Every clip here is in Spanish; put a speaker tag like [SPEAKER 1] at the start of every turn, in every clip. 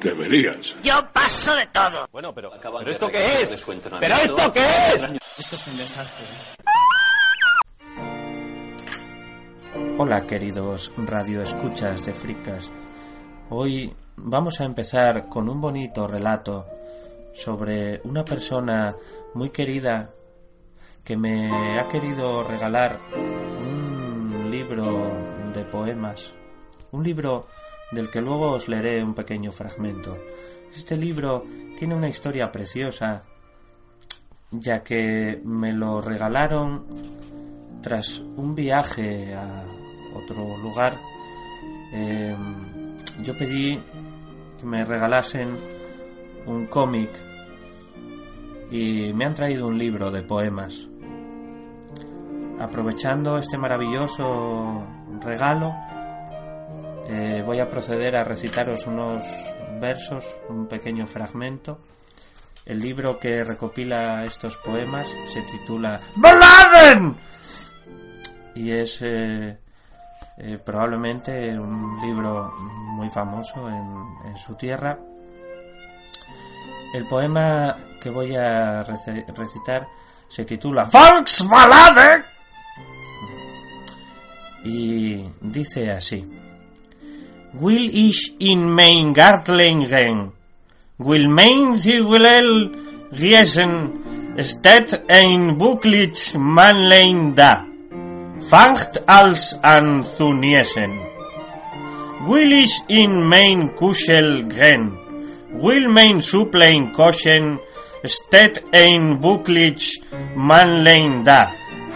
[SPEAKER 1] deberías.
[SPEAKER 2] Yo paso de todo.
[SPEAKER 3] Bueno, pero, ¿pero esto qué es? ¿Pero esto qué es? Esto es un desastre.
[SPEAKER 4] Hola queridos radioescuchas de fricas. Hoy vamos a empezar con un bonito relato sobre una persona muy querida que me ha querido regalar un libro de poemas, un libro del que luego os leeré un pequeño fragmento. Este libro tiene una historia preciosa, ya que me lo regalaron tras un viaje a otro lugar. Eh, yo pedí que me regalasen un cómic y me han traído un libro de poemas. Aprovechando este maravilloso regalo, eh, voy a proceder a recitaros unos versos, un pequeño fragmento. El libro que recopila estos poemas se titula ¡Baladen! Y es eh, eh, probablemente un libro muy famoso en, en su tierra. El poema que voy a recitar se titula Volksballade y dice así: Will ich in mein Gartlingen, will mein sie will riesen, steht ein Buchlich Mannlein da, fangt als an zu niesen. Will ich in mein Kuschel gren, will mein Suplein koschen, steht ein Bucklich Mannlein da,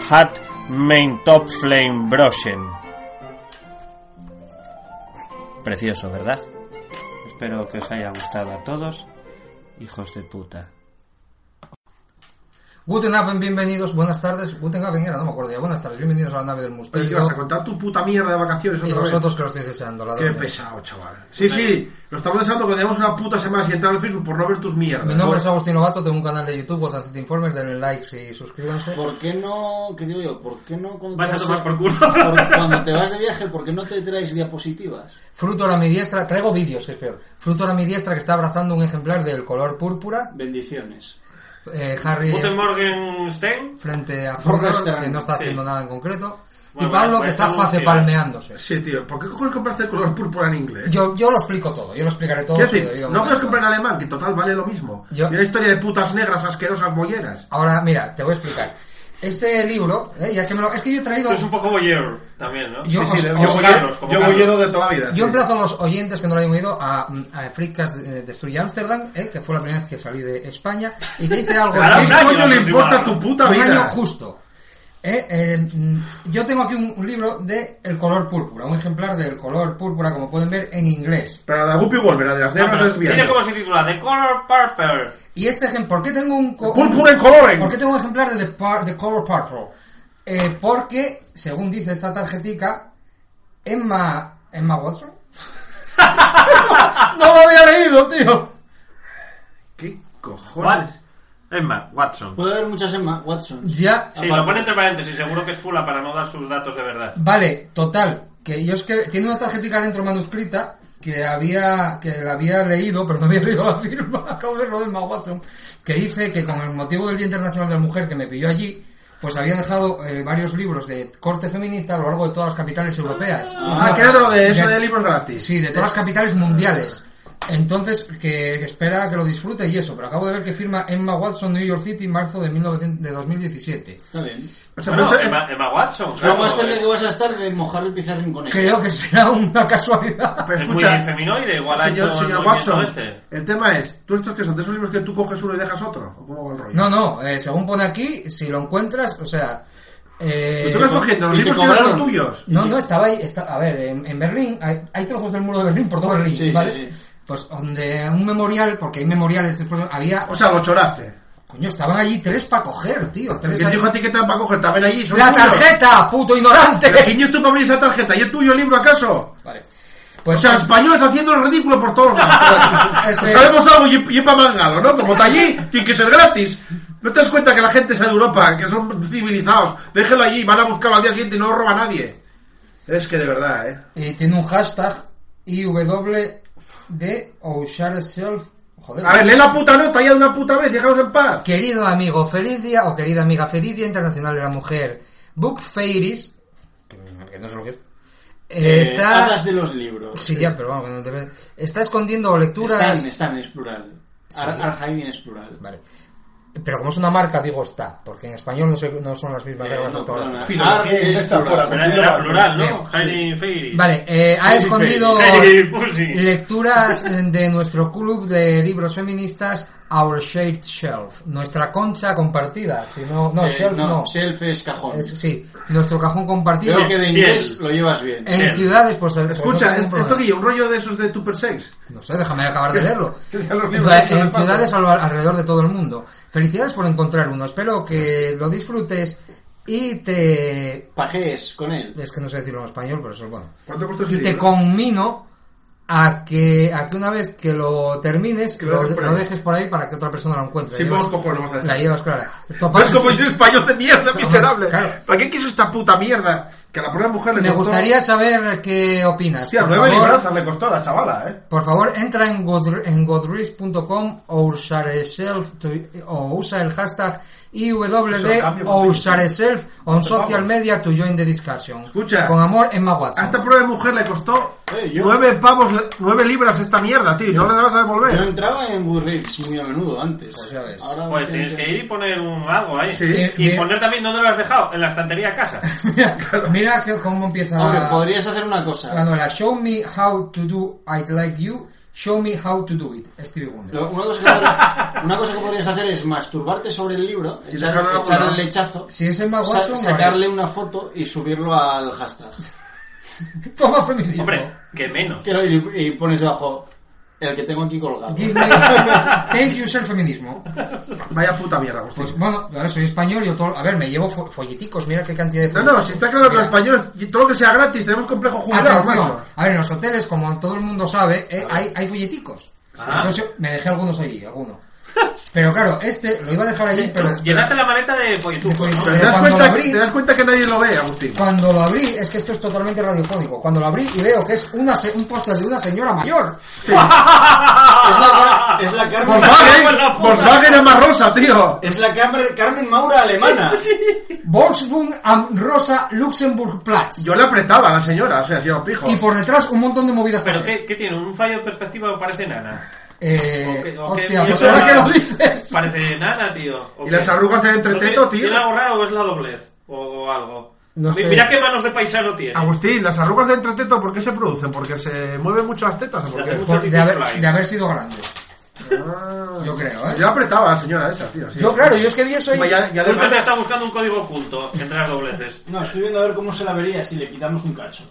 [SPEAKER 4] hat mein Topflein broschen. Precioso, ¿verdad? Espero que os haya gustado a todos, hijos de puta.
[SPEAKER 5] Guten Abend, bienvenidos, buenas tardes. Guten Abend era, no me acuerdo ya. Buenas tardes, bienvenidos a la nave del Mustel.
[SPEAKER 6] ¿Y vas a contar tu puta mierda de vacaciones otra
[SPEAKER 5] Y
[SPEAKER 6] vez?
[SPEAKER 5] vosotros que lo estáis deseando, la
[SPEAKER 6] Qué pesado, chaval. Sí, sí, lo estamos deseando que demos una puta semana sin entrar al Facebook por no ver tus mierdas.
[SPEAKER 5] Mi nombre
[SPEAKER 6] ¿no?
[SPEAKER 5] es Agustín Novato, tengo un canal de YouTube, Botancete Informes, denle likes y suscríbanse.
[SPEAKER 7] Oh.
[SPEAKER 8] ¿Por qué no, qué digo yo, por qué no cuando,
[SPEAKER 7] Vas
[SPEAKER 8] te,
[SPEAKER 7] a
[SPEAKER 8] vas
[SPEAKER 7] tomar por culo.
[SPEAKER 8] por- cuando te vas de viaje, por qué no te traes diapositivas?
[SPEAKER 5] Frutor a mi diestra, traigo vídeos, que es peor. Frutor a mi diestra que está abrazando un ejemplar del color púrpura.
[SPEAKER 8] Bendiciones.
[SPEAKER 5] Eh, Harry
[SPEAKER 7] Guten Morgen, Stein.
[SPEAKER 5] frente a
[SPEAKER 8] Por
[SPEAKER 5] Frutor,
[SPEAKER 8] Instagram,
[SPEAKER 5] que no está
[SPEAKER 7] este sí.
[SPEAKER 5] haciendo nada en concreto.
[SPEAKER 7] Bueno,
[SPEAKER 5] y Pablo,
[SPEAKER 7] bueno,
[SPEAKER 5] que
[SPEAKER 7] pues
[SPEAKER 5] está
[SPEAKER 7] estamos
[SPEAKER 5] face
[SPEAKER 7] tirando.
[SPEAKER 5] palmeándose.
[SPEAKER 6] Sí, tío, ¿por qué cojones compraste el color púrpura en inglés?
[SPEAKER 5] Yo, yo lo explico todo, yo lo explicaré todo. en
[SPEAKER 6] Quiero
[SPEAKER 5] su
[SPEAKER 6] decir,
[SPEAKER 5] debido
[SPEAKER 6] no puedes
[SPEAKER 5] momento.
[SPEAKER 6] comprar en alemán, que total vale lo mismo.
[SPEAKER 5] Yo-
[SPEAKER 6] Mira la historia de putas negras asquerosas molleras.
[SPEAKER 5] Ahora, mira, te voy a explicar. Este libro, eh, ya que me lo... Es que yo he traído...
[SPEAKER 7] Esto es un poco boyer también, ¿no?
[SPEAKER 5] Yo- os-
[SPEAKER 6] de-
[SPEAKER 5] os-
[SPEAKER 7] Carlos,
[SPEAKER 6] yo bollero-
[SPEAKER 7] como
[SPEAKER 6] yo
[SPEAKER 7] Carlos.
[SPEAKER 6] bollero de toda la vida. sí.
[SPEAKER 5] Yo emplazo a los oyentes que no lo hayan oído a, a Fricas eh, Destruye Ámsterdam, eh, que fue la primera vez que salí de España, y que hice algo...
[SPEAKER 7] Claro,
[SPEAKER 6] ¿A
[SPEAKER 5] así.
[SPEAKER 6] qué
[SPEAKER 7] Ahora un año
[SPEAKER 6] coño le
[SPEAKER 7] nos
[SPEAKER 6] importa
[SPEAKER 7] llevaba.
[SPEAKER 6] tu puta
[SPEAKER 5] un
[SPEAKER 6] vida?
[SPEAKER 5] año justo. Eh, eh, mm, yo tengo aquí un, un libro de El color púrpura, un ejemplar del color púrpura, como pueden ver, en inglés.
[SPEAKER 6] Pero la de Guppy Wolver, la de las
[SPEAKER 7] No,
[SPEAKER 6] negras
[SPEAKER 7] Ah, pero
[SPEAKER 6] es bien.
[SPEAKER 7] Mira cómo se titula, The Color Purple.
[SPEAKER 5] Y este ejemplo, ¿por qué tengo un... co-
[SPEAKER 6] Púrpura en colores.
[SPEAKER 5] ¿Por qué tengo un ejemplar de The, Par- The Color Purple? Eh, porque, según dice esta tarjetica, Emma... Emma Watson. no lo había leído, tío.
[SPEAKER 6] ¿Qué
[SPEAKER 5] Ah,
[SPEAKER 6] cojones?
[SPEAKER 7] What? Emma, Watson.
[SPEAKER 8] Puede haber muchas Emma Watson.
[SPEAKER 5] Ya...
[SPEAKER 7] Sí, lo pone entre paréntesis, seguro que es fula para no dar sus datos de verdad.
[SPEAKER 5] Vale, total. Que yo es que tiene una tarjetica dentro manuscrita que había que la había leído, pero no había leído la firma. Acabo de verlo de Emma Watson. Que dice que con el motivo del Día Internacional de la Mujer que me pilló allí, pues había dejado eh, varios libros de corte feminista a lo largo de todas las capitales europeas.
[SPEAKER 6] Ah, que era de lo de eso de libros gratis. Eh,
[SPEAKER 5] Sí, de todas las capitales mundiales. Entonces, que espera que lo disfrute y eso. Pero acabo de ver que firma Emma Watson, New York City, marzo de, 1900 de 2017.
[SPEAKER 8] Está bien.
[SPEAKER 6] O sea,
[SPEAKER 7] Bueno,
[SPEAKER 6] pero este-
[SPEAKER 7] Emma, Emma Watson. claro,
[SPEAKER 8] Lo más
[SPEAKER 7] joder.
[SPEAKER 8] tarde que vas a estar de mojar el pizarrín con ella.
[SPEAKER 5] Creo que será una casualidad.
[SPEAKER 6] pero
[SPEAKER 7] Es muy
[SPEAKER 6] escucha,
[SPEAKER 7] feminoide, igual ha
[SPEAKER 6] señor,
[SPEAKER 7] hecho el
[SPEAKER 6] señor
[SPEAKER 7] movimiento
[SPEAKER 6] Watson,
[SPEAKER 7] este.
[SPEAKER 6] el tema es, ¿tú estos que son? ¿De esos libros que tú coges uno y dejas otro? ¿O cómo va el rollo?
[SPEAKER 5] No, no, eh, según pone aquí, si lo encuentras, o sea. eh,
[SPEAKER 6] ¿Y tú vas cogiendo los
[SPEAKER 8] ¿y te
[SPEAKER 6] libros que no son
[SPEAKER 8] cobraron?
[SPEAKER 6] tuyos?
[SPEAKER 5] no, no, estaba ahí. Está, a ver, en, en Berlín, hay, hay trozos del muro de Berlín por todo Berlín,
[SPEAKER 8] Sí, sí,
[SPEAKER 5] ¿vale?
[SPEAKER 8] sí.
[SPEAKER 5] Pues donde un memorial, porque hay memoriales después, había.
[SPEAKER 6] O sea, lo choraste.
[SPEAKER 5] Coño, estaban allí tres para coger, tío. Tres
[SPEAKER 6] ¿Quién
[SPEAKER 5] ahí.
[SPEAKER 6] dijo a ti que te van a coger? También allí. son
[SPEAKER 5] ¡La
[SPEAKER 6] tuyos.
[SPEAKER 5] tarjeta, puto
[SPEAKER 6] ¿Pero
[SPEAKER 5] ignorante!
[SPEAKER 6] quién es tú para abrir esa tarjeta? ¿Y es tuyo el libro acaso?
[SPEAKER 5] Vale.
[SPEAKER 6] O
[SPEAKER 5] Pues
[SPEAKER 6] sea, españoles haciendo el ridículo por todos lados.
[SPEAKER 5] Ese es.
[SPEAKER 6] Sabemos algo y, y para mangalo, ¿no? Como está allí, tiene que ser gratis. ¿No te das cuenta que la gente es de Europa, que son civilizados? Déjenlo allí, van a buscarlo al día siguiente y no lo roba nadie. Es que de verdad, ¿eh?
[SPEAKER 5] eh, tiene un hashtag IW de Oushare Self. Joder.
[SPEAKER 6] A ver, lee la puta nota ya de una puta vez, déjanos en paz.
[SPEAKER 5] Querido amigo, feliz día o querida amiga, feliz día internacional de la mujer. Book Fairies. Que, que no sé lo que es. eh,
[SPEAKER 8] Está...
[SPEAKER 5] está.
[SPEAKER 8] Hadas de los libros.
[SPEAKER 5] Sí, ya, pero vamos, que no te ve. Está escondiendo lecturas.
[SPEAKER 8] Están, están, es plural. Ar- Arjaiden es plural.
[SPEAKER 5] Vale. Pero como es una marca, digo está, porque en español no, sé- no son las mismas
[SPEAKER 4] Eh,
[SPEAKER 5] reglas
[SPEAKER 4] no,
[SPEAKER 5] de todas las
[SPEAKER 8] Perdona,
[SPEAKER 6] Filología
[SPEAKER 8] Ar es
[SPEAKER 6] inglesa
[SPEAKER 8] plural.
[SPEAKER 4] Pero era plural,
[SPEAKER 5] Bien,
[SPEAKER 4] ¿no? Heidi Fairy.
[SPEAKER 5] Vale, eh, ha escondido
[SPEAKER 4] Fairy, pussy.
[SPEAKER 5] lecturas de nuestro club de libros feministas Our Shared Shelf, nuestra concha compartida, si no, no,
[SPEAKER 8] Eh,
[SPEAKER 5] shelf no,
[SPEAKER 8] Shelf es cajón.
[SPEAKER 5] Es- sí, nuestro cajón compartido
[SPEAKER 8] Creo que de
[SPEAKER 4] Shelf.
[SPEAKER 8] inglés lo llevas bien.
[SPEAKER 5] en
[SPEAKER 4] shelf.
[SPEAKER 5] ciudades, pues, pues, no
[SPEAKER 6] Escucha,
[SPEAKER 5] tengo
[SPEAKER 6] es-
[SPEAKER 5] problema.
[SPEAKER 6] esto Guille, un rollo de esos de Tupper Sex.
[SPEAKER 5] No sé, déjame acabar de leerlo.
[SPEAKER 6] Ya los libros
[SPEAKER 5] Va-
[SPEAKER 6] no hacen
[SPEAKER 5] en
[SPEAKER 6] falta.
[SPEAKER 5] ciudades al- alrededor de todo el mundo. Felicidades por encontrar uno, espero que lo disfrutes y te
[SPEAKER 8] Pajés con él.
[SPEAKER 5] es que no sé decirlo en español, pero eso es bueno.
[SPEAKER 6] ¿Cuánto costó ese
[SPEAKER 5] Y te
[SPEAKER 6] libro?
[SPEAKER 5] conmino a que, a que una vez que lo termines,
[SPEAKER 6] Que lo
[SPEAKER 5] lo,
[SPEAKER 6] dejes por
[SPEAKER 5] lo
[SPEAKER 6] ahí.
[SPEAKER 5] dejes por ahí para que otra persona lo encuentre.
[SPEAKER 6] Sí,
[SPEAKER 5] La llevas-
[SPEAKER 6] vamos, cojones, vamos a decir.
[SPEAKER 5] La llevas clara. Topa-
[SPEAKER 6] ¿Ves como soy español de mierda,
[SPEAKER 5] Claro,
[SPEAKER 6] miserable?
[SPEAKER 5] claro.
[SPEAKER 6] ¿Para qué quiso esta puta mierda? Que a la pobre mujer le
[SPEAKER 5] Me
[SPEAKER 6] costó...
[SPEAKER 5] gustaría saber qué opinas.
[SPEAKER 6] Hostia,
[SPEAKER 5] por,
[SPEAKER 6] nueve
[SPEAKER 5] favor,
[SPEAKER 6] librazas le costó a la chavala, ¿eh?
[SPEAKER 5] por favor, entra en, godr- en godris.com o usar el self to- o usa el hashtag
[SPEAKER 6] Eso lo
[SPEAKER 5] IWD
[SPEAKER 6] cambio,
[SPEAKER 5] o
[SPEAKER 6] papi.
[SPEAKER 5] usar el self on
[SPEAKER 6] Pero
[SPEAKER 5] social
[SPEAKER 6] vamos.
[SPEAKER 5] media to join the discussion.
[SPEAKER 6] Escucha.
[SPEAKER 5] Con amor, Emma
[SPEAKER 6] A
[SPEAKER 5] Watson.
[SPEAKER 6] esta pobre mujer le costó
[SPEAKER 8] Eh, yo-
[SPEAKER 6] nueve pavos, nueve libras esta mierda, tío. y No le vas a
[SPEAKER 8] Yo
[SPEAKER 6] devolver.
[SPEAKER 8] entraba en Goodreads muy a menudo antes.
[SPEAKER 5] Pues ya ves.
[SPEAKER 8] Ahora
[SPEAKER 4] Pues
[SPEAKER 8] tengo
[SPEAKER 4] tienes que ir y poner un algo ahí.
[SPEAKER 6] Sí.
[SPEAKER 5] Eh,
[SPEAKER 4] Y
[SPEAKER 5] bien.
[SPEAKER 4] poner también dónde lo has dejado, en la estantería de casa.
[SPEAKER 5] Mira, mira que- cómo empieza
[SPEAKER 8] Aunque
[SPEAKER 5] la-
[SPEAKER 8] podrías hacer una
[SPEAKER 5] La
[SPEAKER 8] cosa.
[SPEAKER 5] novela Show Me How to Do I'd Like You, Show Me How to Do It, Stevie Wonder.
[SPEAKER 8] Lo- Una cosa, que, podría- una cosa que podrías hacer es masturbarte sobre el libro,
[SPEAKER 6] Y
[SPEAKER 8] echar-
[SPEAKER 6] dejarlo en algún
[SPEAKER 8] echarle
[SPEAKER 6] lado.
[SPEAKER 8] el lechazo,
[SPEAKER 5] Si es Emma
[SPEAKER 8] sa-
[SPEAKER 5] Watson, vale.
[SPEAKER 8] sacarle una foto y subirlo al hashtag.
[SPEAKER 5] Toma feminismo.
[SPEAKER 4] Hombre, que menos.
[SPEAKER 8] Que lo- y, y pones debajo el que tengo aquí colgado.
[SPEAKER 5] Give me- Take you el feminismo.
[SPEAKER 6] Vaya puta mierda, Agustín.
[SPEAKER 5] Pues bueno, a ver, soy español, yo todo... A ver, me llevo fo- folleticos, mira qué cantidad de
[SPEAKER 6] no,
[SPEAKER 5] folleticos.
[SPEAKER 6] no, si está claro que los
[SPEAKER 5] Mira,
[SPEAKER 6] españoles, y todo lo que sea gratis, tenemos
[SPEAKER 5] Ah,
[SPEAKER 6] complejo jubilado,
[SPEAKER 5] atención.
[SPEAKER 6] Ah, macho.
[SPEAKER 5] A ver, en los hoteles, como todo el mundo sabe, eh, hay, hay folleticos.
[SPEAKER 4] Ah.
[SPEAKER 5] Entonces me dejé algunos allí, algunos. Pero claro, este lo iba a dejar allí, pero...
[SPEAKER 4] Llenaste la maleta de folletucos,
[SPEAKER 5] De
[SPEAKER 4] ¿no?
[SPEAKER 5] folletucos.
[SPEAKER 6] ¿Te das,
[SPEAKER 5] cuando
[SPEAKER 6] cuenta,
[SPEAKER 5] lo abrí-
[SPEAKER 6] te das cuenta que nadie lo ve, Agustín.
[SPEAKER 5] Cuando lo abrí, es que esto es totalmente radiofónico. Cuando lo abrí y veo que es una se- un póster de una señora mayor.
[SPEAKER 8] Es
[SPEAKER 5] Pues
[SPEAKER 8] la, car- es la Carmen,
[SPEAKER 6] Volkswagen,
[SPEAKER 4] la puta.
[SPEAKER 6] Volkswagen Amarrosa, tío.
[SPEAKER 8] es la Carmen- Carmen Maura alemana.
[SPEAKER 5] Volkswagen am Rosa Luxemburg Platz.
[SPEAKER 6] Yo le apretaba a la señora, o sea, si era un pijo.
[SPEAKER 5] Y por detrás un montón de movidas.
[SPEAKER 4] ¿Pero
[SPEAKER 5] para hacer.
[SPEAKER 4] qué, qué tiene? ¿Un fallo de perspectiva o parece nana?
[SPEAKER 5] Eh,
[SPEAKER 4] ¿O qué- o qué
[SPEAKER 5] hostia, pues
[SPEAKER 4] mierda?
[SPEAKER 5] ahora que lo dices.
[SPEAKER 4] Parece nana, tío. ¿O
[SPEAKER 6] ¿Y
[SPEAKER 4] qué?
[SPEAKER 6] las arrugas del entreteto,
[SPEAKER 4] ¿No tiene-
[SPEAKER 6] tío?
[SPEAKER 4] ¿Tiene algo raro o es la doblez? O, o algo.
[SPEAKER 5] No
[SPEAKER 4] Mi-
[SPEAKER 5] sé.
[SPEAKER 4] Mira qué manos de paisano tiene.
[SPEAKER 6] Agustín, las arrugas de entreteto, ¿por qué se producen? ¿Porque se mueven mucho las tetas o por
[SPEAKER 4] Las
[SPEAKER 6] qué?
[SPEAKER 4] hacemos-
[SPEAKER 5] Por- de, haber, de haber sido grande.
[SPEAKER 6] Ah.
[SPEAKER 5] Yo creo, ¿eh?
[SPEAKER 6] Yo apretaba a la señora esa, tío. sí.
[SPEAKER 5] Yo, claro, yo Pues es que vi eso y.
[SPEAKER 6] Ya- ya le-
[SPEAKER 4] Usted está buscando un código oculto entre las dobleces.
[SPEAKER 8] No, estoy viendo a ver cómo se la vería si le quitamos un cacho.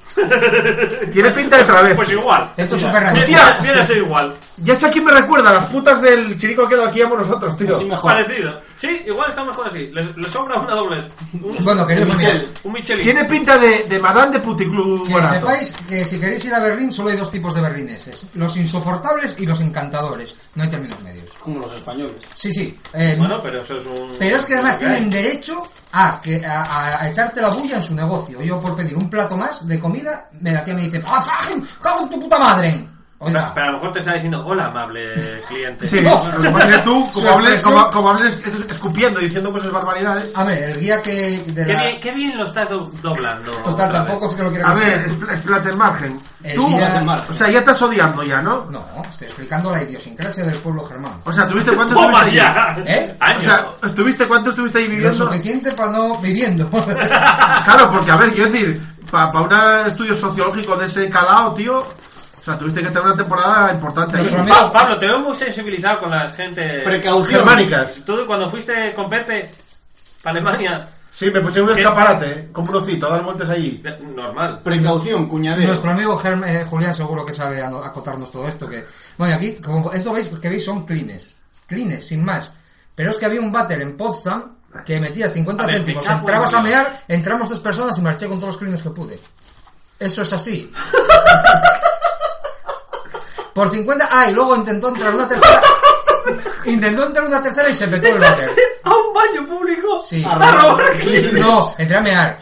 [SPEAKER 6] Tiene pinta de travesti.
[SPEAKER 4] Pues igual.
[SPEAKER 5] Esto es súper raro.
[SPEAKER 4] Viene a- viene a ser igual.
[SPEAKER 6] Ya sé a quién me recuerda, las putas del chirico que lo hacíamos nosotros, tío.
[SPEAKER 5] Pues
[SPEAKER 8] Así mejor.
[SPEAKER 4] Parecido. Sí, igual está mejor así. Les, les sobra una doblez. Un,
[SPEAKER 5] Bueno, queridos amigos,
[SPEAKER 8] Michel,
[SPEAKER 4] un Michelin.
[SPEAKER 6] Tiene pinta de, de Madame de Puticlub
[SPEAKER 5] que
[SPEAKER 6] Morato.
[SPEAKER 5] sepáis que si queréis ir a Berlín solo hay dos tipos de berlineses: los insoportables y los encantadores. No hay términos medios.
[SPEAKER 8] como los españoles.
[SPEAKER 5] Sí, sí. eh,
[SPEAKER 4] Bueno, pero eso es un... eh,
[SPEAKER 5] Pero es que además
[SPEAKER 4] lo hay.
[SPEAKER 5] tienen derecho a, que, a, a- a echarte la bulla en su negocio. Yo por pedir un plato más de comida, me la tía me dice, ¡Ah, fajen! ¡Cago en tu puta madre! Oiga,
[SPEAKER 4] Pero a lo mejor te está diciendo, hola, amable cliente.
[SPEAKER 6] Sí,
[SPEAKER 5] No.
[SPEAKER 6] lo que pasa es que tú,
[SPEAKER 5] Su
[SPEAKER 6] como hables,
[SPEAKER 5] expresión-
[SPEAKER 6] como, como hables es- escupiendo y diciendo cosas barbaridades...
[SPEAKER 5] a ver, el guía que... De
[SPEAKER 4] Qué
[SPEAKER 5] la...
[SPEAKER 4] bien, qué bien lo estás do- doblando.
[SPEAKER 5] Total,
[SPEAKER 4] otra vez.
[SPEAKER 5] tampoco es que lo quiera...
[SPEAKER 6] A ver, espl- explate el margen.
[SPEAKER 5] Eh, El
[SPEAKER 6] Tú,
[SPEAKER 5] día-
[SPEAKER 6] o sea, ya estás odiando ya, ¿no?
[SPEAKER 5] No, estoy explicando la idiosincrasia del pueblo germán.
[SPEAKER 6] O sea, ¿tuviste cuánto
[SPEAKER 4] ¡Toma
[SPEAKER 6] estuviste allí?
[SPEAKER 4] ya!
[SPEAKER 5] ¿Eh?
[SPEAKER 6] O
[SPEAKER 4] Años.
[SPEAKER 6] sea, ¿estuviste cuánto estuviste ahí
[SPEAKER 5] Lo
[SPEAKER 6] viviendo?
[SPEAKER 5] suficiente para no... viviendo.
[SPEAKER 6] Claro, porque a ver, quiero decir, para un estudio sociológico de ese calado, tío, o sea, tuviste que tener una temporada importante
[SPEAKER 5] Nuestro
[SPEAKER 6] ahí.
[SPEAKER 5] amigo-
[SPEAKER 4] Pa- Pablo, te veo muy sensibilizado con las
[SPEAKER 6] Eh,
[SPEAKER 4] gente...
[SPEAKER 8] Precaución.
[SPEAKER 6] Germánicas.
[SPEAKER 4] Tú cuando fuiste con Pepe para Alemania,
[SPEAKER 6] Sí, me puse un
[SPEAKER 4] ¿Qué?
[SPEAKER 6] escaparate, eh, con un ocito, a dar vueltas allí.
[SPEAKER 4] es normal.
[SPEAKER 8] Precaución, cuñadero.
[SPEAKER 5] Nuestro amigo Germ- eh, Julián seguro que sabe ano- acotarnos todo esto. que Bueno, y aquí, como esto veis, que veis son clines. Clines, sin más. Pero es que había un váter en Potsdam que metías 50
[SPEAKER 4] A ver, me
[SPEAKER 5] céntimos,
[SPEAKER 4] cago en
[SPEAKER 5] entrabas a
[SPEAKER 4] Dios.
[SPEAKER 5] mear, entramos dos personas y marché con todos los crines que pude. Eso es así. Por 50... Ah, y luego intentó entrar una tercera... Intentó entrar una tercera y se petó el váter.
[SPEAKER 2] a un baño público
[SPEAKER 5] Sí.
[SPEAKER 2] a robar clientes.
[SPEAKER 5] No, entré a mear.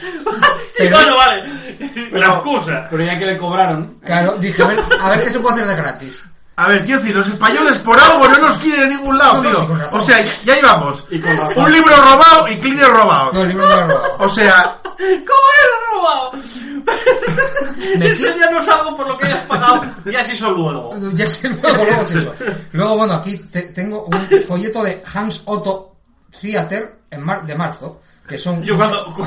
[SPEAKER 5] Pero-
[SPEAKER 2] Bueno, vale.
[SPEAKER 4] La excusa.
[SPEAKER 8] Pero ya que le cobraron.
[SPEAKER 6] eh,
[SPEAKER 5] Claro, dije, a ver, a ver qué se puede hacer de gratis.
[SPEAKER 6] A ver, quiero decir, los españoles por algo no nos quieren en ningún lado,
[SPEAKER 5] No, no, sí,
[SPEAKER 6] tío.
[SPEAKER 5] con razón.
[SPEAKER 6] O sea, ya íbamos.
[SPEAKER 8] Y con razón.
[SPEAKER 6] Un libro robado y clines
[SPEAKER 5] No,
[SPEAKER 6] robados.
[SPEAKER 5] el libro me lo he robado.
[SPEAKER 6] O sea,
[SPEAKER 2] ¿Cómo he robado?
[SPEAKER 5] Me
[SPEAKER 2] Eso ya no salgo por lo que hayas pagado. Ya se hizo luego.
[SPEAKER 5] Ya sé, luego, luego se hizo. Luego, bueno, aquí te- tengo un folleto de Hans Otto Theater en mar- de marzo, que son...
[SPEAKER 4] Yo cuando, cu-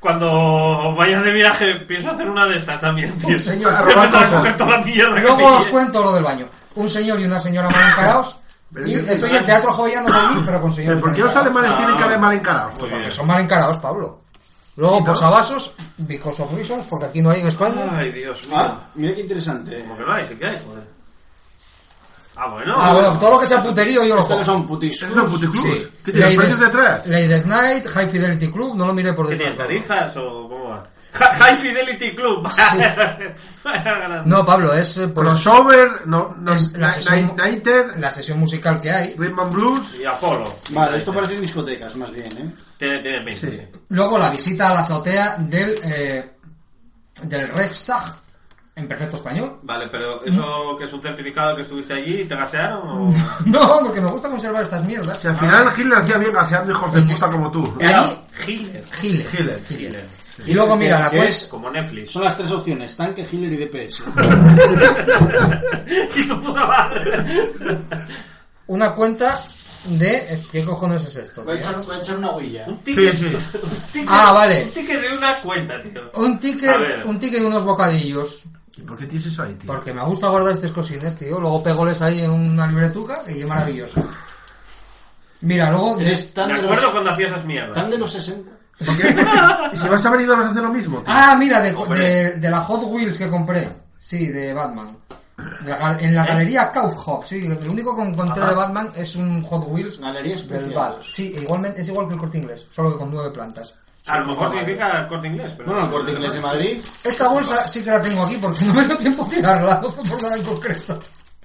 [SPEAKER 4] cuando vaya de viaje pienso hacer una de estas también, tío.
[SPEAKER 5] Un señor.
[SPEAKER 4] Voy a empezar a coger toda la mierda que
[SPEAKER 5] Luego os
[SPEAKER 4] pille.
[SPEAKER 5] cuento lo del baño. Un señor y una señora mal encarados.
[SPEAKER 6] Pero
[SPEAKER 5] Y
[SPEAKER 6] es que-
[SPEAKER 5] estoy en el teatro joviano de allí, pero con señores.
[SPEAKER 6] ¿pero ¿por qué
[SPEAKER 5] mal
[SPEAKER 6] los
[SPEAKER 5] encarados.
[SPEAKER 6] alemanes tienen
[SPEAKER 4] Ah.
[SPEAKER 6] que mal encarados?
[SPEAKER 4] Muy
[SPEAKER 5] Que
[SPEAKER 4] bien.
[SPEAKER 5] son mal encarados, Pablo. Luego,
[SPEAKER 6] ¿no?
[SPEAKER 5] posavasos, because of reasons, porque aquí no hay en España.
[SPEAKER 4] Ay, Dios mío.
[SPEAKER 8] Ah, mira qué interesante.
[SPEAKER 4] ¿Cómo que no hay? ¿Qué hay? Joder. Ah, bueno.
[SPEAKER 5] Ah, bueno, todo lo que sea puterío yo lo
[SPEAKER 8] Estos
[SPEAKER 5] cojo.
[SPEAKER 8] que son putis.
[SPEAKER 6] ¿Esos son puticlubs?
[SPEAKER 5] Sí.
[SPEAKER 6] ¿Qué tienen
[SPEAKER 5] Ladies-
[SPEAKER 6] precios detrás?
[SPEAKER 5] Ladies Night, High Fidelity Club, no lo miré por
[SPEAKER 4] ¿Qué
[SPEAKER 5] detrás.
[SPEAKER 4] tienes, tarijas o cómo va? Ja- High Fidelity Club.
[SPEAKER 5] No, Pablo, es eh, por
[SPEAKER 6] Crossover, no, no,
[SPEAKER 5] Es la
[SPEAKER 6] Ni-
[SPEAKER 5] sesión-
[SPEAKER 6] Ni- Nighter,
[SPEAKER 5] la sesión musical que hay.
[SPEAKER 6] Rhythm and Blues.
[SPEAKER 4] Y Apolo.
[SPEAKER 8] Vale, esto parece discotecas, más bien, ¿eh?
[SPEAKER 4] Tiene, tiene pinta, sí.
[SPEAKER 5] Luego la visita a la azotea del, eh, del Reichstag, en perfecto español.
[SPEAKER 4] Vale, pero ¿eso que es un certificado que estuviste allí y te gasearon o...?
[SPEAKER 5] Mm. No, porque me gusta conservar estas mierdas.
[SPEAKER 6] Si al final
[SPEAKER 5] Ah.
[SPEAKER 6] Hitler hacía bien gaseando hijos de puta como tú.
[SPEAKER 5] Eh, Allí,
[SPEAKER 4] Hitler.
[SPEAKER 5] Hitler.
[SPEAKER 6] Hitler.
[SPEAKER 5] Hitler. Y luego, mira, la
[SPEAKER 8] ¿Qué
[SPEAKER 5] pues...
[SPEAKER 4] Como Netflix.
[SPEAKER 8] Son las tres opciones, tanque, Hitler y DPS.
[SPEAKER 4] ¡Y tu puta madre!
[SPEAKER 5] Una cuenta de... eh, ¿Qué cojones es esto?
[SPEAKER 8] Voy a
[SPEAKER 5] tío?
[SPEAKER 8] echar, voy a echar una huilla.
[SPEAKER 4] Un
[SPEAKER 6] Sí,
[SPEAKER 4] ticket,
[SPEAKER 6] sí.
[SPEAKER 4] ticket-
[SPEAKER 5] Ah, vale.
[SPEAKER 4] Un ticket de una cuenta, tío.
[SPEAKER 5] Un
[SPEAKER 4] A
[SPEAKER 5] ticket,
[SPEAKER 4] ver.
[SPEAKER 5] un ticket y unos bocadillos.
[SPEAKER 6] ¿Y ¿Por qué tienes eso ahí, tío?
[SPEAKER 5] Porque me gusta guardar estas cosines, tío. Luego pegoles ahí en una libretuca y es maravilloso. Mira, luego...
[SPEAKER 8] Eres tan
[SPEAKER 4] Me
[SPEAKER 8] de,
[SPEAKER 4] acuerdo
[SPEAKER 8] los,
[SPEAKER 4] cuando hacías esas mierdas.
[SPEAKER 8] tan de los 60.
[SPEAKER 6] ¿Por qué? Y si vas a venir vas a hacer lo mismo, tío.
[SPEAKER 5] Ah, mira, de,
[SPEAKER 4] Hombre.
[SPEAKER 5] de- de la Hot Wheels que compré. Sí, de Batman. La gal- en
[SPEAKER 4] ¿Eh?
[SPEAKER 5] la galería Kaufhof, sí. Lo único que encontré de Batman es un Hot Wheels
[SPEAKER 8] Galería
[SPEAKER 5] del
[SPEAKER 8] especial.
[SPEAKER 5] Bat. Sí, igualmente, es igual que el corte inglés, solo que con nueve plantas.
[SPEAKER 4] A lo mejor significa corte inglés, pero...
[SPEAKER 8] Bueno, el corte inglés de Madrid.
[SPEAKER 5] Esta bolsa sí que la tengo aquí porque no me dio tiempo a tirarla, no fue por nada en concreto.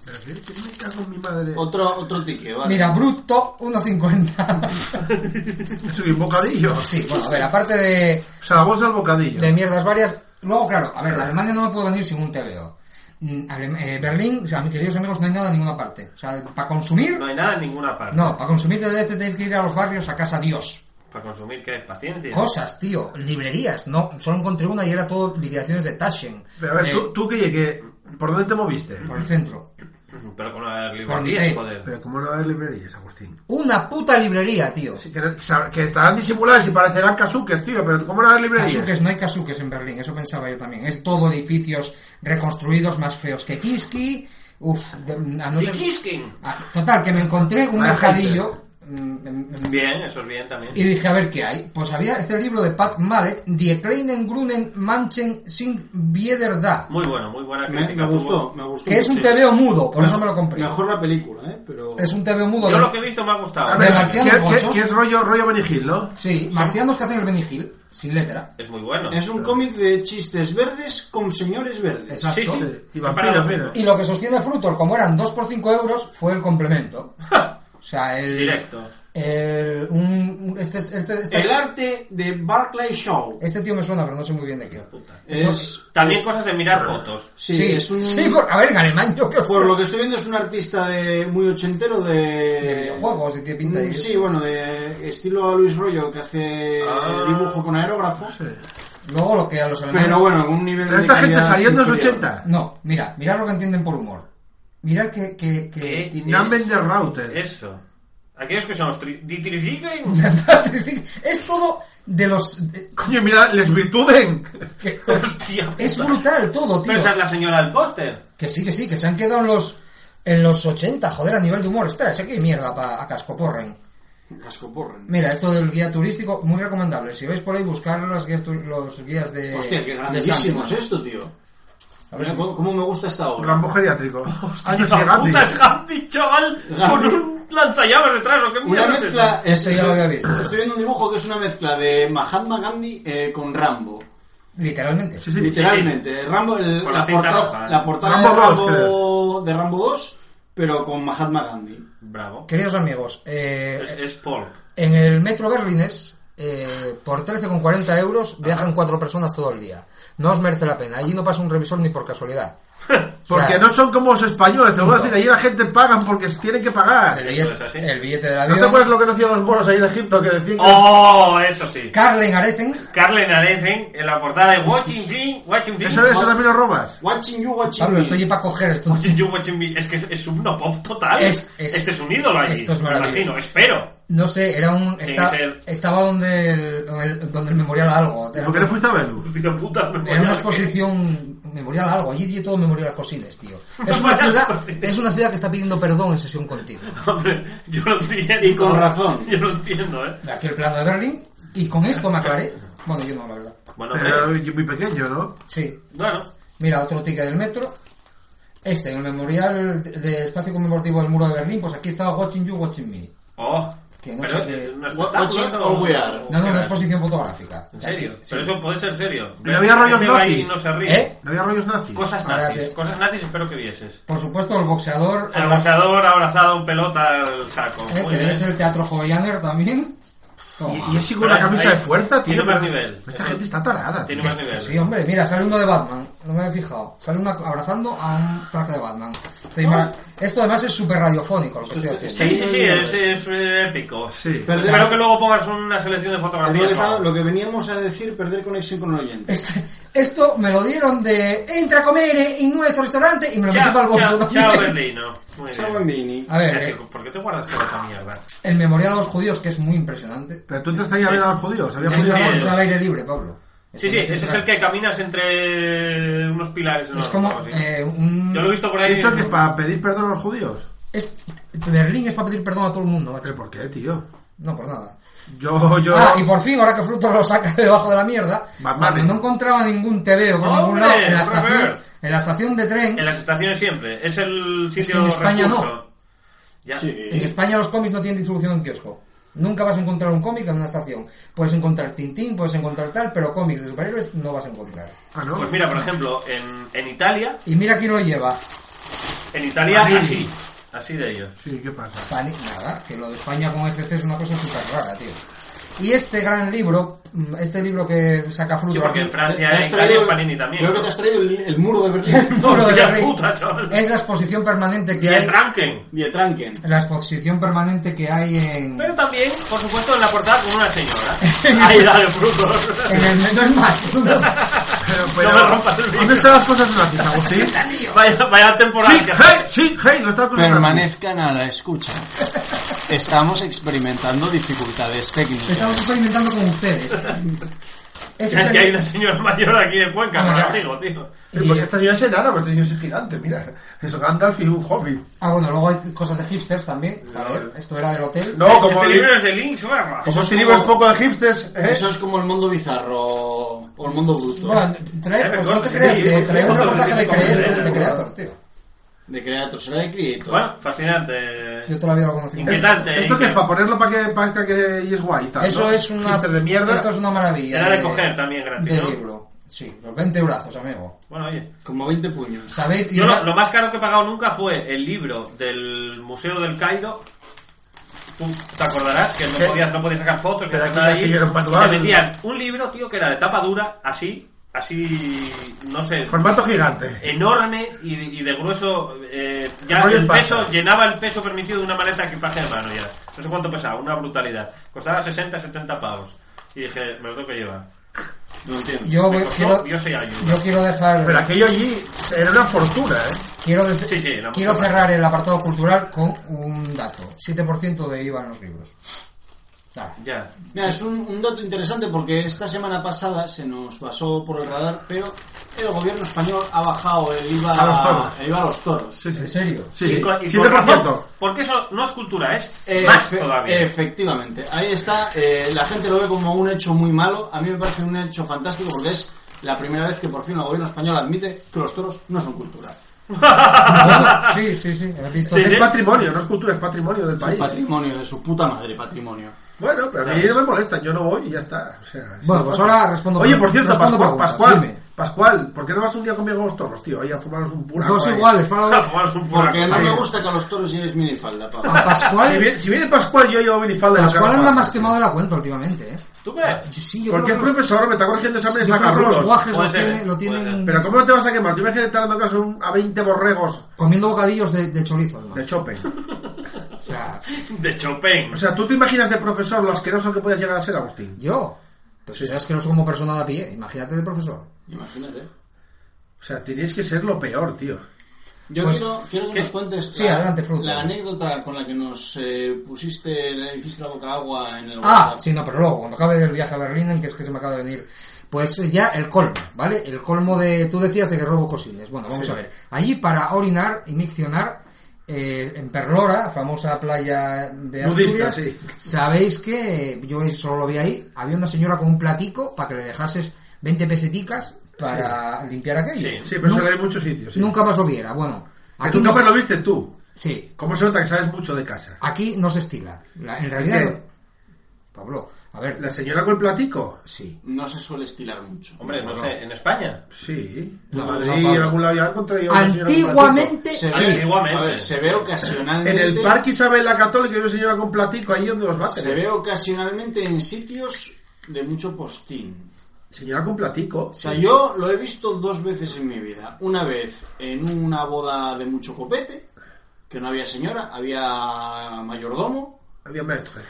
[SPEAKER 6] Pero si es que me cago en mi madre.
[SPEAKER 8] Otro, otro tique, ¿vale?
[SPEAKER 5] Mira, Bruto, 1.50.
[SPEAKER 6] Soy un bocadillo.
[SPEAKER 5] Sí, bueno, a ver, aparte de,
[SPEAKER 6] O sea, la bolsa del bocadillo.
[SPEAKER 5] de mierdas varias. Luego, claro, a ver, de Alemania no me puedo venir sin un TVO. Mm, Ale- eh, Berlín, o sea, mis queridos amigos, no hay nada en ninguna parte. O sea, para consumir,
[SPEAKER 4] No hay nada en ninguna parte.
[SPEAKER 5] No, para consumir de este tenéis que ir a los barrios a casa Dios.
[SPEAKER 4] Para consumir, ¿qué? Paciencia.
[SPEAKER 5] Cosas, tío, librerías, no, solo encontré una y era todo liquidaciones de Taschen.
[SPEAKER 6] Pero a ver,
[SPEAKER 5] Eh,
[SPEAKER 6] tú, tú que, que ¿por dónde te moviste?
[SPEAKER 5] Por el centro.
[SPEAKER 4] Pero con la
[SPEAKER 5] Por mi
[SPEAKER 4] librería,
[SPEAKER 5] té.
[SPEAKER 4] joder.
[SPEAKER 6] Pero como no va a haber librerías, Agustín.
[SPEAKER 5] Una puta librería, tío.
[SPEAKER 6] Sí, Que, que estarán disimuladas y parecerán casuques, tío, pero ¿cómo no va a haber librerías?
[SPEAKER 5] Casuques, no hay casuques en Berlín, eso pensaba yo también. Es todo edificios reconstruidos más feos que Kiski. Uf, de- a no
[SPEAKER 4] ¡Y
[SPEAKER 5] ser...
[SPEAKER 4] Kiskin!
[SPEAKER 5] Ah, Total, que me encontré un
[SPEAKER 6] Hay gente.
[SPEAKER 5] mercadillo. mm, mm, mm,
[SPEAKER 4] Bien, eso es bien también.
[SPEAKER 5] Y dije, a ver qué hay. Pues había este libro de Pat Mallet, Die Kleinen Grunen Manchen sin Biederda.
[SPEAKER 4] Muy bueno, muy buena
[SPEAKER 8] Me,
[SPEAKER 4] crítica.
[SPEAKER 8] me gustó,
[SPEAKER 4] tuvo.
[SPEAKER 8] me gustó.
[SPEAKER 5] Que es un
[SPEAKER 8] mucho.
[SPEAKER 5] TVO mudo, por eso me lo compré.
[SPEAKER 8] Mejor la película, ¿eh? Pero...
[SPEAKER 5] Es un TVO mudo.
[SPEAKER 4] Yo
[SPEAKER 5] de-
[SPEAKER 4] lo que he visto me ha gustado.
[SPEAKER 6] A ver,
[SPEAKER 5] de marcianos
[SPEAKER 6] ¿qué- qué-
[SPEAKER 5] gochos.
[SPEAKER 6] qué es rollo, rollo Benny Hill, no?
[SPEAKER 5] Sí, marcianos que hacen el Benny Hill, sin letra.
[SPEAKER 4] Es muy bueno.
[SPEAKER 8] Es un cómic de chistes verdes con señores verdes.
[SPEAKER 5] Exacto.
[SPEAKER 4] Sí, sí.
[SPEAKER 6] Y vampiros, mira.
[SPEAKER 5] Y lo que sostiene Frutor, como eran 2 por 5 euros, fue el complemento. O sea, el...
[SPEAKER 4] Directo.
[SPEAKER 5] el- un- un- este, este, este,
[SPEAKER 8] El arte de Barclay Shaw.
[SPEAKER 5] este tío me suena, pero no sé muy bien de qué.
[SPEAKER 8] Es...
[SPEAKER 4] También cosas de mirar fotos.
[SPEAKER 8] Sí, es un...
[SPEAKER 5] Eh, sí, por- a ver, en alemán yo que
[SPEAKER 8] Por lo que estoy viendo es un artista de muy ochentero de...
[SPEAKER 5] De videojuegos, ¿de qué pinta
[SPEAKER 8] Mm,
[SPEAKER 5] ellos?
[SPEAKER 8] Sí, bueno, de estilo a Luis Rollo, que hace
[SPEAKER 4] Ah.
[SPEAKER 8] dibujo con aerógrafo.
[SPEAKER 5] Luego lo que a los alemanes...
[SPEAKER 8] Pero bueno, con un nivel
[SPEAKER 6] Pero
[SPEAKER 8] de
[SPEAKER 6] esta gente
[SPEAKER 8] calidad
[SPEAKER 6] salió en los
[SPEAKER 8] inferior.
[SPEAKER 6] 80.
[SPEAKER 5] No, mira, mira lo que entienden por humor. Mira que... que, que...
[SPEAKER 6] Y Namen de Router.
[SPEAKER 4] Eso. Aquellos que son los tri- Dietrichigen.
[SPEAKER 5] es todo de los... de-
[SPEAKER 6] Coño, mira, les virtuden.
[SPEAKER 5] que-
[SPEAKER 4] Hostia,
[SPEAKER 5] Es
[SPEAKER 4] puta.
[SPEAKER 5] brutal todo, tío.
[SPEAKER 4] Pero esa es la señora del póster.
[SPEAKER 5] Que sí, que sí, que se han quedado en los, en los 80, joder, a nivel de humor. Espera, sé que hay mierda para a Cascoporren.
[SPEAKER 8] Casco porren.
[SPEAKER 5] Mira, esto del guía turístico, muy recomendable. Si vais por ahí, buscar los guías, tu- los guías de.
[SPEAKER 8] Hostia, qué
[SPEAKER 5] de
[SPEAKER 8] grandísimo es
[SPEAKER 6] ¿eh?
[SPEAKER 5] Sandman.
[SPEAKER 8] esto, tío.
[SPEAKER 5] A ver,
[SPEAKER 8] Mira, ¿Cómo, cómo me gusta esta obra?
[SPEAKER 6] Rambo geriátrico.
[SPEAKER 4] ¡Ay,
[SPEAKER 6] Hostia, Gandhi.
[SPEAKER 4] puta es Gandhi, chaval!
[SPEAKER 8] Gandhi.
[SPEAKER 4] Con un lanzallamas detrás o qué
[SPEAKER 8] Una
[SPEAKER 4] mierda es eso?
[SPEAKER 8] mezcla.
[SPEAKER 5] Esto Este ya lo había visto.
[SPEAKER 8] Estoy viendo un dibujo que es una mezcla de Mahatma Gandhi eh, con Rambo.
[SPEAKER 5] Literalmente.
[SPEAKER 6] Sí, sí.
[SPEAKER 8] Literalmente. Rambo, el-
[SPEAKER 4] Con la
[SPEAKER 8] la,
[SPEAKER 4] cinta
[SPEAKER 8] portada,
[SPEAKER 4] roja, ¿eh?
[SPEAKER 8] la portada
[SPEAKER 6] Rambo
[SPEAKER 8] de,
[SPEAKER 6] dos,
[SPEAKER 8] Rambo, de Rambo 2, pero con Mahatma Gandhi.
[SPEAKER 4] Bravo.
[SPEAKER 5] Queridos amigos, eh,
[SPEAKER 4] Es, es pork.
[SPEAKER 5] en el metro berlines, eh, por 13,40 euros viajan cuatro personas todo el día. No os merece la pena. Allí no pasa un revisor ni por casualidad.
[SPEAKER 6] Porque
[SPEAKER 5] Claro.
[SPEAKER 6] no son como los españoles, te voy a decir, allí la gente pagan porque tienen que pagar.
[SPEAKER 5] El
[SPEAKER 4] Eso
[SPEAKER 5] billete,
[SPEAKER 4] es así.
[SPEAKER 5] el billete del
[SPEAKER 6] ¿No te acuerdas
[SPEAKER 5] avión.
[SPEAKER 6] lo que nos hacían los moros ahí en Egipto que decían que
[SPEAKER 4] ¡Oh! Eso sí.
[SPEAKER 5] Carlen Aresen.
[SPEAKER 4] Carlen Arecen en la portada de Watching Film, Watching Film.
[SPEAKER 6] eso, eso también lo robas?
[SPEAKER 8] Watching you, watching
[SPEAKER 5] Pablo,
[SPEAKER 8] me.
[SPEAKER 5] estoy para coger esto.
[SPEAKER 4] Watching You, Watching Me. pues, Es que es, es un no pop total.
[SPEAKER 5] Es- es-
[SPEAKER 4] este es un ídolo allí.
[SPEAKER 5] esto es
[SPEAKER 4] me
[SPEAKER 5] maravilloso.
[SPEAKER 4] imagino, espero.
[SPEAKER 5] No sé, era un. esta-
[SPEAKER 4] que ser.
[SPEAKER 5] estaba donde el, donde el- donde el memorial algo. Era,
[SPEAKER 6] ¿Por qué no fuiste a verlo?
[SPEAKER 4] Tío puta, me voy
[SPEAKER 5] era
[SPEAKER 4] a-
[SPEAKER 5] una exposición memorial algo. Allí tiene todo memorial a Cosiles, tío. Es una, ciudad, es una ciudad que está pidiendo perdón en sesión contigo.
[SPEAKER 4] Hombre, yo lo entiendo.
[SPEAKER 8] Y con razón.
[SPEAKER 4] Yo lo entiendo, ¿eh?
[SPEAKER 5] Aquí el plano de Berlín. Y con esto me aclaré. Bueno, yo no, la verdad.
[SPEAKER 4] Bueno,
[SPEAKER 6] Pero
[SPEAKER 4] hombre,
[SPEAKER 6] yo muy pequeño, ¿no?
[SPEAKER 5] Sí.
[SPEAKER 4] bueno.
[SPEAKER 5] Mira, otro ticket del metro. Este, el memorial de- de espacio conmemorativo del muro de Berlín. Pues aquí estaba Watching You, Watching Me.
[SPEAKER 4] Oh.
[SPEAKER 5] Que no
[SPEAKER 4] pero
[SPEAKER 5] sé qué-
[SPEAKER 4] es un
[SPEAKER 8] Wa-
[SPEAKER 4] espectáculo,
[SPEAKER 8] Watching
[SPEAKER 4] ¿no?
[SPEAKER 8] all we are.
[SPEAKER 5] No, no, una exposición fotográfica.
[SPEAKER 4] ¿En
[SPEAKER 5] Aquí-
[SPEAKER 4] serio?
[SPEAKER 5] sí.
[SPEAKER 4] Pero eso puede ser serio.
[SPEAKER 6] ¿Y no había rollos
[SPEAKER 4] Gente va ahí y
[SPEAKER 6] nazis?
[SPEAKER 4] No se ríe.
[SPEAKER 5] ¿Eh?
[SPEAKER 6] ¿No había rollos nazis?
[SPEAKER 4] Cosas
[SPEAKER 5] Ahora
[SPEAKER 4] nazis.
[SPEAKER 5] que-
[SPEAKER 4] Cosas nazis espero que vieses.
[SPEAKER 5] Por supuesto, el boxeador.
[SPEAKER 4] El
[SPEAKER 5] abrazó-
[SPEAKER 4] boxeador abrazado en pelota al saco.
[SPEAKER 5] Eh,
[SPEAKER 4] Muy
[SPEAKER 5] que debe
[SPEAKER 4] bien.
[SPEAKER 5] ser el Teatro Jovellaner también. Toma.
[SPEAKER 6] Y, y es así con una
[SPEAKER 4] Pero ahí-
[SPEAKER 6] camisa de fuerza, tío.
[SPEAKER 4] tiene más
[SPEAKER 6] pero-
[SPEAKER 4] nivel.
[SPEAKER 6] Esta gente está tarada.
[SPEAKER 4] Tiene
[SPEAKER 6] tío.
[SPEAKER 4] más
[SPEAKER 5] Que
[SPEAKER 4] nivel.
[SPEAKER 5] Sí, hombre, mira, sale uno de Batman. No me he fijado. Sale uno abrazando a un traje de Batman. Te imag- Esto además es súper radiofónico lo que estoy haciendo.
[SPEAKER 4] Sí, sí, sí, es, es, eh, épico.
[SPEAKER 6] Sí.
[SPEAKER 8] Perder-
[SPEAKER 4] Espero que luego pongas una selección de fotografías.
[SPEAKER 8] Perder-
[SPEAKER 4] ¿no?
[SPEAKER 8] lo que veníamos a decir, perder conexión con el oyente.
[SPEAKER 5] Este- esto me lo dieron de entra a comer en nuestro restaurante y me lo metí para el
[SPEAKER 4] Chao,
[SPEAKER 5] bolso.
[SPEAKER 4] chao,
[SPEAKER 5] también.
[SPEAKER 4] chao, Berlino. Muy
[SPEAKER 8] Chao,
[SPEAKER 4] bien.
[SPEAKER 8] Bambini.
[SPEAKER 5] a ver, eh,
[SPEAKER 4] ¿Por qué te guardas toda esa mierda?
[SPEAKER 5] el memorial a los judíos que es muy impresionante.
[SPEAKER 6] Pero tú te estás ya viendo a los judíos. Había
[SPEAKER 5] Es
[SPEAKER 6] judíos.
[SPEAKER 5] una-
[SPEAKER 4] sí,
[SPEAKER 5] es
[SPEAKER 4] sí.
[SPEAKER 5] al aire libre, Pablo. Eso
[SPEAKER 4] Sí, sí,
[SPEAKER 5] no te
[SPEAKER 4] ese es
[SPEAKER 5] trae.
[SPEAKER 4] el que caminas entre unos pilares. ¿no?
[SPEAKER 5] Es como
[SPEAKER 4] Algo así.
[SPEAKER 5] eh, un...
[SPEAKER 4] Yo lo he visto por
[SPEAKER 6] He
[SPEAKER 4] ahí.
[SPEAKER 6] dicho que es para pedir perdón a los judíos.
[SPEAKER 5] es- Berlín es para pedir perdón a todo el mundo, macho.
[SPEAKER 6] ¿Pero por qué, tío?
[SPEAKER 5] No, por nada.
[SPEAKER 6] Yo, yo...
[SPEAKER 5] Ah, y por fin, ahora que Frutos lo saca de debajo de la mierda,
[SPEAKER 6] Batman.
[SPEAKER 5] cuando no encontraba ningún TV por
[SPEAKER 4] ¡Hombre,
[SPEAKER 5] ningún lado, en la, estación,
[SPEAKER 4] Robert!
[SPEAKER 5] en la estación de tren,
[SPEAKER 4] En las estaciones siempre. Es el
[SPEAKER 5] que
[SPEAKER 4] sitio
[SPEAKER 5] en España no.
[SPEAKER 4] recurso. Ya.
[SPEAKER 5] en España los cómics no tienen distribución en kiosco. Nunca vas a encontrar un cómic en una estación. Puedes encontrar Tintín, puedes encontrar tal, pero cómics de superhéroes no vas a encontrar.
[SPEAKER 6] Ah, no.
[SPEAKER 4] Pues mira, por ejemplo, en, en Italia,
[SPEAKER 5] Y mira quién lo lleva.
[SPEAKER 4] en Italia
[SPEAKER 6] Panini.
[SPEAKER 4] así, así de ellos.
[SPEAKER 6] Sí, ¿qué pasa?
[SPEAKER 5] Pani- Nada, que lo de España con FC es una cosa súper rara, tío. Y este gran libro, mm, este libro que saca Frutos...
[SPEAKER 4] Sí, porque en
[SPEAKER 5] aquí-
[SPEAKER 4] Francia,
[SPEAKER 8] Te
[SPEAKER 4] en
[SPEAKER 8] has
[SPEAKER 4] Italia,
[SPEAKER 8] traído-
[SPEAKER 4] en Panini también.
[SPEAKER 8] Creo que te has traído el, el muro de Berlín.
[SPEAKER 5] Muro de
[SPEAKER 4] Hostia
[SPEAKER 5] Berlín.
[SPEAKER 4] puta, chaval.
[SPEAKER 5] es la exposición permanente
[SPEAKER 4] Y
[SPEAKER 5] que
[SPEAKER 4] el
[SPEAKER 5] hay...
[SPEAKER 4] Tranken.
[SPEAKER 8] Dietranken.
[SPEAKER 5] La exposición permanente que hay en...
[SPEAKER 4] Pero también, por supuesto, en la portada con una señora. Ahí la de frutos.
[SPEAKER 5] En el no es más.
[SPEAKER 6] Pero,
[SPEAKER 4] No me rompas el vídeo.
[SPEAKER 6] ¿Dónde están las cosas nazis, Agustín? sí,
[SPEAKER 4] Vaya, vaya temporada. que hace.
[SPEAKER 6] hey, sí, hey, no están las cosas nazis.
[SPEAKER 3] Permanezcan a la escucha. Estamos experimentando dificultades
[SPEAKER 5] Estamos
[SPEAKER 3] técnicas.
[SPEAKER 5] experimentando con ustedes. Ese
[SPEAKER 4] Es
[SPEAKER 5] es
[SPEAKER 4] que hay una
[SPEAKER 5] el...
[SPEAKER 4] señora mayor aquí de Cuenca con
[SPEAKER 6] Ah.
[SPEAKER 5] Hombre.
[SPEAKER 4] abrigo, tío.
[SPEAKER 6] Sí, porque esta señora es enana, pero este señor es gigante, mira. Es Gandalf y un hobbit.
[SPEAKER 5] Ah, bueno, luego hay cosas de hipsters también. A ver, esto era del hotel.
[SPEAKER 6] No, como...
[SPEAKER 4] este
[SPEAKER 6] li-
[SPEAKER 4] libro es de Lynch, verga.
[SPEAKER 6] Como
[SPEAKER 8] es
[SPEAKER 6] si libro es
[SPEAKER 8] como-
[SPEAKER 6] poco de hipsters, ¿eh?
[SPEAKER 8] Eso es como el mundo bizarro o el mundo bruto. ¿eh?
[SPEAKER 5] Bueno, trae, pues no te creas que trae un reportaje de Creator, de creator tío.
[SPEAKER 8] De Creator, será de Creator.
[SPEAKER 4] Bueno, fascinante.
[SPEAKER 5] Yo todavía lo conocí.
[SPEAKER 4] Inquietante.
[SPEAKER 6] ¿Esto qué es?
[SPEAKER 4] inquietante.
[SPEAKER 6] ¿Para ponerlo para que parezca que y es guay? y Tal,
[SPEAKER 5] Eso
[SPEAKER 6] ¿no?
[SPEAKER 5] es una...
[SPEAKER 6] Hipster de mierda.
[SPEAKER 5] Esto es una maravilla.
[SPEAKER 4] Era de coger también gratis,
[SPEAKER 5] De
[SPEAKER 4] ¿no?
[SPEAKER 5] libro. Sí, los 20 brazos, amigo.
[SPEAKER 4] Bueno, oye.
[SPEAKER 8] Como 20 puños.
[SPEAKER 5] ¿Sabéis? Y
[SPEAKER 4] Yo
[SPEAKER 5] una-
[SPEAKER 4] lo, lo más caro que he pagado nunca fue el libro del Museo del Cairo. Tú te acordarás que
[SPEAKER 6] ¿Qué?
[SPEAKER 4] no podías, no podías sacar fotos, que
[SPEAKER 6] Eh, Pero
[SPEAKER 4] no
[SPEAKER 6] aquí
[SPEAKER 4] nada
[SPEAKER 6] ya
[SPEAKER 4] allí.
[SPEAKER 6] pidieron
[SPEAKER 4] Y
[SPEAKER 6] manual.
[SPEAKER 4] te vendían un libro, tío, que era de tapa dura, así, así, no sé,
[SPEAKER 6] Formato gigante.
[SPEAKER 4] enorme y, y de grueso. eh, ya
[SPEAKER 6] Rollo
[SPEAKER 4] el
[SPEAKER 6] pasta.
[SPEAKER 4] peso, llenaba el peso permitido de una maleta que equipaje de mano ya. No sé cuánto pesaba, una brutalidad. Costaba 60, 70 pavos. Y dije, me lo tengo que llevar.
[SPEAKER 8] No entiendo.
[SPEAKER 5] Yo,
[SPEAKER 4] me
[SPEAKER 5] voy-
[SPEAKER 4] costó,
[SPEAKER 5] quiero,
[SPEAKER 4] yo soy ayuda.
[SPEAKER 5] yo quiero dejar...
[SPEAKER 6] Pero aquello allí era una fortuna, ¿eh?
[SPEAKER 5] Quiero, dec-
[SPEAKER 4] Sí, sí, la
[SPEAKER 5] quiero
[SPEAKER 4] mujer.
[SPEAKER 5] cerrar el apartado cultural con un dato. 7% de IVA en los libros. Nada.
[SPEAKER 4] Ya.
[SPEAKER 8] Mira, es un, un dato interesante porque esta semana pasada se nos pasó por el radar, pero el gobierno español ha bajado el IVA
[SPEAKER 6] A los toros.
[SPEAKER 8] el IVA a los toros.
[SPEAKER 5] ¿En serio?
[SPEAKER 6] Sí,
[SPEAKER 4] Y con- y con
[SPEAKER 6] 7%.
[SPEAKER 4] razón, porque eso no es cultura, es
[SPEAKER 8] Eh,
[SPEAKER 4] más
[SPEAKER 8] efe-
[SPEAKER 4] todavía.
[SPEAKER 8] Efectivamente. Ahí está. eh, la gente lo ve como un hecho muy malo. A mí me parece un hecho fantástico porque es la primera vez que por fin el gobierno español admite que los toros no son cultura.
[SPEAKER 5] Bueno, sí, sí, sí. He visto.
[SPEAKER 4] Sí,
[SPEAKER 6] Es
[SPEAKER 4] sí.
[SPEAKER 6] patrimonio, no es cultura, es patrimonio del
[SPEAKER 8] Es
[SPEAKER 6] país.
[SPEAKER 8] patrimonio de su puta madre, patrimonio.
[SPEAKER 6] Bueno, pero a mí no me molesta, yo no voy y ya está. O sea, sí,
[SPEAKER 5] Bueno, pues
[SPEAKER 6] pasa.
[SPEAKER 5] ahora respondo
[SPEAKER 6] Oye,
[SPEAKER 5] por-
[SPEAKER 6] por cierto,
[SPEAKER 5] respondo
[SPEAKER 6] Pascual,
[SPEAKER 5] preguntas,
[SPEAKER 6] Pascual,
[SPEAKER 5] dime.
[SPEAKER 6] Pascual, ¿por qué no vas un día conmigo a los toros, tío? Ahí a fumarnos un pura.
[SPEAKER 5] Dos iguales para
[SPEAKER 4] A
[SPEAKER 5] los...
[SPEAKER 4] fumaros un
[SPEAKER 8] Porque
[SPEAKER 4] porraco.
[SPEAKER 8] no me gusta que a los toros lleves minifalda,
[SPEAKER 5] A
[SPEAKER 8] papá.
[SPEAKER 6] Si
[SPEAKER 5] Pascual.
[SPEAKER 6] viene, si viene Pascual, yo llevo minifalda. en la
[SPEAKER 5] Pascual
[SPEAKER 6] cara,
[SPEAKER 5] anda
[SPEAKER 6] Pascual.
[SPEAKER 5] más quemado de la cuenta últimamente, ¿eh?
[SPEAKER 4] ¿Tú ves?
[SPEAKER 5] Sí, yo
[SPEAKER 6] ¿Por
[SPEAKER 5] creo
[SPEAKER 6] qué el
[SPEAKER 5] que los-
[SPEAKER 6] profesor me está corrigiendo exámenes
[SPEAKER 5] yo creo que los
[SPEAKER 6] cabrones?
[SPEAKER 5] guajes
[SPEAKER 4] Puede
[SPEAKER 5] los
[SPEAKER 4] ser,
[SPEAKER 5] tiene- lo
[SPEAKER 4] puede
[SPEAKER 5] tienen
[SPEAKER 6] Pero ¿cómo no te vas a quemar? Yo me quedé dando caso a un- a 20 borregos
[SPEAKER 5] comiendo bocadillos de, de chorizo. ¿no?
[SPEAKER 6] de chope.
[SPEAKER 5] O sea,
[SPEAKER 4] De Chopin.
[SPEAKER 6] O sea, ¿tú te imaginas de profesor lo asqueroso que puedes llegar a ser, Agustín?
[SPEAKER 5] yo, pues soy asqueroso como persona de a pie, imagínate de profesor.
[SPEAKER 8] Imagínate.
[SPEAKER 6] O sea, tenías que ser lo peor, tío.
[SPEAKER 8] Yo
[SPEAKER 5] Pues,
[SPEAKER 8] quiero, quiero que nos cuentes
[SPEAKER 5] Sí, adelante, Fruto.
[SPEAKER 8] la anécdota con la que nos eh, pusiste, le hiciste la boca agua en el
[SPEAKER 5] Ah,
[SPEAKER 8] WhatsApp.
[SPEAKER 5] sí, no, pero luego, cuando acabe el viaje a Berlín, en que es que se me acaba de venir. Pues eh, ya el colmo, ¿vale? El colmo de. Tú decías de que robo cosines. Bueno, vamos a ver. Allí para orinar y miccionar, eh, en Perlora, famosa playa de
[SPEAKER 6] Nudista,
[SPEAKER 5] Asturias,
[SPEAKER 6] sí.
[SPEAKER 5] sabéis que yo solo lo vi ahí, había una señora con un platico para que le dejases 20 peseticas para limpiar aquello.
[SPEAKER 4] Sí.
[SPEAKER 6] Sí, pero eso
[SPEAKER 5] Nunca-
[SPEAKER 6] lo hay en muchos sitios. Sí.
[SPEAKER 5] Nunca más lo viera. Bueno,
[SPEAKER 6] Que
[SPEAKER 5] aquí.
[SPEAKER 6] tú
[SPEAKER 5] no- Ah.
[SPEAKER 6] nunca lo viste tú.
[SPEAKER 5] Sí,
[SPEAKER 6] ¿Cómo se nota que sabes mucho de casa?
[SPEAKER 5] aquí no se estila. La- en realidad.
[SPEAKER 6] ¿Qué?
[SPEAKER 5] Pablo, a ver.
[SPEAKER 6] ¿La señora con el platico?
[SPEAKER 5] Sí.
[SPEAKER 8] No se suele estilar mucho.
[SPEAKER 4] Hombre, no sé, en España.
[SPEAKER 6] Sí.
[SPEAKER 5] No,
[SPEAKER 6] en
[SPEAKER 5] no,
[SPEAKER 6] Madrid,
[SPEAKER 5] Pablo.
[SPEAKER 6] en algún lado ya encontré yo. una señora con platico.
[SPEAKER 5] Antiguamente
[SPEAKER 8] Se
[SPEAKER 5] sí.
[SPEAKER 8] ve,
[SPEAKER 4] Antiguamente.
[SPEAKER 8] a ver, se ve ocasionalmente.
[SPEAKER 6] En el Parque Isabel la Católica hay una señora con platico ahí donde los bates.
[SPEAKER 8] Se ve ocasionalmente en sitios de mucho postín.
[SPEAKER 6] Señora con platico.
[SPEAKER 8] O sea, yo lo he visto dos veces en mi vida. Una vez en una boda de mucho copete, que no había señora, había mayordomo.
[SPEAKER 6] Había eh. maestro.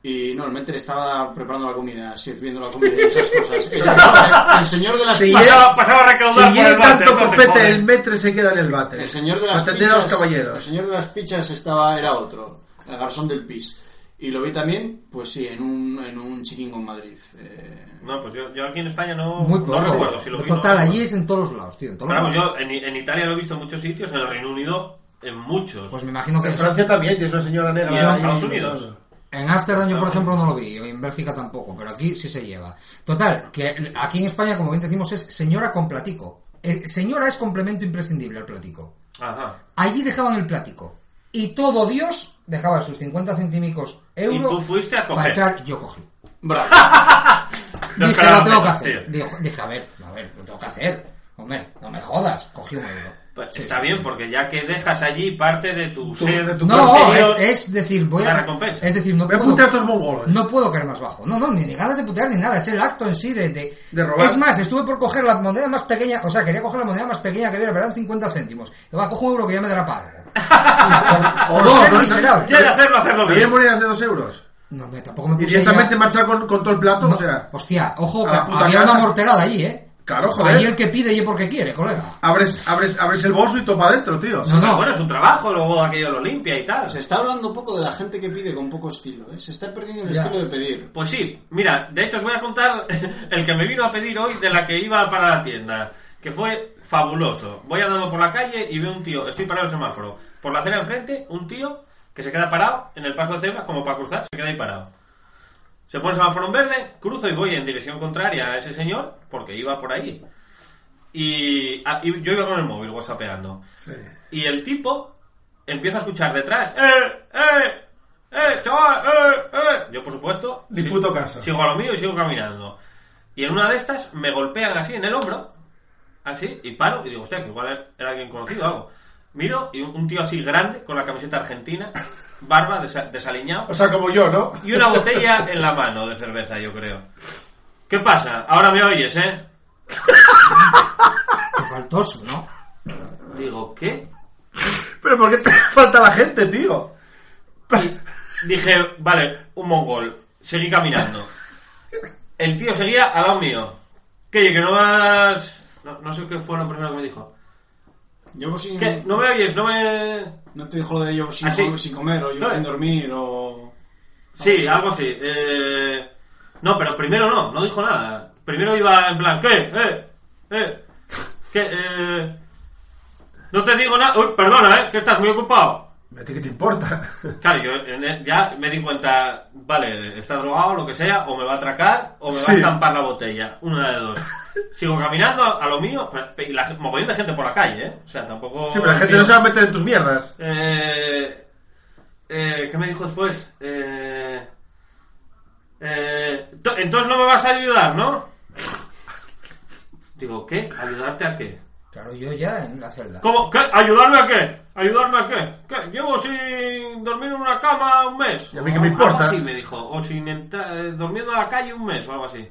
[SPEAKER 8] Y no, el metre estaba preparando la comida, sirviendo la comida y esas cosas. El, el- el señor de las
[SPEAKER 6] Sí,
[SPEAKER 8] pizzas-
[SPEAKER 4] Pasaba, pasaba a recaudar
[SPEAKER 6] Si
[SPEAKER 4] por
[SPEAKER 6] llega
[SPEAKER 4] el váter,
[SPEAKER 6] tanto
[SPEAKER 4] no te
[SPEAKER 6] copete,
[SPEAKER 4] jodes.
[SPEAKER 6] el metre se queda en el váter.
[SPEAKER 8] El señor de las
[SPEAKER 6] Atender a los
[SPEAKER 8] pichas. El
[SPEAKER 6] caballeros.
[SPEAKER 8] señor de las pichas estaba, era otro, el garzón del pis. Y lo vi también, pues sí, en un, en un chiringo en Madrid. Eh,
[SPEAKER 4] No, pues yo, yo aquí en España no,
[SPEAKER 5] Muy
[SPEAKER 4] no
[SPEAKER 5] poco.
[SPEAKER 4] recuerdo si lo vi. no
[SPEAKER 5] Total,
[SPEAKER 4] recuerdo.
[SPEAKER 5] allí es en todos los lados, tío. En todos
[SPEAKER 4] Pero vamos,
[SPEAKER 5] los lados.
[SPEAKER 4] yo en, en Italia lo he visto en muchos sitios, en el Reino Unido en muchos.
[SPEAKER 5] Pues me imagino que
[SPEAKER 6] En Francia también tienes una señora
[SPEAKER 4] y en
[SPEAKER 6] negra.
[SPEAKER 4] Estados
[SPEAKER 6] ahí.
[SPEAKER 4] Unidos.
[SPEAKER 5] en Ámsterdam yo, por ejemplo, no lo vi. y En Bélgica tampoco, pero aquí sí se lleva. Total, que aquí en España, como bien decimos, es señora con platico. Eh, señora es complemento imprescindible al platico.
[SPEAKER 4] Ajá.
[SPEAKER 5] Allí dejaban el platico. Y todo Dios dejaba sus 50 centímicos euros.
[SPEAKER 4] tú fuiste a coger.
[SPEAKER 5] Para echar, yo cogí.
[SPEAKER 8] bravo.
[SPEAKER 4] No
[SPEAKER 5] Dije,
[SPEAKER 4] esperaba
[SPEAKER 5] lo tengo que
[SPEAKER 4] menos,
[SPEAKER 5] hacer.
[SPEAKER 4] tío.
[SPEAKER 5] Dijo- dije, a ver, a ver, lo tengo que hacer. Hombre, no me jodas. Cogí un euro.
[SPEAKER 4] Pues
[SPEAKER 5] Sí,
[SPEAKER 4] está
[SPEAKER 5] sí,
[SPEAKER 4] bien,
[SPEAKER 5] sí.
[SPEAKER 4] porque ya que dejas allí parte de tu,
[SPEAKER 6] Tu-
[SPEAKER 4] ser, pues
[SPEAKER 6] de tu
[SPEAKER 5] No, es,
[SPEAKER 4] contenido-
[SPEAKER 5] es decir, voy
[SPEAKER 4] La
[SPEAKER 5] a.
[SPEAKER 4] recompensa.
[SPEAKER 5] Es decir, no
[SPEAKER 6] Voy a
[SPEAKER 5] puedo.
[SPEAKER 6] putear a estos mongoles.
[SPEAKER 5] No puedo caer más bajo. No, no, ni, ni ganas de putear ni nada. Es el acto en sí de, de-
[SPEAKER 6] De robar.
[SPEAKER 5] Es más, estuve por coger la moneda más pequeña. O sea, quería coger la moneda más pequeña que había, pero eran 50 céntimos. Y va, cojo un euro que ya me dará pago. o
[SPEAKER 6] O
[SPEAKER 5] por
[SPEAKER 6] no,
[SPEAKER 5] ser
[SPEAKER 6] no, no.
[SPEAKER 5] miserable.
[SPEAKER 4] Ya de hacerlo, hacerlo
[SPEAKER 6] Había
[SPEAKER 4] bien.
[SPEAKER 6] monedas de dos euros.
[SPEAKER 5] No, me, tampoco me
[SPEAKER 6] Y
[SPEAKER 5] puse.
[SPEAKER 6] directamente
[SPEAKER 5] ya-
[SPEAKER 6] marchar con, con todo el plato.
[SPEAKER 5] No,
[SPEAKER 6] O sea,
[SPEAKER 5] Hostia, ojo,
[SPEAKER 6] a
[SPEAKER 5] que
[SPEAKER 6] la puta
[SPEAKER 5] había
[SPEAKER 6] casa.
[SPEAKER 5] una morterada ahí, eh.
[SPEAKER 6] Claro, joder.
[SPEAKER 5] Ahí el que pide y porque quiere, colega.
[SPEAKER 6] abres, abres, abres el bolso y topa adentro, tío.
[SPEAKER 5] No,
[SPEAKER 4] Pero
[SPEAKER 5] no.
[SPEAKER 4] bueno, es un trabajo, luego aquello lo limpia y tal.
[SPEAKER 8] Se está hablando poco de la gente que pide con poco estilo, ¿eh? Se está perdiendo el
[SPEAKER 5] Ya.
[SPEAKER 8] estilo de pedir.
[SPEAKER 4] Pues sí, mira, de hecho os voy a contar el que me vino a pedir hoy de la que iba para la tienda, que fue fabuloso. Voy andando por la calle y veo un tío, estoy parado en el semáforo, por la acera enfrente, un tío que se queda parado en el paso de cebra como para cruzar, se queda ahí parado. Se pone el semáforo en verde, cruzo y voy en dirección contraria a ese señor, porque iba por ahí. Y, ah, y yo iba con el móvil whatsappeando.
[SPEAKER 6] Sí.
[SPEAKER 4] Y el tipo empieza a escuchar detrás. ¡Eh! ¡Eh! ¡Eh! ¡Chaval! ¡Eh! ¡Eh! Yo, por supuesto.
[SPEAKER 6] Disputo
[SPEAKER 4] si-
[SPEAKER 6] caso.
[SPEAKER 4] Sigo a lo mío y sigo caminando. Y en una de estas me golpean así en el hombro. Así, y paro y digo, hostia, que igual era alguien conocido o algo. Miro y un, un tío así grande con la camiseta argentina, barba, desa- desaliñado
[SPEAKER 6] O sea, como yo, ¿no?
[SPEAKER 4] y una botella en la mano de cerveza, yo creo. ¿Qué pasa? Ahora me oyes, ¿eh?
[SPEAKER 5] Qué faltoso, ¿no?
[SPEAKER 4] Digo, ¿qué?
[SPEAKER 6] Pero ¿por qué te falta la gente, tío?
[SPEAKER 4] Dije, vale, un mongol. Seguí caminando. El tío seguía al lado mío. Que oye, que no vas... No, no sé qué fue lo primero que me dijo.
[SPEAKER 8] Yo pues, sin-
[SPEAKER 4] ¿Qué? ¿No me oyes? ¿No me...?
[SPEAKER 8] no te dijo lo de yo sin,
[SPEAKER 4] Ah, sí.
[SPEAKER 8] sin comer o yo
[SPEAKER 4] No,
[SPEAKER 8] sin
[SPEAKER 4] eh.
[SPEAKER 8] dormir o...
[SPEAKER 4] Sí, algo así. Eh... No, pero primero no, no dijo nada. Primero iba en plan, ¿qué? ¿Eh? ¿Eh? ¿Qué? Eh... No te digo nada... Uy, perdona, ¿eh? Que estás muy ocupado.
[SPEAKER 6] ¿A ti qué te importa?
[SPEAKER 4] Claro, yo en- ya me di cuenta, vale, está drogado, lo que sea, o me va a atracar, o me va
[SPEAKER 6] Sí.
[SPEAKER 4] a estampar la botella, una de dos. Sigo caminando a lo mío, pero- y la mogollón de gente por la calle, ¿eh? O sea, tampoco...
[SPEAKER 6] Sí, pero la gente no se va a meter en tus mierdas.
[SPEAKER 4] Eh, eh, ¿Qué me dijo después? Eh, eh, to- entonces no me vas a ayudar, ¿no? Digo, ¿qué? ¿Ayudarte a qué?
[SPEAKER 5] Claro, yo ya en la celda.
[SPEAKER 4] ¿Cómo? ¿Qué? ¿Ayudarme a qué? ¿Ayudarme a qué? ¿Qué? Llevo sin dormir en una cama un mes.
[SPEAKER 6] ¿Y a mí qué me
[SPEAKER 4] O Algo
[SPEAKER 6] importa?
[SPEAKER 4] así me dijo. O sin entrar, eh, durmiendo en la calle un mes o algo así.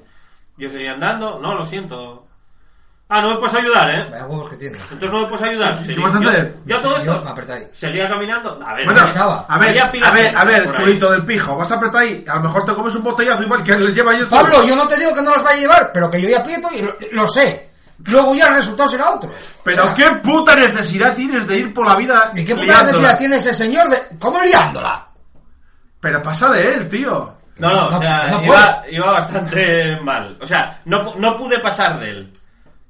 [SPEAKER 4] Yo seguía andando. No, lo siento. Ah, no me puedes ayudar, ¿eh?
[SPEAKER 5] Vaya huevos que tiene.
[SPEAKER 4] Entonces no me puedes ayudar.
[SPEAKER 6] ¿Qué vas a
[SPEAKER 4] Yo-
[SPEAKER 6] hacer?
[SPEAKER 4] Yo, todo
[SPEAKER 5] Yo me
[SPEAKER 4] esto.
[SPEAKER 5] apretáis.
[SPEAKER 4] Seguía caminando. A ver,
[SPEAKER 6] Bueno,
[SPEAKER 5] estaba.
[SPEAKER 6] a ver,
[SPEAKER 4] Había
[SPEAKER 6] a
[SPEAKER 4] piratas
[SPEAKER 6] ver, a ver,
[SPEAKER 4] por ahí.
[SPEAKER 6] chulito del pijo, vas a apretar ahí, a lo mejor te comes un botellazo igual que le lleva yo.
[SPEAKER 5] Pablo, yo no te digo que no los vaya a llevar, pero que yo ya aprieto y lo, lo sé. Luego ya el resultado será otro.
[SPEAKER 6] Pero
[SPEAKER 5] O sea,
[SPEAKER 6] qué puta necesidad tienes de ir por la vida
[SPEAKER 5] ¿Y qué puta
[SPEAKER 6] liándola?
[SPEAKER 5] necesidad tiene ese señor de... ¿Cómo liándola?
[SPEAKER 6] Pero pasa de él, tío.
[SPEAKER 4] No, no,
[SPEAKER 5] No,
[SPEAKER 4] o sea,
[SPEAKER 5] que no
[SPEAKER 4] iba, iba bastante mal. O sea, no, no pude pasar de él.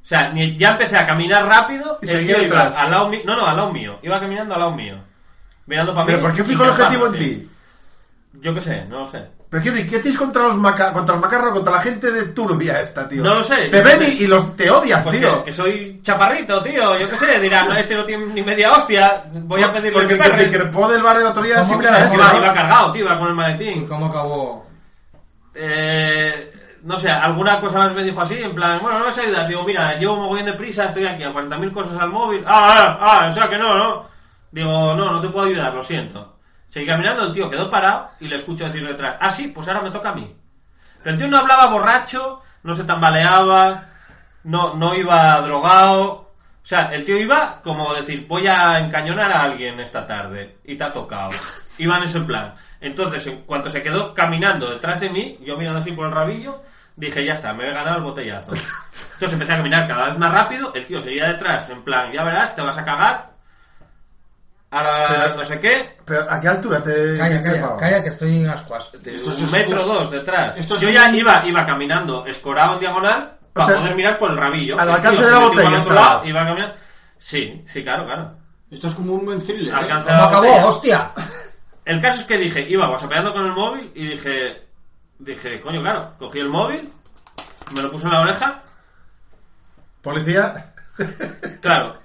[SPEAKER 4] O sea, ni- ya empecé a caminar rápido.
[SPEAKER 6] Y
[SPEAKER 4] el
[SPEAKER 6] seguía
[SPEAKER 4] tío iba
[SPEAKER 6] detrás.
[SPEAKER 4] al lado mío. No, no, al lado mío. Iba caminando al lado mío. Mirando para mí.
[SPEAKER 6] Pero ¿por qué fijo el
[SPEAKER 4] intentando,
[SPEAKER 6] objetivo en
[SPEAKER 4] sí.
[SPEAKER 6] ti?
[SPEAKER 4] Yo qué sé, no lo sé.
[SPEAKER 6] Pero quiero decir, ¿qué tienes contra los maca contra los macarros, contra la gente de Turbia esta, tío?
[SPEAKER 4] No lo sé,
[SPEAKER 6] Te
[SPEAKER 4] yo
[SPEAKER 6] ven
[SPEAKER 4] no
[SPEAKER 6] y,
[SPEAKER 4] sé.
[SPEAKER 6] y los te odias,
[SPEAKER 4] Pues
[SPEAKER 6] tío.
[SPEAKER 4] que, que soy chaparrito, tío. Yo qué sé. Dirán, no, este no tiene ni media hostia. Voy a pedirle
[SPEAKER 6] Porque
[SPEAKER 4] un
[SPEAKER 6] el que te
[SPEAKER 4] ferry.
[SPEAKER 6] crepó del bar el otro día
[SPEAKER 5] ¿Cómo?
[SPEAKER 6] siempre era
[SPEAKER 5] ¿Cómo?
[SPEAKER 6] él,
[SPEAKER 4] Iba,
[SPEAKER 6] claro.
[SPEAKER 4] iba cargado, tío, iba con el
[SPEAKER 5] ¿Y
[SPEAKER 4] maletín.
[SPEAKER 5] cómo acabó?
[SPEAKER 4] Eh, no sé, alguna cosa más me dijo así, en plan, bueno, no me ayudas. Digo, mira, llevo un mogollón de prisa, estoy aquí a 40.000 cosas al móvil. Ah, ah, ah, o sea que no, ¿no? Digo, no, no te puedo ayudar, lo siento. Seguí caminando, el tío quedó parado y le escucho decir detrás, ah, sí, pues ahora me toca a mí. Pero el tío no hablaba borracho, no se tambaleaba, no, no iba drogado. O sea, el tío iba como decir, voy a encañonar a alguien esta tarde y te ha tocado. Iba en ese plan. Entonces, en cuanto se quedó caminando detrás de mí, yo mirando así por el rabillo, dije, ya está, me he ganado el botellazo. Entonces empecé a caminar cada vez más rápido, el tío seguía detrás, en plan, ya verás, te vas a cagar. Ahora no sé qué,
[SPEAKER 6] Pero ¿a qué altura te
[SPEAKER 5] Calla,
[SPEAKER 6] te
[SPEAKER 5] calla,
[SPEAKER 6] crepaba?
[SPEAKER 5] calla, que estoy en ascuas.
[SPEAKER 8] Esto es
[SPEAKER 4] un
[SPEAKER 8] un-
[SPEAKER 4] metro o dos detrás.
[SPEAKER 8] esto es
[SPEAKER 4] yo
[SPEAKER 8] un-
[SPEAKER 4] ya iba, iba caminando escorado en diagonal
[SPEAKER 6] O
[SPEAKER 4] para
[SPEAKER 6] sea,
[SPEAKER 4] poder mirar por el rabillo.
[SPEAKER 6] al
[SPEAKER 4] El
[SPEAKER 6] alcance
[SPEAKER 4] tío
[SPEAKER 6] de
[SPEAKER 4] se
[SPEAKER 6] la
[SPEAKER 4] metió
[SPEAKER 6] botella
[SPEAKER 4] al otro
[SPEAKER 6] estabas.
[SPEAKER 4] lado, iba caminando. Sí, sí, claro, claro.
[SPEAKER 8] Esto es como un buen thriller. ¿eh?
[SPEAKER 4] Alcanza
[SPEAKER 5] ¿Cómo
[SPEAKER 4] la botella.
[SPEAKER 5] acabó? ¡Hostia!
[SPEAKER 4] El caso es que dije, iba guasapeando con el móvil y dije, dije, coño, claro, cogí el móvil, me lo puso en la oreja,
[SPEAKER 6] Policía.
[SPEAKER 4] claro.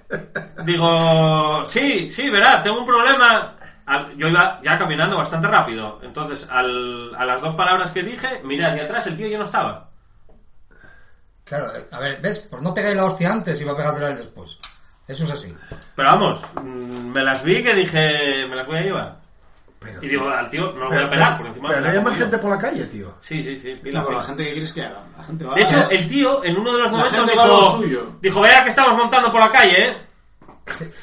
[SPEAKER 4] Digo, sí, sí, verá, tengo un problema. Al- Yo iba ya caminando bastante rápido. Entonces, al- a las dos palabras que dije, miré hacia atrás, el tío ya no estaba.
[SPEAKER 5] Claro, eh, a ver, ¿ves? Por no pegar la hostia antes, iba a pegarla el después. Eso es así.
[SPEAKER 4] Pero vamos, mm, me las vi que dije, me las voy a llevar.
[SPEAKER 6] Pero-
[SPEAKER 4] Y digo, al tío no lo voy
[SPEAKER 6] Pero,
[SPEAKER 4] a pegar por encima
[SPEAKER 6] pero
[SPEAKER 4] me
[SPEAKER 6] no
[SPEAKER 4] la
[SPEAKER 6] hay más
[SPEAKER 4] comió.
[SPEAKER 6] gente por la calle, tío.
[SPEAKER 4] Sí, sí, sí. pila,
[SPEAKER 8] No, pero la
[SPEAKER 4] pila.
[SPEAKER 8] gente que quieres que haga. La gente va
[SPEAKER 4] De hecho,
[SPEAKER 8] a...
[SPEAKER 4] el tío en uno de los
[SPEAKER 8] La
[SPEAKER 4] momentos
[SPEAKER 8] gente va a lo
[SPEAKER 4] dijo,
[SPEAKER 8] suyo.
[SPEAKER 4] dijo, vea que estamos montando por la calle, ¿eh?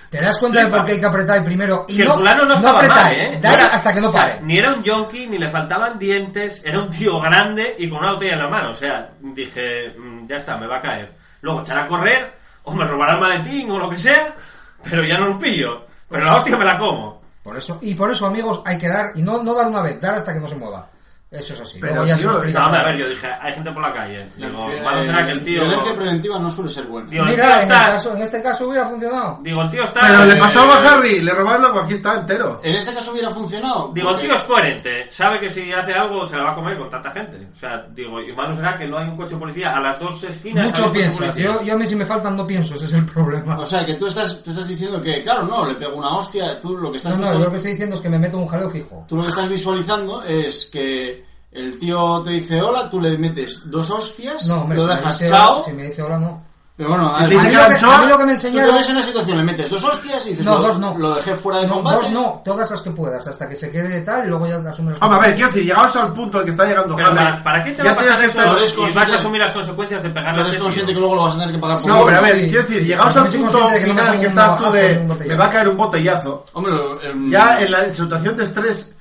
[SPEAKER 5] ¿Te das cuenta de por qué hay que apretar primero? Y
[SPEAKER 4] que el
[SPEAKER 5] no,
[SPEAKER 4] fulano no estaba
[SPEAKER 5] apretar,
[SPEAKER 4] mal, ¿eh?
[SPEAKER 5] Dale
[SPEAKER 4] No era-
[SPEAKER 5] hasta que no
[SPEAKER 4] o sea,
[SPEAKER 5] pare.
[SPEAKER 4] ni era un yonki, ni le faltaban dientes, era un tío grande y con una botella en la mano. O sea, dije, "Mm, ya está, me va a caer. Luego echará a correr, o me robará el maletín, o lo que sea, pero ya no lo pillo. Pero la hostia me la como.
[SPEAKER 5] Por eso, y por eso, amigos, hay que dar, y no, no dar una vez, dar hasta que no se mueva. Eso es así.
[SPEAKER 6] Pero,
[SPEAKER 5] Luego ya se
[SPEAKER 6] tío,
[SPEAKER 5] lo
[SPEAKER 4] No,
[SPEAKER 5] explicas.
[SPEAKER 4] hombre, a ver, yo dije, hay gente por la calle. Digo, malo será que el tío...
[SPEAKER 8] eh, Violencia preventiva no suele ser buena.
[SPEAKER 4] Digo, el tío
[SPEAKER 5] Mira, en, el
[SPEAKER 4] está...
[SPEAKER 5] caso- en este caso hubiera funcionado.
[SPEAKER 4] Digo, el tío está...
[SPEAKER 6] Pero le pasó a Harry, le robaron algo, aquí está entero.
[SPEAKER 8] En este caso hubiera funcionado.
[SPEAKER 4] Digo, el
[SPEAKER 8] porque-
[SPEAKER 4] tío es coherente, sabe que si hace algo se la va a comer con tanta gente. O sea, digo, y malo será que no hay un coche de policía a las dos esquinas. hay
[SPEAKER 5] Mucho
[SPEAKER 4] un coche de
[SPEAKER 5] piensas.
[SPEAKER 4] policía.
[SPEAKER 5] Yo, yo a mí si me faltan no pienso, ese es el problema.
[SPEAKER 8] O sea, que tú estás, tú estás diciendo que, claro, no, le pego una hostia. Tú lo que estás
[SPEAKER 5] No, no,
[SPEAKER 8] visual-
[SPEAKER 5] yo lo que estoy diciendo es que me meto un jaleo fijo.
[SPEAKER 8] Tú lo que estás visualizando es que el tío te dice hola, tú le metes dos hostias,
[SPEAKER 5] No, hombre,
[SPEAKER 8] lo
[SPEAKER 5] si me
[SPEAKER 8] dejas
[SPEAKER 5] dice
[SPEAKER 8] cao.
[SPEAKER 5] hola- si me dice hola, no.
[SPEAKER 8] Pero bueno, a
[SPEAKER 6] Y
[SPEAKER 8] ver,
[SPEAKER 6] te
[SPEAKER 5] A
[SPEAKER 6] dice
[SPEAKER 5] mí,
[SPEAKER 6] que
[SPEAKER 5] lo
[SPEAKER 6] la
[SPEAKER 5] que, a
[SPEAKER 6] anchoa-
[SPEAKER 5] mí lo que me
[SPEAKER 8] tú te
[SPEAKER 5] enseñaron...
[SPEAKER 8] ves en una situación, le metes dos hostias y dices
[SPEAKER 5] No,
[SPEAKER 8] lo,
[SPEAKER 5] dos no.
[SPEAKER 8] lo dejé fuera de
[SPEAKER 5] no,
[SPEAKER 8] combate.
[SPEAKER 5] Dos no, todas las que puedas, hasta que se quede tal, luego ya asumes...
[SPEAKER 6] Hombre, a ver, quiero decir, llegados al punto al que está llegando
[SPEAKER 4] Pero
[SPEAKER 6] Harry.
[SPEAKER 4] para, ¿para qué te va
[SPEAKER 6] ya
[SPEAKER 4] a pasar
[SPEAKER 6] tienes
[SPEAKER 4] eso
[SPEAKER 6] que
[SPEAKER 8] estar-
[SPEAKER 4] y
[SPEAKER 8] eres
[SPEAKER 4] vas a
[SPEAKER 8] consciente-
[SPEAKER 4] asumir las consecuencias de pegarle
[SPEAKER 8] Tú
[SPEAKER 4] a
[SPEAKER 8] eres
[SPEAKER 4] este
[SPEAKER 8] consciente
[SPEAKER 4] tío?
[SPEAKER 8] que luego lo vas a tener que pagar por
[SPEAKER 6] No,
[SPEAKER 8] ello.
[SPEAKER 6] pero a ver,
[SPEAKER 5] Sí.
[SPEAKER 6] quiero decir, llegados
[SPEAKER 5] Pero
[SPEAKER 6] al
[SPEAKER 5] no soy
[SPEAKER 6] punto
[SPEAKER 5] consciente de que no me
[SPEAKER 6] final en
[SPEAKER 5] pongo
[SPEAKER 6] que
[SPEAKER 5] un
[SPEAKER 6] estás tú
[SPEAKER 5] navajazo en un
[SPEAKER 6] de
[SPEAKER 5] botellazo.
[SPEAKER 6] me va a caer un botellazo.
[SPEAKER 8] Hombre, lo- el-
[SPEAKER 6] Ya en la situación de estrés,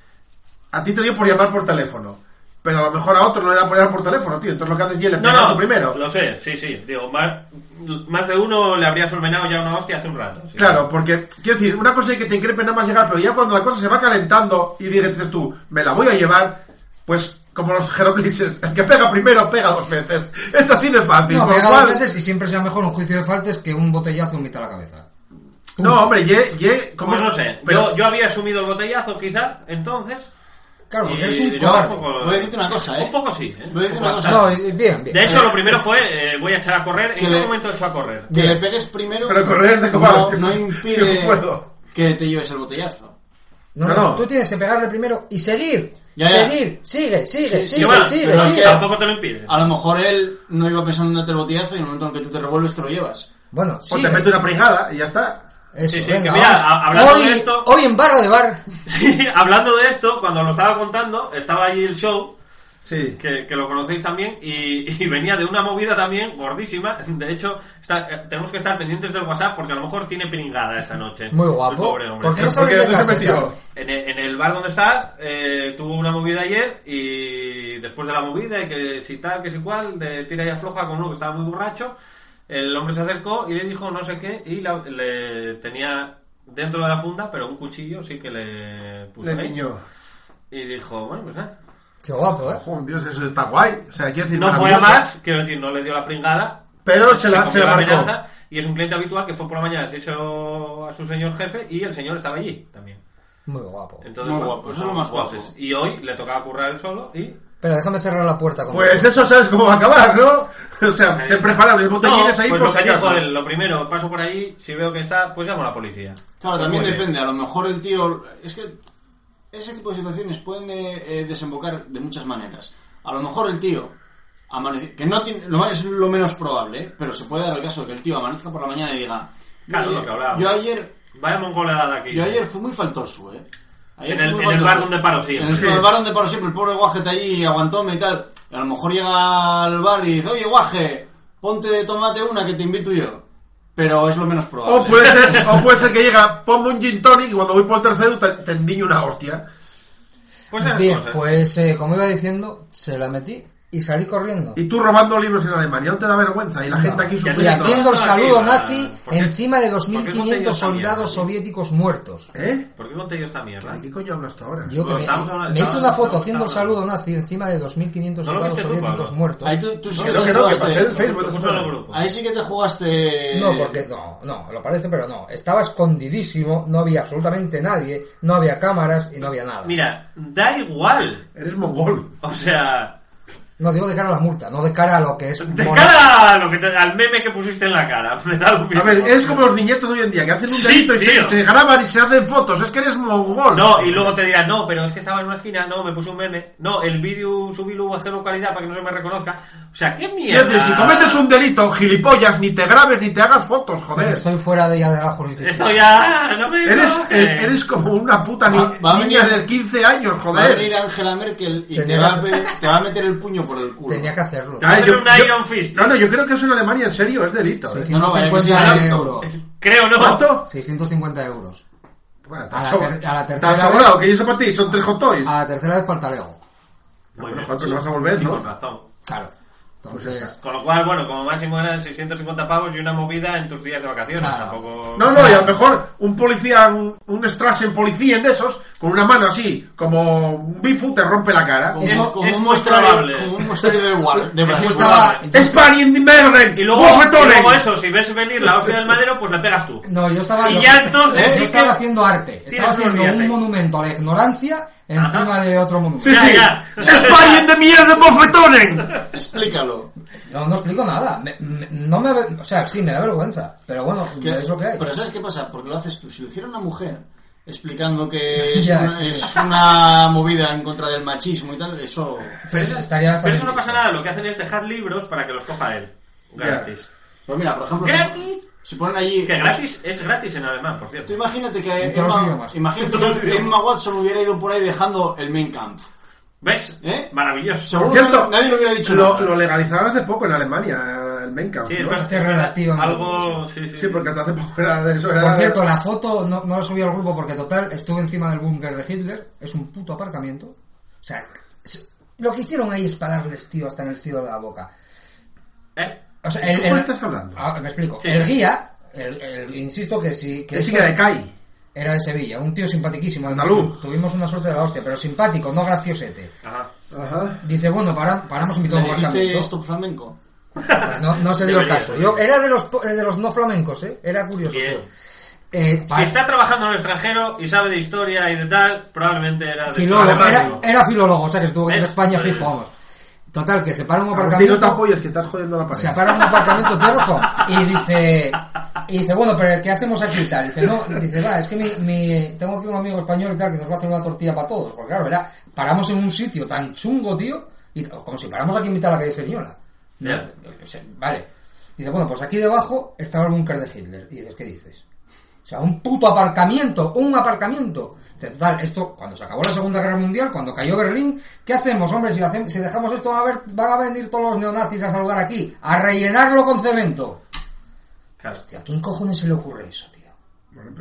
[SPEAKER 6] a ti te dio por llamar por teléfono. Pero a lo mejor a otro no le da por llamar por teléfono, tío. Entonces lo que haces es le
[SPEAKER 4] No,
[SPEAKER 6] pegas
[SPEAKER 4] no,
[SPEAKER 6] tú primero.
[SPEAKER 4] Lo sé, sí, sí. Digo, más, más de uno le habría solvenado ya una hostia hace un rato. sí.
[SPEAKER 6] Claro, porque quiero decir, una cosa es que te increpe nada más llegar, pero ya cuando la cosa se va calentando y dices tú, me la voy a llevar, pues como los jeroglíficos, el que pega primero pega dos veces. Es así de fácil.
[SPEAKER 5] No,
[SPEAKER 6] con lo
[SPEAKER 5] pega
[SPEAKER 6] cual-
[SPEAKER 5] dos veces y siempre sea mejor un juicio de faltas que un botellazo en mitad de la cabeza.
[SPEAKER 6] No, hombre, ye, ye, ¿cómo
[SPEAKER 4] Pues
[SPEAKER 6] es?
[SPEAKER 4] no sé.
[SPEAKER 6] Pero-
[SPEAKER 4] Yo, yo había asumido el botellazo, quizá, entonces.
[SPEAKER 5] Claro,
[SPEAKER 4] y
[SPEAKER 5] porque eres un
[SPEAKER 4] yo
[SPEAKER 5] cobarde.
[SPEAKER 4] tampoco-
[SPEAKER 8] Voy a decirte una cosa, ¿eh?
[SPEAKER 4] Un poco sí. ¿eh?
[SPEAKER 8] Voy a decirte una cosa.
[SPEAKER 5] No, eh, bien, bien.
[SPEAKER 4] De hecho, lo primero fue eh, voy a echar a correr.
[SPEAKER 8] Que
[SPEAKER 4] ¿En qué
[SPEAKER 8] le-
[SPEAKER 4] momento echo a correr?
[SPEAKER 8] Que le pegues primero.
[SPEAKER 6] Pero correr es de
[SPEAKER 8] no,
[SPEAKER 6] cobarde.
[SPEAKER 8] no impide
[SPEAKER 6] Yo puedo.
[SPEAKER 8] que te lleves el botellazo.
[SPEAKER 5] No,
[SPEAKER 6] No,
[SPEAKER 5] no,
[SPEAKER 6] no.
[SPEAKER 5] tú tienes que pegarle primero y seguir.
[SPEAKER 8] Ya, ya.
[SPEAKER 5] Seguir, sigue, sigue,
[SPEAKER 8] Sí, Ah.
[SPEAKER 5] sigue,
[SPEAKER 4] bueno,
[SPEAKER 5] sigue,
[SPEAKER 4] pero es
[SPEAKER 5] sigue.
[SPEAKER 4] que tampoco te lo impide.
[SPEAKER 8] A lo mejor él no iba pensando en darte el botellazo y en el momento en que tú te revuelves te lo llevas.
[SPEAKER 5] Bueno,
[SPEAKER 6] O
[SPEAKER 5] sigue.
[SPEAKER 6] Pues te mete una pringada y ya está.
[SPEAKER 5] Eso,
[SPEAKER 4] Sí, sí,
[SPEAKER 5] venga,
[SPEAKER 4] que mira,
[SPEAKER 5] vamos.
[SPEAKER 4] a- hablando
[SPEAKER 5] hoy,
[SPEAKER 4] de esto-
[SPEAKER 5] hoy en barra de bar.
[SPEAKER 4] Sí, hablando de esto, cuando lo estaba contando, estaba allí el show,
[SPEAKER 6] Sí.
[SPEAKER 4] que, que lo conocéis también, y, y venía de una movida también gordísima. De hecho, está- eh, tenemos que estar pendientes del WhatsApp porque a lo mejor tiene pringada esta noche.
[SPEAKER 5] Muy
[SPEAKER 4] El
[SPEAKER 5] guapo.
[SPEAKER 4] pobre hombre.
[SPEAKER 5] ¿Por qué no
[SPEAKER 6] Porque
[SPEAKER 5] sales de
[SPEAKER 6] ¿dónde se
[SPEAKER 5] casa?
[SPEAKER 6] metió?
[SPEAKER 4] En el, en el bar donde está, eh, tuvo una movida ayer y después de la movida, y que si tal, que si cual, de tira y afloja con uno que estaba muy borracho, el hombre se acercó y le dijo no sé qué y la- le tenía dentro de la funda, pero un cuchillo sí que le puso
[SPEAKER 6] Le
[SPEAKER 4] ahí.
[SPEAKER 6] niño.
[SPEAKER 4] Y dijo, bueno, pues nada.
[SPEAKER 5] Qué guapo, eh.
[SPEAKER 6] Ojo, Dios, eso está guay. O sea, quiero decir,
[SPEAKER 4] No fue a
[SPEAKER 6] maravilloso.
[SPEAKER 4] más, quiero decir, no le dio la pringada.
[SPEAKER 6] Pero se la,
[SPEAKER 4] comió
[SPEAKER 6] se la marcó.
[SPEAKER 4] amenaza, y es un cliente habitual que fue por la mañana a decírselo a su señor jefe y el señor estaba allí también.
[SPEAKER 5] Muy guapo.
[SPEAKER 4] Entonces,
[SPEAKER 8] Muy
[SPEAKER 4] bueno,
[SPEAKER 8] guapo,
[SPEAKER 4] pues
[SPEAKER 8] eso es lo más guapo.
[SPEAKER 4] guapos. Y hoy le tocaba currar el solo y.
[SPEAKER 5] Pero déjame cerrar la puerta con
[SPEAKER 6] Pues eso sabes cómo va a acabar, ¿no? O sea, te preparas los botellines ahí
[SPEAKER 4] pues
[SPEAKER 6] por
[SPEAKER 4] lo
[SPEAKER 6] si
[SPEAKER 4] que dijo
[SPEAKER 6] acaso.
[SPEAKER 4] él, lo primero, paso por ahí, si veo que está, pues llamo a la policía.
[SPEAKER 8] Claro,
[SPEAKER 4] Pues
[SPEAKER 8] también
[SPEAKER 4] muy bien.
[SPEAKER 8] depende. A lo mejor el tío. Es que ese tipo de situaciones pueden eh, eh, desembocar de muchas maneras. A lo mejor el tío. amanece- que no tiene, lo más- es lo menos probable, ¿eh? pero se puede dar el caso de que el tío amanezca por la mañana y diga.
[SPEAKER 4] Claro,
[SPEAKER 8] "Oye,
[SPEAKER 4] lo que hablábamos".
[SPEAKER 8] Yo ayer
[SPEAKER 4] Vaya mongolada aquí.
[SPEAKER 8] Yo ayer fui muy faltoso, ¿eh? Ayer
[SPEAKER 4] En
[SPEAKER 8] fui
[SPEAKER 4] el-
[SPEAKER 8] muy
[SPEAKER 4] en el
[SPEAKER 8] faltoso.
[SPEAKER 4] bar donde paro siempre.
[SPEAKER 8] En el,
[SPEAKER 6] Sí.
[SPEAKER 8] en el bar donde paro siempre, el pobre guajete allí aguantóme y tal. Y a lo mejor llega al bar y dice, oye, guaje, ponte, tomate una que te invito yo. Pero es lo menos probable.
[SPEAKER 6] O puede, ser, o puede ser que llega, ponme un gin tonic y cuando voy por el tercero te, te endiño una hostia.
[SPEAKER 4] Pues esas
[SPEAKER 5] Bien,
[SPEAKER 4] cosas.
[SPEAKER 5] pues eh, como iba diciendo, se la metí y salí corriendo.
[SPEAKER 6] Y tú robando libros en Alemania, ¿no te da vergüenza? Y la gente aquí
[SPEAKER 4] Ya
[SPEAKER 5] Y
[SPEAKER 4] te-
[SPEAKER 6] sufriendo.
[SPEAKER 5] haciendo el
[SPEAKER 4] Ah,
[SPEAKER 5] saludo
[SPEAKER 4] mira,
[SPEAKER 5] nazi
[SPEAKER 4] ¿por qué-
[SPEAKER 5] encima de
[SPEAKER 4] por qué no te
[SPEAKER 5] 2.500
[SPEAKER 4] dio
[SPEAKER 5] soldados
[SPEAKER 4] también?
[SPEAKER 5] soviéticos muertos.
[SPEAKER 6] ¿Eh?
[SPEAKER 4] ¿Por qué conté yo esta mierda?
[SPEAKER 6] ¿De qué coño hablas tú ahora?
[SPEAKER 5] Yo que
[SPEAKER 4] Pero
[SPEAKER 5] me,
[SPEAKER 4] estamos hablando-
[SPEAKER 5] me hice
[SPEAKER 4] estamos-
[SPEAKER 5] una foto
[SPEAKER 4] estamos
[SPEAKER 5] haciendo el
[SPEAKER 4] hablando.
[SPEAKER 5] saludo nazi encima de 2.500
[SPEAKER 4] ¿No lo
[SPEAKER 5] soldados
[SPEAKER 4] viste tú,
[SPEAKER 5] soviéticos
[SPEAKER 4] Pablo?
[SPEAKER 5] muertos.
[SPEAKER 8] Ahí tú, tú sí que
[SPEAKER 6] Creo
[SPEAKER 8] te
[SPEAKER 6] que no, que pasé el
[SPEAKER 8] jugaste.
[SPEAKER 6] Facebook.
[SPEAKER 4] Puso en el grupo.
[SPEAKER 8] Ahí sí que te jugaste.
[SPEAKER 5] No, porque no, no, lo parece, pero no. Estaba escondidísimo, no había absolutamente nadie, no había cámaras y no había nada.
[SPEAKER 4] Mira, da igual.
[SPEAKER 6] Eres mongol.
[SPEAKER 4] O sea,
[SPEAKER 5] No digo de cara a la multa, no de cara a lo que es.
[SPEAKER 4] de
[SPEAKER 5] moral.
[SPEAKER 4] cara a lo que te- al meme que pusiste en la cara, me da lo mismo.
[SPEAKER 6] A ver, es como los niñetos de hoy en día que hacen un
[SPEAKER 4] Sí,
[SPEAKER 6] delito y se,
[SPEAKER 4] tío.
[SPEAKER 6] se graban y se hacen fotos. Es que eres mongol.
[SPEAKER 4] No, y luego te dirán, no, pero es que estaba en una esquina, no, me puse un meme, no, el vídeo subí luego a cero calidad para que no se me reconozca. O sea, qué
[SPEAKER 6] Quiero
[SPEAKER 4] mierda.
[SPEAKER 6] decir, si cometes un delito, gilipollas, ni te grabes ni te hagas fotos, joder.
[SPEAKER 5] Estoy fuera de ya de la jurisdicción.
[SPEAKER 4] Esto ya, no me
[SPEAKER 6] Eres,
[SPEAKER 4] toques.
[SPEAKER 6] eh, eres como una puta ni-
[SPEAKER 8] Va- va a
[SPEAKER 6] niña
[SPEAKER 8] venir-
[SPEAKER 6] de 15 años,
[SPEAKER 8] Va a venir
[SPEAKER 6] joder.
[SPEAKER 8] Angela Merkel y te
[SPEAKER 5] Tenía
[SPEAKER 8] va, a,
[SPEAKER 5] que-
[SPEAKER 8] pe- te va a meter el puño por el culo.
[SPEAKER 5] Tenía que hacerlo.
[SPEAKER 4] Va a hacer un Iron Fist.
[SPEAKER 6] No, no, yo creo que eso en Alemania en serio es delito. ¿eh?
[SPEAKER 8] No, no, vaya que sí,
[SPEAKER 5] 650
[SPEAKER 8] ya.
[SPEAKER 5] euros.
[SPEAKER 4] Creo, ¿no?
[SPEAKER 6] ¿Cuánto?
[SPEAKER 5] 650 euros.
[SPEAKER 6] Bueno, te
[SPEAKER 5] A
[SPEAKER 6] has
[SPEAKER 5] la
[SPEAKER 6] sobrado.
[SPEAKER 5] ter- a la
[SPEAKER 6] Te has
[SPEAKER 5] tercera vez-
[SPEAKER 6] sobrado, que yo eso para ti, son tres hot toys.
[SPEAKER 5] A la tercera vez Paltalego.
[SPEAKER 4] Muy
[SPEAKER 6] Bueno,
[SPEAKER 4] bien,
[SPEAKER 6] Juancho,
[SPEAKER 4] sí.
[SPEAKER 6] no vas a volver,
[SPEAKER 4] Sí,
[SPEAKER 6] ¿no?
[SPEAKER 4] Con razón.
[SPEAKER 5] Claro. Entonces,
[SPEAKER 4] Con lo cual, bueno, como máximo eran 650 pavos y una movida en tus días de vacaciones.
[SPEAKER 5] Claro.
[SPEAKER 4] Tampoco.
[SPEAKER 6] No, no, y a lo mejor un policía, un, un Strassen policía de esos, con una mano así, como un bifu, te rompe la cara.
[SPEAKER 8] Como,
[SPEAKER 5] Es-
[SPEAKER 8] como
[SPEAKER 4] es
[SPEAKER 8] un
[SPEAKER 4] muy
[SPEAKER 8] muestrario,
[SPEAKER 4] probable.
[SPEAKER 8] como un muestrario de, War, de
[SPEAKER 5] yo
[SPEAKER 8] Brasil.
[SPEAKER 5] estaba. yo-
[SPEAKER 6] ¡España in the Merden!
[SPEAKER 4] Y luego,
[SPEAKER 6] ¡Bofetones!
[SPEAKER 4] y luego eso, si ves venir la hostia del madero, pues le pegas tú.
[SPEAKER 5] No, yo estaba.
[SPEAKER 4] Y
[SPEAKER 5] lo-
[SPEAKER 4] ya entonces
[SPEAKER 5] yo
[SPEAKER 4] sí
[SPEAKER 5] estaba
[SPEAKER 4] que-
[SPEAKER 5] haciendo arte. Estaba
[SPEAKER 4] Tienes unos
[SPEAKER 5] haciendo
[SPEAKER 4] días
[SPEAKER 5] un
[SPEAKER 4] ahí.
[SPEAKER 5] monumento a la ignorancia encima de otro monumento.
[SPEAKER 6] Sí,
[SPEAKER 4] Ya,
[SPEAKER 6] sí.
[SPEAKER 4] ya.
[SPEAKER 6] ¡España in the Merden! ¡Bofetones!
[SPEAKER 8] Explícalo.
[SPEAKER 5] No, no explico nada. Me- me- no me, ave- o sea, sí, me da vergüenza. Pero bueno,
[SPEAKER 8] Que-
[SPEAKER 5] es lo que hay.
[SPEAKER 8] Pero ¿sabes qué pasa? Porque lo haces tú. Si lo hiciera una mujer explicando que es,
[SPEAKER 5] Ya,
[SPEAKER 8] una,
[SPEAKER 5] sí, sí.
[SPEAKER 8] es una movida en contra del machismo y tal, eso...
[SPEAKER 5] Pero eso estaría
[SPEAKER 4] Pero
[SPEAKER 5] bastante
[SPEAKER 4] eso no
[SPEAKER 5] bien.
[SPEAKER 4] pasa nada, lo que hacen es dejar libros para que los coja él. Gratis.
[SPEAKER 8] Pues mira, por ejemplo...
[SPEAKER 4] Gratis.
[SPEAKER 8] Si, si ponen allí...
[SPEAKER 4] Que gratis es gratis en alemán, por cierto.
[SPEAKER 8] Tú imagínate que
[SPEAKER 5] En todos los
[SPEAKER 8] Emma,
[SPEAKER 5] idiomas.
[SPEAKER 8] imagínate que Emma Watson hubiera ido por ahí dejando el main camp.
[SPEAKER 4] ¿Ves?
[SPEAKER 8] ¿Eh?
[SPEAKER 4] Maravilloso.
[SPEAKER 8] Seguro
[SPEAKER 6] Por cierto,
[SPEAKER 8] que nadie lo hubiera dicho
[SPEAKER 6] Lo,
[SPEAKER 8] nada.
[SPEAKER 6] lo legalizaron hace poco en Alemania, el Main Camp,
[SPEAKER 4] Sí,
[SPEAKER 6] ¿no?
[SPEAKER 4] es verdad.
[SPEAKER 5] Es relativo,
[SPEAKER 4] Algo. Sí, sí.
[SPEAKER 6] Sí, porque hasta hace poco era de eso. Era
[SPEAKER 5] Por cierto, la foto no, no la subí al grupo porque, total, estuve encima del búnker de Hitler. Es un puto aparcamiento. O sea, es- lo que hicieron ahí es para darles, tío, hasta en el cielo de la boca.
[SPEAKER 4] ¿Eh?
[SPEAKER 5] O sea, el,
[SPEAKER 6] ¿Cómo
[SPEAKER 5] el-
[SPEAKER 6] estás hablando?
[SPEAKER 5] Ah, me explico.
[SPEAKER 4] Sí.
[SPEAKER 5] El guía, el, el- insisto que sí. Que
[SPEAKER 6] Que sí
[SPEAKER 5] esto
[SPEAKER 6] que
[SPEAKER 5] es-
[SPEAKER 6] decae.
[SPEAKER 5] Era de Sevilla, un tío simpatiquísimo. además,
[SPEAKER 6] Andaluz.
[SPEAKER 5] Tuvimos una suerte de la hostia, pero simpático, no graciosete.
[SPEAKER 4] Ajá.
[SPEAKER 6] Ajá.
[SPEAKER 5] Dice, bueno, para, paramos en mitad
[SPEAKER 8] ¿Le
[SPEAKER 5] de un
[SPEAKER 8] dijiste
[SPEAKER 5] aparcamiento.
[SPEAKER 8] esto flamenco?
[SPEAKER 5] No, no se dio
[SPEAKER 4] Debería,
[SPEAKER 5] caso.
[SPEAKER 4] debería.
[SPEAKER 5] Yo era de los, po- eh, de los no flamencos, ¿eh? Era curioso.
[SPEAKER 4] Bien.
[SPEAKER 5] tío. Eh, pa-
[SPEAKER 4] Si está trabajando en el extranjero y sabe de historia y de tal, probablemente era de
[SPEAKER 5] filólogo,
[SPEAKER 4] Alemania.
[SPEAKER 5] era, era filólogo, o sea que estuvo aquí en
[SPEAKER 4] Es-
[SPEAKER 5] España fijo, vamos. Total, que se para un
[SPEAKER 6] Agustín, no te
[SPEAKER 5] aparcamiento.
[SPEAKER 6] apoyes, que estás jodiendo la pared.
[SPEAKER 5] Se para un aparcamiento de rojo y dice, y dice, bueno, pero ¿qué hacemos aquí y tal? Dice, no, dice, va, es que mi, mi- tengo aquí un amigo español y tal que nos va a hacer una tortilla para todos. Porque claro, era, paramos en un sitio tan chungo, tío, y como si paramos aquí en mitad de la calle Feriola. No,
[SPEAKER 4] Ya.
[SPEAKER 5] o sea, Vale. Dice, bueno, pues aquí debajo estaba el búnker de Hitler. Y dices, ¿qué dices? O sea, un puto aparcamiento, un aparcamiento. Dice, total, esto, cuando se acabó la Segunda Guerra Mundial, cuando cayó Berlín, ¿qué hacemos, hombre? Si, lo hacemos- si dejamos esto, van a, ver, van a venir todos los neonazis a saludar aquí, a rellenarlo con cemento.
[SPEAKER 4] Claro.
[SPEAKER 5] Tío, ¿a quién cojones se le ocurre eso, tío?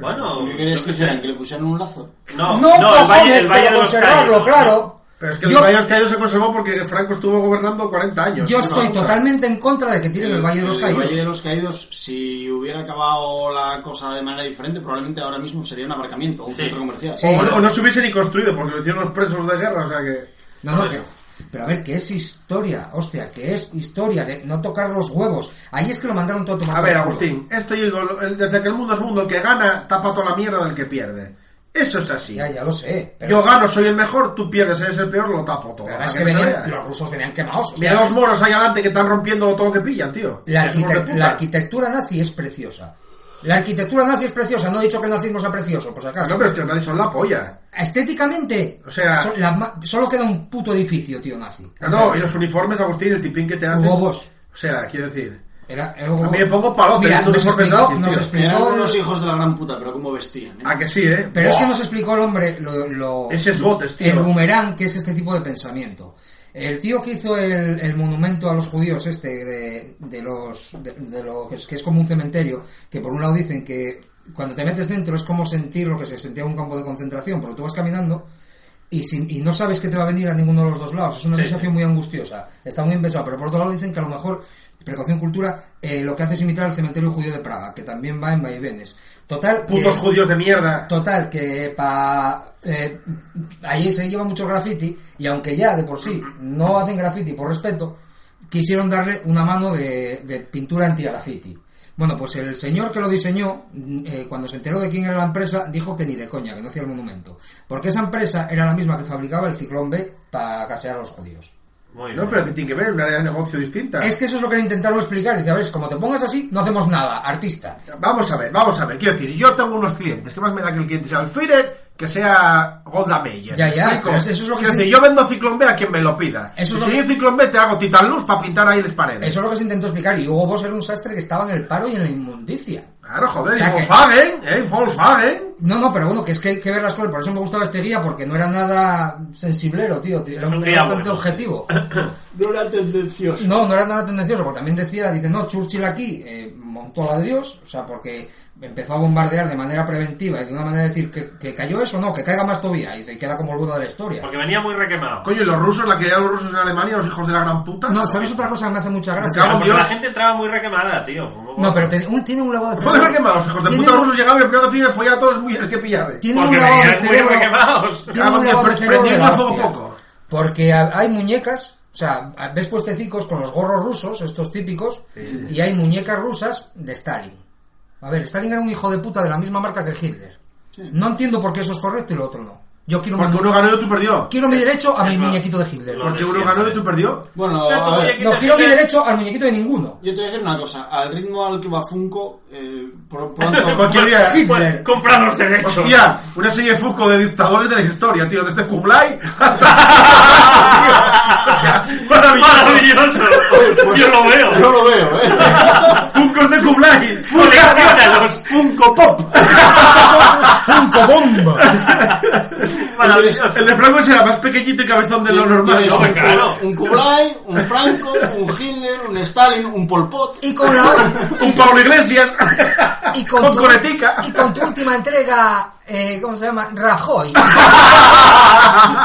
[SPEAKER 4] Bueno,
[SPEAKER 8] ¿Qué queréis
[SPEAKER 4] yo
[SPEAKER 8] que
[SPEAKER 4] qué
[SPEAKER 8] hicieran?
[SPEAKER 4] sé.
[SPEAKER 8] ¿Que le pusieran un lazo?
[SPEAKER 4] No, no, el Valle, el
[SPEAKER 5] para
[SPEAKER 4] valle de los
[SPEAKER 5] conservarlo,
[SPEAKER 4] Caídos,
[SPEAKER 5] claro.
[SPEAKER 6] Pero es que el
[SPEAKER 5] Yo-
[SPEAKER 6] Valle de los Caídos se conservó porque Franco estuvo gobernando 40 años.
[SPEAKER 5] Yo
[SPEAKER 6] Es una
[SPEAKER 5] estoy
[SPEAKER 6] cosa.
[SPEAKER 5] totalmente en contra de que tiren el Valle de los
[SPEAKER 8] El
[SPEAKER 5] Caídos.
[SPEAKER 8] Valle de los Caídos, si hubiera acabado la cosa de manera diferente, probablemente ahora mismo sería un aparcamiento o un
[SPEAKER 4] Sí.
[SPEAKER 8] centro comercial.
[SPEAKER 5] Sí.
[SPEAKER 6] O, no- o no se hubiese ni construido porque lo hicieron los presos de guerra, o sea que.
[SPEAKER 5] No, no,
[SPEAKER 4] Por
[SPEAKER 5] que-
[SPEAKER 4] eso.
[SPEAKER 5] pero a ver, que es historia, hostia, que es historia de no tocar los huevos. Ahí es que lo mandaron todo a tomar
[SPEAKER 6] A ver,
[SPEAKER 5] por culo.
[SPEAKER 6] Agustín, esto yo digo, lo- el- desde que el mundo es mundo, el que gana tapa toda la mierda del que pierde. Eso es así.
[SPEAKER 5] Ya, ya lo sé. Pero,
[SPEAKER 6] Yo gano, soy el mejor, tú pierdes, eres el peor, lo tapo todo.
[SPEAKER 5] pero
[SPEAKER 6] para
[SPEAKER 5] es que
[SPEAKER 6] no te
[SPEAKER 5] venían-
[SPEAKER 6] veas.
[SPEAKER 5] los rusos venían quemados. hostia.
[SPEAKER 6] Mira los moros ahí adelante que están rompiendo todo lo que pillan, tío.
[SPEAKER 5] la,
[SPEAKER 6] Los moros de
[SPEAKER 5] arquite-
[SPEAKER 6] puta.
[SPEAKER 5] la arquitectura nazi es preciosa. La arquitectura nazi es preciosa. No he dicho que el nazismo sea precioso, por si acaso.
[SPEAKER 6] No, pero es que los nazis son la polla.
[SPEAKER 5] Estéticamente,
[SPEAKER 6] O sea-
[SPEAKER 5] son las ma- solo queda un puto edificio, tío nazi.
[SPEAKER 6] No, no, y los uniformes, Agustín, el tipín que te hacen. pues,
[SPEAKER 5] Hugo Boss.
[SPEAKER 6] O sea, quiero decir.
[SPEAKER 5] Era, era
[SPEAKER 6] A
[SPEAKER 5] algo-
[SPEAKER 6] mí me pongo palote
[SPEAKER 5] Mira,
[SPEAKER 6] viendo
[SPEAKER 5] nos
[SPEAKER 6] uniformes
[SPEAKER 5] explicó,
[SPEAKER 6] nazis,
[SPEAKER 5] nos
[SPEAKER 6] tío.
[SPEAKER 8] Eran
[SPEAKER 5] explicó,
[SPEAKER 8] unos hijos de la gran puta, pero cómo vestían. ¿eh?
[SPEAKER 6] A que sí, ¿eh?
[SPEAKER 5] Pero es que
[SPEAKER 6] Buah,
[SPEAKER 5] nos explicó el hombre lo, lo-
[SPEAKER 6] Ese es botes, tío.
[SPEAKER 5] el boomerang, que es este tipo de pensamiento. El tío que hizo el, el monumento a los judíos, este, de, de los. de, de lo que es, que es como un cementerio, que por un lado dicen que cuando te metes dentro es como sentir lo que se sentía en un campo de concentración, pero tú vas caminando y, sin- y no sabes que te va a venir a ninguno de los dos lados. Es una
[SPEAKER 4] Sí,
[SPEAKER 5] sensación muy angustiosa. Está muy bien pensado, pero por otro lado dicen que a lo mejor Precaución Cultura eh, lo que hace es imitar al cementerio judío de Praga, que también va en vaivenes. Total. que-
[SPEAKER 6] Putos judíos de mierda.
[SPEAKER 5] Total, que pa, eh, allí se lleva mucho graffiti y aunque ya de por sí no hacen graffiti por respeto, quisieron darle una mano de, de pintura anti-graffiti. Bueno, pues el señor que lo diseñó, mm, eh, cuando se enteró de quién era la empresa, dijo que ni de coña, que no hacía el monumento. Porque esa empresa era la misma que fabricaba el ciclón B para casear a los judíos.
[SPEAKER 4] Muy
[SPEAKER 6] No,
[SPEAKER 4] bien.
[SPEAKER 6] pero que tiene que ver, una área de negocio distinta.
[SPEAKER 5] Es que eso es lo que le intentaron explicar. Dice, a ver, es como te pongas así, no hacemos nada, artista.
[SPEAKER 6] Vamos a ver, vamos a ver. Quiero decir, yo tengo unos clientes. ¿Qué más me da que el cliente sea Alfired que sea Golda Meyer?
[SPEAKER 5] Ya,
[SPEAKER 6] ¿Me
[SPEAKER 5] ya,
[SPEAKER 6] explico?
[SPEAKER 5] pero eso es lo que
[SPEAKER 6] Quiero
[SPEAKER 5] se-
[SPEAKER 6] decir, yo vendo Ciclón B a quien me lo pida.
[SPEAKER 5] Eso es
[SPEAKER 6] y
[SPEAKER 5] lo
[SPEAKER 6] si
[SPEAKER 5] que-
[SPEAKER 6] yo Ciclón B te hago Titan Luz para pintar ahí las paredes.
[SPEAKER 5] Eso es lo que se intentó explicar. Y Hugo Boss era un sastre que estaba en el paro y en la inmundicia.
[SPEAKER 6] Claro, joder,
[SPEAKER 5] O sea
[SPEAKER 6] y
[SPEAKER 5] que-
[SPEAKER 6] Volkswagen, ¿eh? Volkswagen.
[SPEAKER 5] No, no, pero bueno, que es que hay que ver las cosas. Por eso me gustaba este guía, porque no era nada sensiblero, tío. tío, Era un
[SPEAKER 4] Un
[SPEAKER 5] guía
[SPEAKER 4] guía
[SPEAKER 5] bastante
[SPEAKER 4] bueno.
[SPEAKER 5] objetivo.
[SPEAKER 8] No era tendencioso.
[SPEAKER 5] No, no era nada tendencioso, porque también decía, dice, no, Churchill aquí eh, montó la de Dios, o sea, porque empezó a bombardear de manera preventiva y de una manera de decir que, que cayó eso, no, que caiga más todavía. Y dice, y queda como el bueno de la historia.
[SPEAKER 4] Porque venía muy requemado.
[SPEAKER 6] Coño, ¿y los rusos, la que llevan los rusos en Alemania, los hijos de la gran puta?
[SPEAKER 5] No, ¿sabes otra cosa que me hace mucha
[SPEAKER 6] Me cago
[SPEAKER 5] gracia?
[SPEAKER 6] en-
[SPEAKER 4] Porque
[SPEAKER 6] Dios.
[SPEAKER 4] la gente entraba muy requemada, tío.
[SPEAKER 5] No, pero ten- un- tiene un lavado de
[SPEAKER 6] Joder,
[SPEAKER 5] cerebro.
[SPEAKER 6] qué malos, hijos de
[SPEAKER 5] Tiene-
[SPEAKER 6] puta, los rusos llegaban y el primero que hacían follar a todos los mujeres que pillaban.
[SPEAKER 5] Tiene un
[SPEAKER 4] Porque
[SPEAKER 5] lavado de
[SPEAKER 4] venían muy
[SPEAKER 5] cerebro.
[SPEAKER 4] requemados.
[SPEAKER 5] Tiene
[SPEAKER 6] Ah,
[SPEAKER 5] un lavado de
[SPEAKER 6] pues,
[SPEAKER 5] cerebro. de la
[SPEAKER 6] prendiendo fuego
[SPEAKER 5] hostia.
[SPEAKER 6] poco.
[SPEAKER 5] Porque ha- hay muñecas, o sea, ves puestecicos con los gorros rusos, estos típicos, y hay muñecas rusas de Stalin. A ver, Stalin era un hijo de puta de la misma marca que Hitler. No entiendo por qué eso es correcto y lo otro no. Yo quiero,
[SPEAKER 6] Porque
[SPEAKER 5] mi,
[SPEAKER 6] uno ganó y otro perdió.
[SPEAKER 5] quiero mi derecho a mi
[SPEAKER 4] Es lo-
[SPEAKER 5] muñequito de Hitler.
[SPEAKER 4] lo
[SPEAKER 6] Porque
[SPEAKER 4] de
[SPEAKER 6] uno
[SPEAKER 4] siempre.
[SPEAKER 6] ganó y otro perdió.
[SPEAKER 8] Bueno,
[SPEAKER 4] Tanto
[SPEAKER 8] a ver,
[SPEAKER 4] muñequito.
[SPEAKER 5] No, quiero mi
[SPEAKER 4] Hitler-
[SPEAKER 5] derecho al muñequito de ninguno.
[SPEAKER 8] yo te voy a decir una cosa. Al ritmo al que va Funko, eh, pro- pronto...
[SPEAKER 6] Cualquier
[SPEAKER 4] Pues,
[SPEAKER 6] día.
[SPEAKER 5] Hitler.
[SPEAKER 4] Comprar los derechos.
[SPEAKER 6] Hostia, una serie de Fusco de dictadores de la historia, tío, desde Kublai hasta. Tío, Maravilloso.
[SPEAKER 4] Maravilloso.
[SPEAKER 6] Pues,
[SPEAKER 4] Yo lo veo.
[SPEAKER 8] Yo lo veo, ¿eh?
[SPEAKER 6] Fuscos de Kublai.
[SPEAKER 4] Colecciónalos.
[SPEAKER 6] Funko Pop.
[SPEAKER 5] ¡Funko Bomba!
[SPEAKER 4] Maravilloso.
[SPEAKER 6] El de Franco era más pequeñito y cabezón de lo normal.
[SPEAKER 8] Tienes
[SPEAKER 4] no,
[SPEAKER 8] un,
[SPEAKER 4] claro.
[SPEAKER 8] un Kublai, un Franco, un Hitler, un Stalin, un Pol Pot.
[SPEAKER 5] Y con la...
[SPEAKER 6] Un Pablo Iglesias.
[SPEAKER 5] Y
[SPEAKER 6] con,
[SPEAKER 5] con, tu,
[SPEAKER 6] coletica.
[SPEAKER 5] y con tu última entrega, eh, ¿cómo se llama? Rajoy.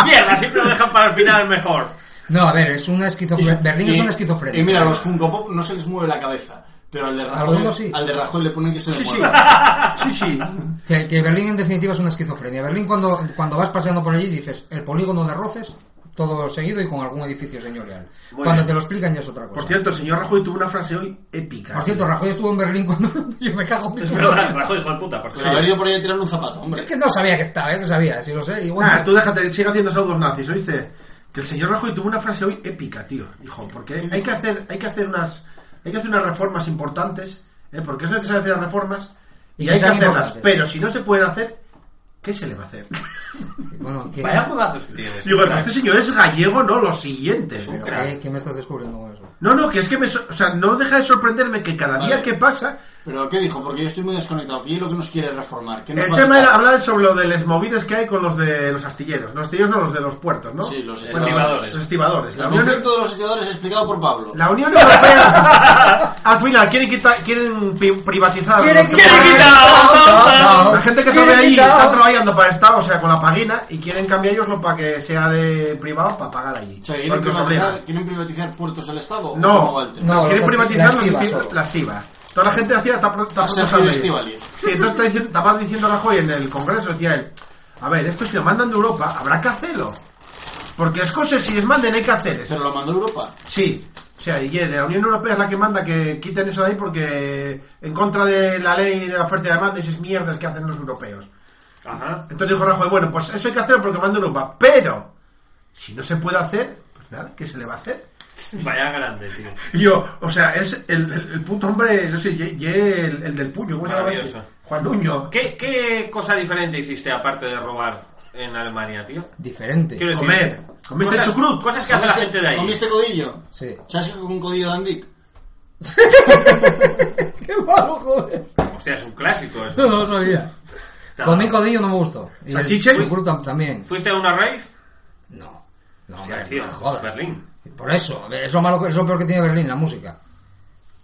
[SPEAKER 4] Mierda, siempre lo dejan para el final mejor.
[SPEAKER 5] No, a ver, es una esquizofrenia. Berlín es una esquizofrenia.
[SPEAKER 8] Y mira, los Funko Pop no se les mueve la cabeza. Pero al de Rajoy,
[SPEAKER 5] Algunos sí.
[SPEAKER 8] al de Rajoy le ponen que se le
[SPEAKER 6] Sí, sí.
[SPEAKER 8] mueva.
[SPEAKER 6] Sí, sí.
[SPEAKER 5] Que, que Berlín en definitiva es una esquizofrenia. Berlín cuando, cuando vas paseando por allí dices, el polígono de Roces, todo seguido y con algún edificio señorial.
[SPEAKER 4] Muy
[SPEAKER 5] cuando
[SPEAKER 4] bien.
[SPEAKER 5] te lo explican ya es otra cosa.
[SPEAKER 6] Por cierto, el señor Rajoy tuvo una frase hoy épica.
[SPEAKER 5] Por cierto, Rajoy estuvo en Berlín cuando yo me cago en mi
[SPEAKER 4] Es
[SPEAKER 5] puta
[SPEAKER 4] verdad,
[SPEAKER 5] vida.
[SPEAKER 4] Rajoy, hijo de puta, por
[SPEAKER 8] Pues
[SPEAKER 4] cierto.
[SPEAKER 8] haber ido por ahí a tirar un zapato,
[SPEAKER 5] Es
[SPEAKER 8] hombre.
[SPEAKER 5] que no sabía que estaba, ¿eh? No sabía, si lo sé. Y bueno,
[SPEAKER 6] Ah, tú déjate, sigue haciendo pseudos nazis, ¿oíste? Que el señor Rajoy tuvo una frase hoy épica, tío. Dijo, porque hay que hacer, hay que hacer unas, hay que hacer unas reformas importantes, ¿eh? porque es necesario hacer las reformas
[SPEAKER 5] Y
[SPEAKER 6] y,
[SPEAKER 5] que
[SPEAKER 6] hay que
[SPEAKER 5] sean
[SPEAKER 6] hacerlas.
[SPEAKER 5] importantes.
[SPEAKER 6] Pero si no se pueden hacer, ¿qué se le va a hacer?
[SPEAKER 5] bueno, ¿qué,
[SPEAKER 4] Vaya huevazos que tienes.
[SPEAKER 6] Digo, pero este señor es gallego, no, lo siguiente.
[SPEAKER 5] pero
[SPEAKER 4] crack.
[SPEAKER 5] qué- qué me estás descubriendo con eso?
[SPEAKER 6] No, no, que es que me, so- o sea, no deja de sorprenderme que cada día
[SPEAKER 8] Vale.
[SPEAKER 6] que pasa
[SPEAKER 8] Pero ¿qué dijo? Porque yo estoy muy desconectado. ¿Qué es lo que nos quiere reformar? ¿Qué nos
[SPEAKER 6] El
[SPEAKER 8] va a
[SPEAKER 6] tema
[SPEAKER 8] quitar?
[SPEAKER 6] era hablar sobre lo de las movidas que hay con los de los astilleros. Los astilleros no, los de los puertos, ¿no?
[SPEAKER 8] Sí, los
[SPEAKER 4] estibadores.
[SPEAKER 6] Los estibadores. La
[SPEAKER 8] El
[SPEAKER 6] Unión,
[SPEAKER 8] conflicto de los echadores explicado por Pablo.
[SPEAKER 6] la Unión Europea... al final, quieren, quitar, quieren pi- privatizar... a los
[SPEAKER 5] quiere
[SPEAKER 6] transportes.
[SPEAKER 5] quitar-
[SPEAKER 6] La gente que
[SPEAKER 5] quiere
[SPEAKER 6] está ahí
[SPEAKER 5] quitar-
[SPEAKER 6] está trabajando para el Estado, o sea, con la paguina, y quieren cambiar ellos lo para que sea de privado para pagar allí.
[SPEAKER 8] O sea, ¿quieren
[SPEAKER 6] Porque os obligan.
[SPEAKER 8] privatizar, quieren privatizar puertos del Estado?
[SPEAKER 6] No,
[SPEAKER 8] Como Walter.
[SPEAKER 5] No,
[SPEAKER 6] quieren
[SPEAKER 5] los asti-
[SPEAKER 6] privatizar
[SPEAKER 5] las
[SPEAKER 6] los
[SPEAKER 5] tibas
[SPEAKER 6] esti-
[SPEAKER 5] solo.
[SPEAKER 6] las tibas. Toda la gente hacía está pro- está
[SPEAKER 8] Va a ser
[SPEAKER 6] protestando.
[SPEAKER 8] Estivali.
[SPEAKER 6] Sí, entonces está diciendo, estaba diciendo Rajoy en el Congreso, decía él, a ver, esto si lo mandan de Europa, habrá que hacerlo. Porque es cosa, si les manden hay que hacer eso.
[SPEAKER 8] ¿Pero lo mandó Europa?
[SPEAKER 6] Sí. O sea, y de la Unión Europea es la que manda que quiten eso de ahí porque en contra de la ley de la oferta y demanda y esas mierdas que hacen los europeos.
[SPEAKER 4] Ajá.
[SPEAKER 6] Entonces dijo Rajoy, bueno, pues eso hay que hacerlo porque manda Europa. Pero, si no se puede hacer, pues nada, ¿qué se le va a hacer?
[SPEAKER 4] Vaya grande, tío.
[SPEAKER 6] Y Yo, o sea, es el, el, el puto hombre, no sé, ye, ye- el, el del puño, ¿cómo se llama?
[SPEAKER 4] Maravilloso.
[SPEAKER 6] Juan Nuño.
[SPEAKER 4] ¿Qué, ¿Qué cosa diferente hiciste aparte de robar en Alemania, tío?
[SPEAKER 5] Diferente.
[SPEAKER 4] Quiero decir,
[SPEAKER 6] Comer, comer
[SPEAKER 4] cosas-
[SPEAKER 6] chucrut.
[SPEAKER 4] Cosas que hace la gente de ahí.
[SPEAKER 8] ¿Comiste codillo?
[SPEAKER 5] Sí.
[SPEAKER 8] ¿Sabes que con codillo dan Dick?
[SPEAKER 5] ¡Qué malo, joder!
[SPEAKER 4] Hostia, es un clásico eso.
[SPEAKER 5] No lo sabía.
[SPEAKER 4] No.
[SPEAKER 5] Con mi codillo no me gustó. Y el
[SPEAKER 6] ¿Salchiche?
[SPEAKER 5] chucrut tam- también.
[SPEAKER 4] ¿Fuiste a una rave?
[SPEAKER 5] No. No,
[SPEAKER 4] Hostia,
[SPEAKER 5] hombre,
[SPEAKER 4] tío,
[SPEAKER 5] no me jodas.
[SPEAKER 4] Berlín.
[SPEAKER 5] Por eso, es lo, malo, que- es lo peor que tiene Berlín, la música.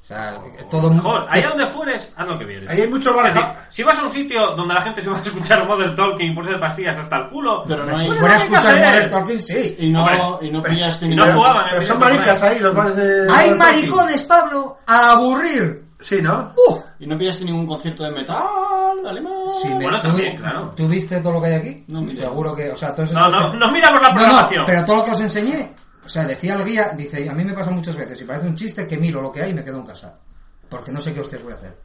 [SPEAKER 5] O sea, es todo...
[SPEAKER 4] Oh, Mejor, allá donde fueres, haz lo que vieres.
[SPEAKER 6] Ahí hay mucho
[SPEAKER 4] Es decir,
[SPEAKER 6] baraja.
[SPEAKER 4] Si vas a un sitio donde la gente se va a escuchar Modern Talking por ser pastillas hasta el culo,
[SPEAKER 8] Pero no hay-
[SPEAKER 5] Si
[SPEAKER 4] pues
[SPEAKER 5] fuera a
[SPEAKER 4] hay que
[SPEAKER 5] escuchar
[SPEAKER 4] hacer.
[SPEAKER 5] Modern Talking, sí.
[SPEAKER 8] Y no,
[SPEAKER 4] Hombre.
[SPEAKER 8] y no pillaste
[SPEAKER 4] Y
[SPEAKER 8] ni
[SPEAKER 4] no
[SPEAKER 8] nada.
[SPEAKER 4] jugaba.
[SPEAKER 6] Pero son maricas ahí, los bares de...
[SPEAKER 5] ¡Hay maricones, Pablo! ¡A aburrir!
[SPEAKER 6] Sí, ¿no?
[SPEAKER 5] ¡Uh!
[SPEAKER 8] Y no pillaste ningún concierto de metal alemán.
[SPEAKER 5] Sí, me-
[SPEAKER 4] Bueno,
[SPEAKER 5] tú-
[SPEAKER 4] también, claro.
[SPEAKER 5] ¿Tú viste todo lo que hay aquí?
[SPEAKER 8] No, mira.
[SPEAKER 5] Seguro que, o sea, todo eso...
[SPEAKER 4] No, no, no miramos
[SPEAKER 5] No, no,
[SPEAKER 4] la Ah, programación.
[SPEAKER 5] pero todo lo que os enseñé, o sea, decía el guía, dice, a mí me pasa muchas veces, y parece un chiste que miro lo que hay y me quedo en casa. Porque no sé qué hostias voy a hacer.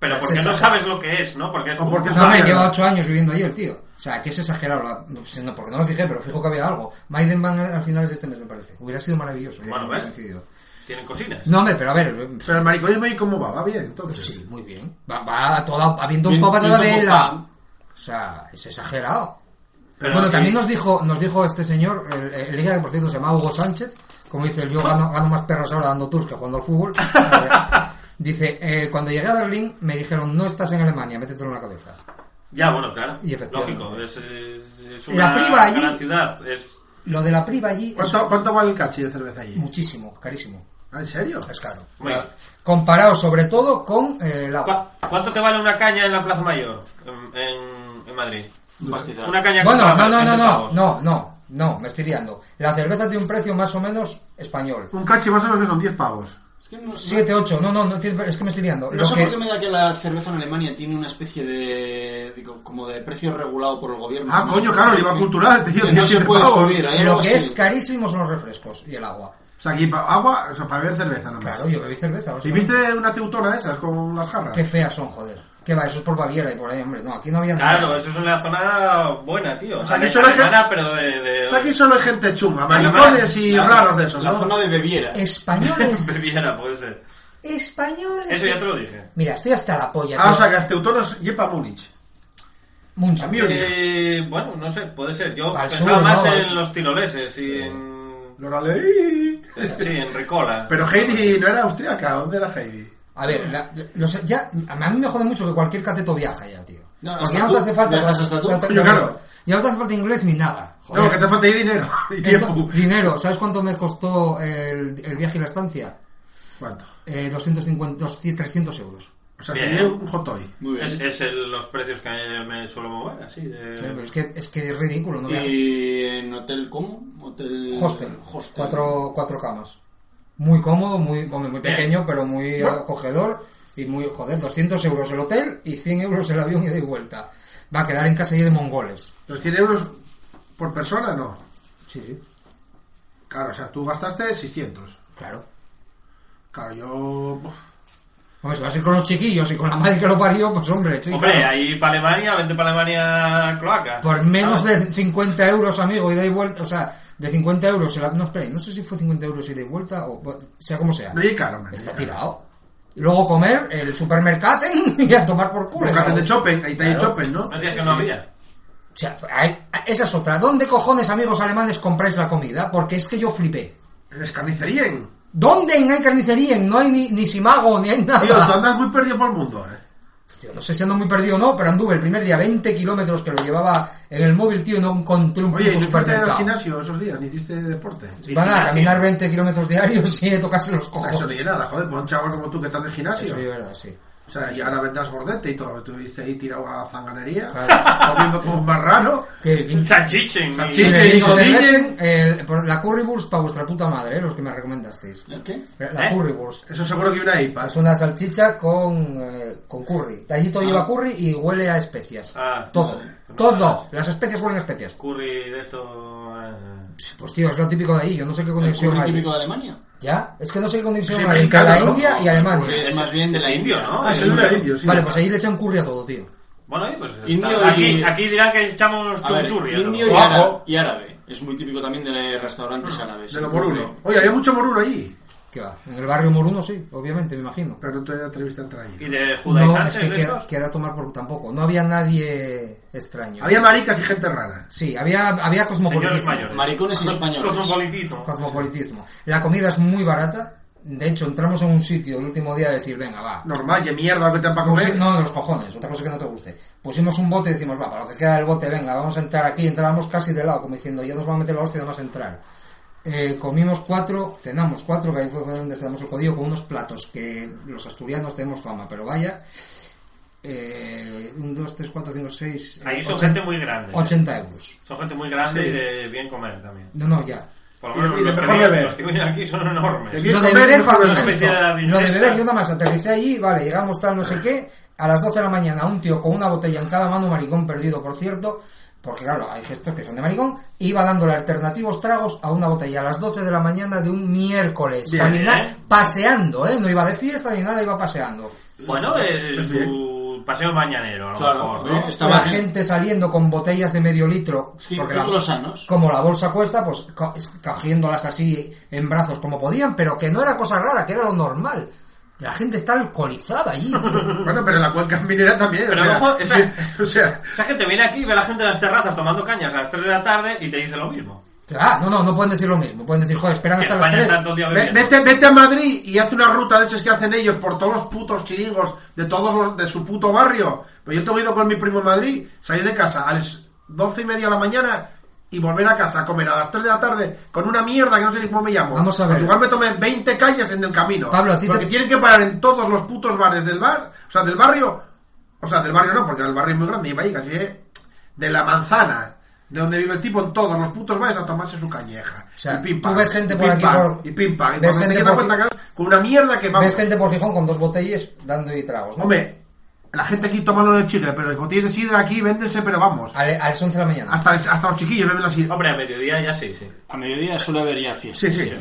[SPEAKER 4] Pero
[SPEAKER 5] Es
[SPEAKER 4] porque no
[SPEAKER 5] exagerado.
[SPEAKER 4] sabes lo que es, ¿no? Porque es
[SPEAKER 6] O
[SPEAKER 4] un-
[SPEAKER 6] porque es
[SPEAKER 5] No, hombre,
[SPEAKER 6] Exagerado.
[SPEAKER 5] lleva ocho años viviendo allí el tío. O sea, que es exagerado. la- no sé, no, porque no me fijé, pero fijo que había algo. Maiden van a a finales de este mes, me parece. Hubiera sido maravilloso. ya
[SPEAKER 4] Bueno,
[SPEAKER 5] que hubiera
[SPEAKER 4] ¿ves?
[SPEAKER 5] coincidido.
[SPEAKER 4] Tienen cocinas.
[SPEAKER 5] No, hombre, pero a ver.
[SPEAKER 6] Pero el mariconismo ahí cómo va, va bien, entonces.
[SPEAKER 5] Sí, muy bien. Va, va a toda, habiendo un
[SPEAKER 8] Bien-
[SPEAKER 5] papa toda
[SPEAKER 8] bien
[SPEAKER 5] vela.
[SPEAKER 8] tocado.
[SPEAKER 5] O sea, es exagerado.
[SPEAKER 4] Pero
[SPEAKER 5] bueno,
[SPEAKER 4] sí.
[SPEAKER 5] también nos dijo, nos dijo este señor, el, el guía que por cierto se llama Hugo Sánchez, como dice, yo gano, gano más perros ahora dando tours que jugando al fútbol. dice, eh, cuando llegué a Berlín me dijeron, no estás en Alemania, métetelo en la cabeza.
[SPEAKER 4] Ya, bueno, claro.
[SPEAKER 5] Y efectivamente.
[SPEAKER 4] Lógico. Es, es- es
[SPEAKER 5] La
[SPEAKER 4] una
[SPEAKER 5] priva allí.
[SPEAKER 4] gran ciudad. Es...
[SPEAKER 5] Lo de la priva allí es
[SPEAKER 6] ¿Cuánto, ¿Cuánto vale el cachi de cerveza allí?
[SPEAKER 5] muchísimo, carísimo,
[SPEAKER 6] ¿Ah, ¿En serio?
[SPEAKER 5] es caro.
[SPEAKER 4] Muy bien.
[SPEAKER 5] Comparado sobre todo con eh, el agua.
[SPEAKER 4] ¿Cu- ¿Cuánto te vale una caña en la Plaza Mayor? En, en- en Madrid.
[SPEAKER 8] Un pastizal.
[SPEAKER 4] Una caña que
[SPEAKER 5] Bueno,
[SPEAKER 4] cuesta
[SPEAKER 5] no, no, no,
[SPEAKER 4] 80
[SPEAKER 5] no,
[SPEAKER 4] pavos.
[SPEAKER 5] no, no, no, me estoy liando. La cerveza tiene un precio más o menos español.
[SPEAKER 6] Un cachi más o menos son 10 pavos.
[SPEAKER 8] Es que no, sé-
[SPEAKER 5] 7, 8, no, no, no, tiene- es que me estoy liando.
[SPEAKER 8] no
[SPEAKER 5] Lo
[SPEAKER 8] sé
[SPEAKER 5] que-
[SPEAKER 8] por qué me da que la cerveza en Alemania tiene una especie de. digo, como de precio regulado por el gobierno.
[SPEAKER 6] Ah,
[SPEAKER 8] No
[SPEAKER 6] coño,
[SPEAKER 8] sé-
[SPEAKER 6] claro, el IVA cultural, tío,
[SPEAKER 8] Que no se
[SPEAKER 6] 17
[SPEAKER 8] puede
[SPEAKER 6] pavos.
[SPEAKER 8] subir. Hay
[SPEAKER 5] lo
[SPEAKER 8] algo
[SPEAKER 5] que es
[SPEAKER 8] así.
[SPEAKER 5] carísimo son los refrescos y el agua.
[SPEAKER 6] O sea, aquí pa- agua, o sea, para beber cerveza nomás.
[SPEAKER 5] Claro, yo bebí cerveza.
[SPEAKER 6] ¿Y
[SPEAKER 5] básicamente.
[SPEAKER 6] viste una teutona de esas con las jarras?
[SPEAKER 5] Qué feas son, joder. Qué va, eso es por Baviera y por ahí, hombre. No, aquí no había nada.
[SPEAKER 4] Claro, eso es una zona buena, tío. O
[SPEAKER 6] sea, que
[SPEAKER 4] es
[SPEAKER 6] solo hay gente-
[SPEAKER 4] zona, pero de... de-
[SPEAKER 6] O sea, aquí solo hay gente chunga, maricones y
[SPEAKER 8] La-
[SPEAKER 6] raros de esos,
[SPEAKER 8] La
[SPEAKER 6] ¿no?
[SPEAKER 8] zona de Bebiera.
[SPEAKER 5] Españoles.
[SPEAKER 4] Bebiera, puede ser.
[SPEAKER 5] españoles.
[SPEAKER 4] Eso ya te lo dije.
[SPEAKER 5] Mira, estoy hasta la polla.
[SPEAKER 6] Ah, o sea, que las teutonas lleva Múnich.
[SPEAKER 5] Mucho.
[SPEAKER 4] Eh, bueno, no sé, puede ser. Yo
[SPEAKER 5] Al
[SPEAKER 4] pensaba
[SPEAKER 5] sur,
[SPEAKER 4] más
[SPEAKER 5] ¿no?
[SPEAKER 4] en los tiroleses y en...
[SPEAKER 6] Loralei.
[SPEAKER 4] Sí, en Ricola.
[SPEAKER 6] Pero Heidi no era austríaca, ¿dónde era Heidi?
[SPEAKER 5] A ver, la- los- ya, a mí me jode mucho que cualquier cateto viaja ya, tío.
[SPEAKER 8] No,
[SPEAKER 5] Porque
[SPEAKER 8] hasta
[SPEAKER 5] ya no te
[SPEAKER 8] tú,
[SPEAKER 5] hace falta.
[SPEAKER 8] viajas hasta tú.
[SPEAKER 5] ya te-
[SPEAKER 6] Coño,
[SPEAKER 5] ya-
[SPEAKER 6] claro.
[SPEAKER 5] ya no te hace falta inglés ni nada. Joder.
[SPEAKER 6] No, que te falta ahí dinero. Y
[SPEAKER 5] Esto-
[SPEAKER 6] tiempo.
[SPEAKER 5] dinero, ¿sabes cuánto me costó el, el viaje y la estancia?
[SPEAKER 6] ¿Cuánto?
[SPEAKER 5] Eh, 250, 200, 300 euros.
[SPEAKER 6] O sea,
[SPEAKER 4] Bien.
[SPEAKER 6] sería un hot toy.
[SPEAKER 8] Muy bien.
[SPEAKER 4] Es, es el- los precios que me suelo mover, así. De...
[SPEAKER 5] Sí, pero es que es, que es ridículo, ¿no? viajas.
[SPEAKER 8] ¿Y en hotel cómo? Hotel.
[SPEAKER 5] Hostel,
[SPEAKER 8] Hostel.
[SPEAKER 5] Cuatro, cuatro camas. Muy cómodo, muy, hombre, muy
[SPEAKER 4] Bien.
[SPEAKER 5] pequeño, pero muy acogedor. Y muy, joder, 200 euros el hotel y 100 euros el avión ida y de vuelta. Va a quedar en casa allí de mongoles.
[SPEAKER 6] ¿Los 100 euros por persona? No.
[SPEAKER 5] Sí, sí.
[SPEAKER 6] Claro, o sea, tú gastaste 600.
[SPEAKER 5] Claro.
[SPEAKER 6] Claro, yo.
[SPEAKER 5] Hombre, si vas a ir con los chiquillos y con la madre que lo parió, pues hombre, chico.
[SPEAKER 4] Hombre, ahí para Alemania, vente para Alemania cloaca.
[SPEAKER 5] Por menos de 50 euros, amigo, ida y vuelta. O sea, de 50 euros. el- No, espera, no sé si fue 50 euros ida y vuelta o bueno, sea como sea.
[SPEAKER 6] No llegué caro, hombre.
[SPEAKER 5] Está tirado. Y luego comer el supermercado y a tomar por culo.
[SPEAKER 6] Bocate de Chopin, ahí está el
[SPEAKER 5] Claro.
[SPEAKER 6] Chopin, ¿no?
[SPEAKER 4] No decías que no había.
[SPEAKER 5] O sea, hay- esa es otra. ¿Dónde cojones, amigos alemanes, compráis la comida? Porque es que yo flipé.
[SPEAKER 6] Es carnicería. ¿eh?
[SPEAKER 5] ¿Dónde en- hay carnicería? No hay ni, ni simago, ni hay nada.
[SPEAKER 6] Tío, tú andas muy perdido por el mundo, ¿eh?
[SPEAKER 5] Tío, no sé si ando muy perdido o no, pero anduve el primer día 20 kilómetros que lo llevaba en el móvil, tío, y no encontré un
[SPEAKER 6] Oye,
[SPEAKER 5] puto
[SPEAKER 6] ¿y no fuiste al
[SPEAKER 5] supermercado.
[SPEAKER 6] gimnasio esos días? ¿Ni hiciste deporte?
[SPEAKER 4] Sí,
[SPEAKER 5] Van a
[SPEAKER 4] gimnasio.
[SPEAKER 5] caminar 20 kilómetros diarios y tocarse los
[SPEAKER 6] Eso ni
[SPEAKER 5] cojones.
[SPEAKER 6] nada, joder, pues un chaval como tú que estás de
[SPEAKER 5] Eso es
[SPEAKER 6] gimnasio.
[SPEAKER 5] verdad, sí.
[SPEAKER 6] O sea, y ahora vendrás gordete y todo, estuviste ahí tirado a la zanganería,
[SPEAKER 5] Claro.
[SPEAKER 6] comiendo como un marrano.
[SPEAKER 5] Que- que-
[SPEAKER 4] Salchichen.
[SPEAKER 5] que
[SPEAKER 6] Salchichen.
[SPEAKER 5] le
[SPEAKER 6] Chiche y
[SPEAKER 5] digo,
[SPEAKER 6] Godín.
[SPEAKER 5] "Serven el- por- la currywurst para vuestra puta madre, eh, los que me recomendasteis.
[SPEAKER 8] ¿El qué?
[SPEAKER 5] La
[SPEAKER 4] ¿Eh?
[SPEAKER 5] currywurst.
[SPEAKER 6] Eso seguro que una IPA.
[SPEAKER 5] Es una salchicha con, eh, con curry. Tallito lleva curry y huele a especias.
[SPEAKER 4] Ah,
[SPEAKER 5] todo.
[SPEAKER 4] vale.
[SPEAKER 5] Todo. Las especias huelen a especias.
[SPEAKER 4] Curry de esto. eh.
[SPEAKER 5] Pues tío, es lo típico de ahí. Yo no sé qué
[SPEAKER 8] ¿El
[SPEAKER 5] conexión
[SPEAKER 8] curry
[SPEAKER 5] hay.
[SPEAKER 8] típico de Alemania?
[SPEAKER 5] ¿Ya? Es que no sé qué conexión
[SPEAKER 6] Sí,
[SPEAKER 5] hay entre
[SPEAKER 6] mexicano,
[SPEAKER 5] la
[SPEAKER 6] ¿no?
[SPEAKER 5] India y Alemania.
[SPEAKER 8] Porque es más bien de
[SPEAKER 4] Es
[SPEAKER 8] la
[SPEAKER 4] indio,
[SPEAKER 8] India.
[SPEAKER 4] ¿no?
[SPEAKER 6] Ah, es el de indio, sí.
[SPEAKER 5] Vale, pues ahí le echan curry a todo, tío.
[SPEAKER 4] Bueno, oye, pues.
[SPEAKER 8] Indio
[SPEAKER 4] está- aquí,
[SPEAKER 8] y-
[SPEAKER 4] aquí dirán que echamos
[SPEAKER 8] A ver,
[SPEAKER 4] churri.
[SPEAKER 8] indio y,
[SPEAKER 6] Ojo.
[SPEAKER 8] árabe, y árabe. Es muy típico también de restaurantes árabes.
[SPEAKER 6] De lo
[SPEAKER 8] el
[SPEAKER 6] moruno.
[SPEAKER 8] curry.
[SPEAKER 6] Oye, había mucho moruno allí,
[SPEAKER 5] ¿Qué va? En el barrio Moruno sí, obviamente, me imagino.
[SPEAKER 6] pero no te atreviste a entrar
[SPEAKER 4] y
[SPEAKER 6] allí.
[SPEAKER 4] de
[SPEAKER 5] No,
[SPEAKER 4] judaizantes
[SPEAKER 5] es que
[SPEAKER 4] de
[SPEAKER 5] queda,
[SPEAKER 4] estos.
[SPEAKER 5] queda tomar por tampoco. No había nadie extraño.
[SPEAKER 6] Había maricas y gente rara.
[SPEAKER 5] Sí, había, había
[SPEAKER 4] Señores
[SPEAKER 5] cosmopolitismo.
[SPEAKER 4] mayores.
[SPEAKER 8] Maricones y españoles.
[SPEAKER 4] Cosmopolitismo.
[SPEAKER 5] Cosmopolitismo. La comida es muy barata. De hecho, entramos en un sitio el último día a decir, venga, va.
[SPEAKER 6] Normal, que mierda que te han para
[SPEAKER 5] Pusi-
[SPEAKER 6] comer.
[SPEAKER 5] No, de los cojones, otra cosa que no te guste. Pusimos un bote y decimos, va, para lo que queda del bote, venga, vamos a entrar aquí. Entrábamos casi de lado, como diciendo, ya nos va a meter la hostia, nada más entrar. Eh, comimos cuatro, cenamos cuatro, que ahí fue donde cenamos el codillo, con unos platos que los asturianos tenemos fama, pero vaya. Eh, un, dos, tres, cuatro, cinco, seis. eh,
[SPEAKER 4] Ahí son
[SPEAKER 5] ochen-
[SPEAKER 4] gente muy grande.
[SPEAKER 5] 80 euros.
[SPEAKER 4] Son gente muy grande
[SPEAKER 6] Sí.
[SPEAKER 4] y de bien comer también.
[SPEAKER 5] No, no, ya.
[SPEAKER 4] Por lo menos
[SPEAKER 6] Y de
[SPEAKER 4] los, que
[SPEAKER 6] mejor
[SPEAKER 4] vienen-
[SPEAKER 6] beber.
[SPEAKER 4] los que vienen aquí son enormes.
[SPEAKER 6] Aquí-
[SPEAKER 5] Lo de
[SPEAKER 6] comer,
[SPEAKER 5] beber,
[SPEAKER 6] mejor
[SPEAKER 5] Pablo,
[SPEAKER 6] beber.
[SPEAKER 5] insisto,
[SPEAKER 4] Especialidad
[SPEAKER 5] lo de
[SPEAKER 4] inglesa.
[SPEAKER 5] beber, yo nada más aterricé allí, vale, llegamos tal, no sé qué, a las 12 de la mañana, un tío con una botella en cada mano, maricón perdido, por cierto, porque claro, hay gestos que son de maricón, iba dándole alternativos tragos a una botella a las 12 de la mañana de un miércoles,
[SPEAKER 6] Bien,
[SPEAKER 5] caminar,
[SPEAKER 4] ¿eh?
[SPEAKER 5] paseando, ¿eh? No iba de fiesta ni nada, iba paseando.
[SPEAKER 4] Bueno, es su paseo mañanero, a lo
[SPEAKER 8] Claro,
[SPEAKER 4] mejor,
[SPEAKER 8] ¿no?
[SPEAKER 4] ¿no?
[SPEAKER 8] Estaba
[SPEAKER 5] la
[SPEAKER 8] bien.
[SPEAKER 5] gente saliendo con botellas de medio litro,
[SPEAKER 8] Sí,
[SPEAKER 5] porque la-
[SPEAKER 8] Círculos sanos.
[SPEAKER 5] como la bolsa cuesta, pues co- es- cogiéndolas así en brazos como podían, pero que no era cosa rara, que era lo normal. La gente está alcoholizada allí, tío.
[SPEAKER 6] Bueno, pero la cuenca minera también.
[SPEAKER 4] Pero
[SPEAKER 6] o sea,
[SPEAKER 4] ojo, esa-
[SPEAKER 6] o sea,
[SPEAKER 4] Esa gente viene aquí y ve a la gente en las terrazas tomando cañas a las 3 de la tarde y te dice lo mismo.
[SPEAKER 5] Ah, no, no, no pueden decir lo mismo. Pueden decir, joder, esperan
[SPEAKER 4] Que
[SPEAKER 5] hasta
[SPEAKER 4] en
[SPEAKER 5] las
[SPEAKER 4] España
[SPEAKER 5] 3.
[SPEAKER 4] están todo el día
[SPEAKER 6] ve-
[SPEAKER 4] bebiendo.
[SPEAKER 6] vete, vete a Madrid y haz una ruta de esas que hacen ellos por todos los putos chiringos de todos los, de su puto barrio. Pero yo tengo ido con mi primo en Madrid, salir de casa a las doce y media de la mañana y volver a casa a comer a las 3 de la tarde con una mierda que no sé ni cómo me llamo.
[SPEAKER 5] Vamos a ver.
[SPEAKER 6] Igual me tomé 20 calles en el camino.
[SPEAKER 5] Pablo, a ti te-
[SPEAKER 6] porque tienen que parar en todos los putos bares del bar, o sea, del barrio, o sea, del barrio no, porque el barrio es muy grande y vaya, casi eh, de la manzana. De donde vive el tipo en todos los putos bares a tomarse su calleja.
[SPEAKER 5] O sea,
[SPEAKER 6] Y pim,
[SPEAKER 5] tú
[SPEAKER 6] pam,
[SPEAKER 5] ves gente
[SPEAKER 6] y
[SPEAKER 5] por
[SPEAKER 6] pim,
[SPEAKER 5] aquí
[SPEAKER 6] pam,
[SPEAKER 5] por-
[SPEAKER 6] Y pim, pam. Y
[SPEAKER 5] ves
[SPEAKER 6] cuando te
[SPEAKER 5] gente
[SPEAKER 6] das
[SPEAKER 5] por-
[SPEAKER 6] cuenta que vas con una mierda que vamos.
[SPEAKER 5] Ves gente por Gijón con dos botellas dando y tragos, ¿no?
[SPEAKER 6] Hombre, la gente aquí tomando el chigre, pero los botellas de sidra aquí véndense, pero vamos.
[SPEAKER 5] A, le- a las 11 de la mañana.
[SPEAKER 6] Hasta, hasta los chiquillos beben así.
[SPEAKER 4] Hombre, a mediodía ya sí, sí.
[SPEAKER 8] A mediodía suele haber ya fiesta.
[SPEAKER 6] Sí, sí.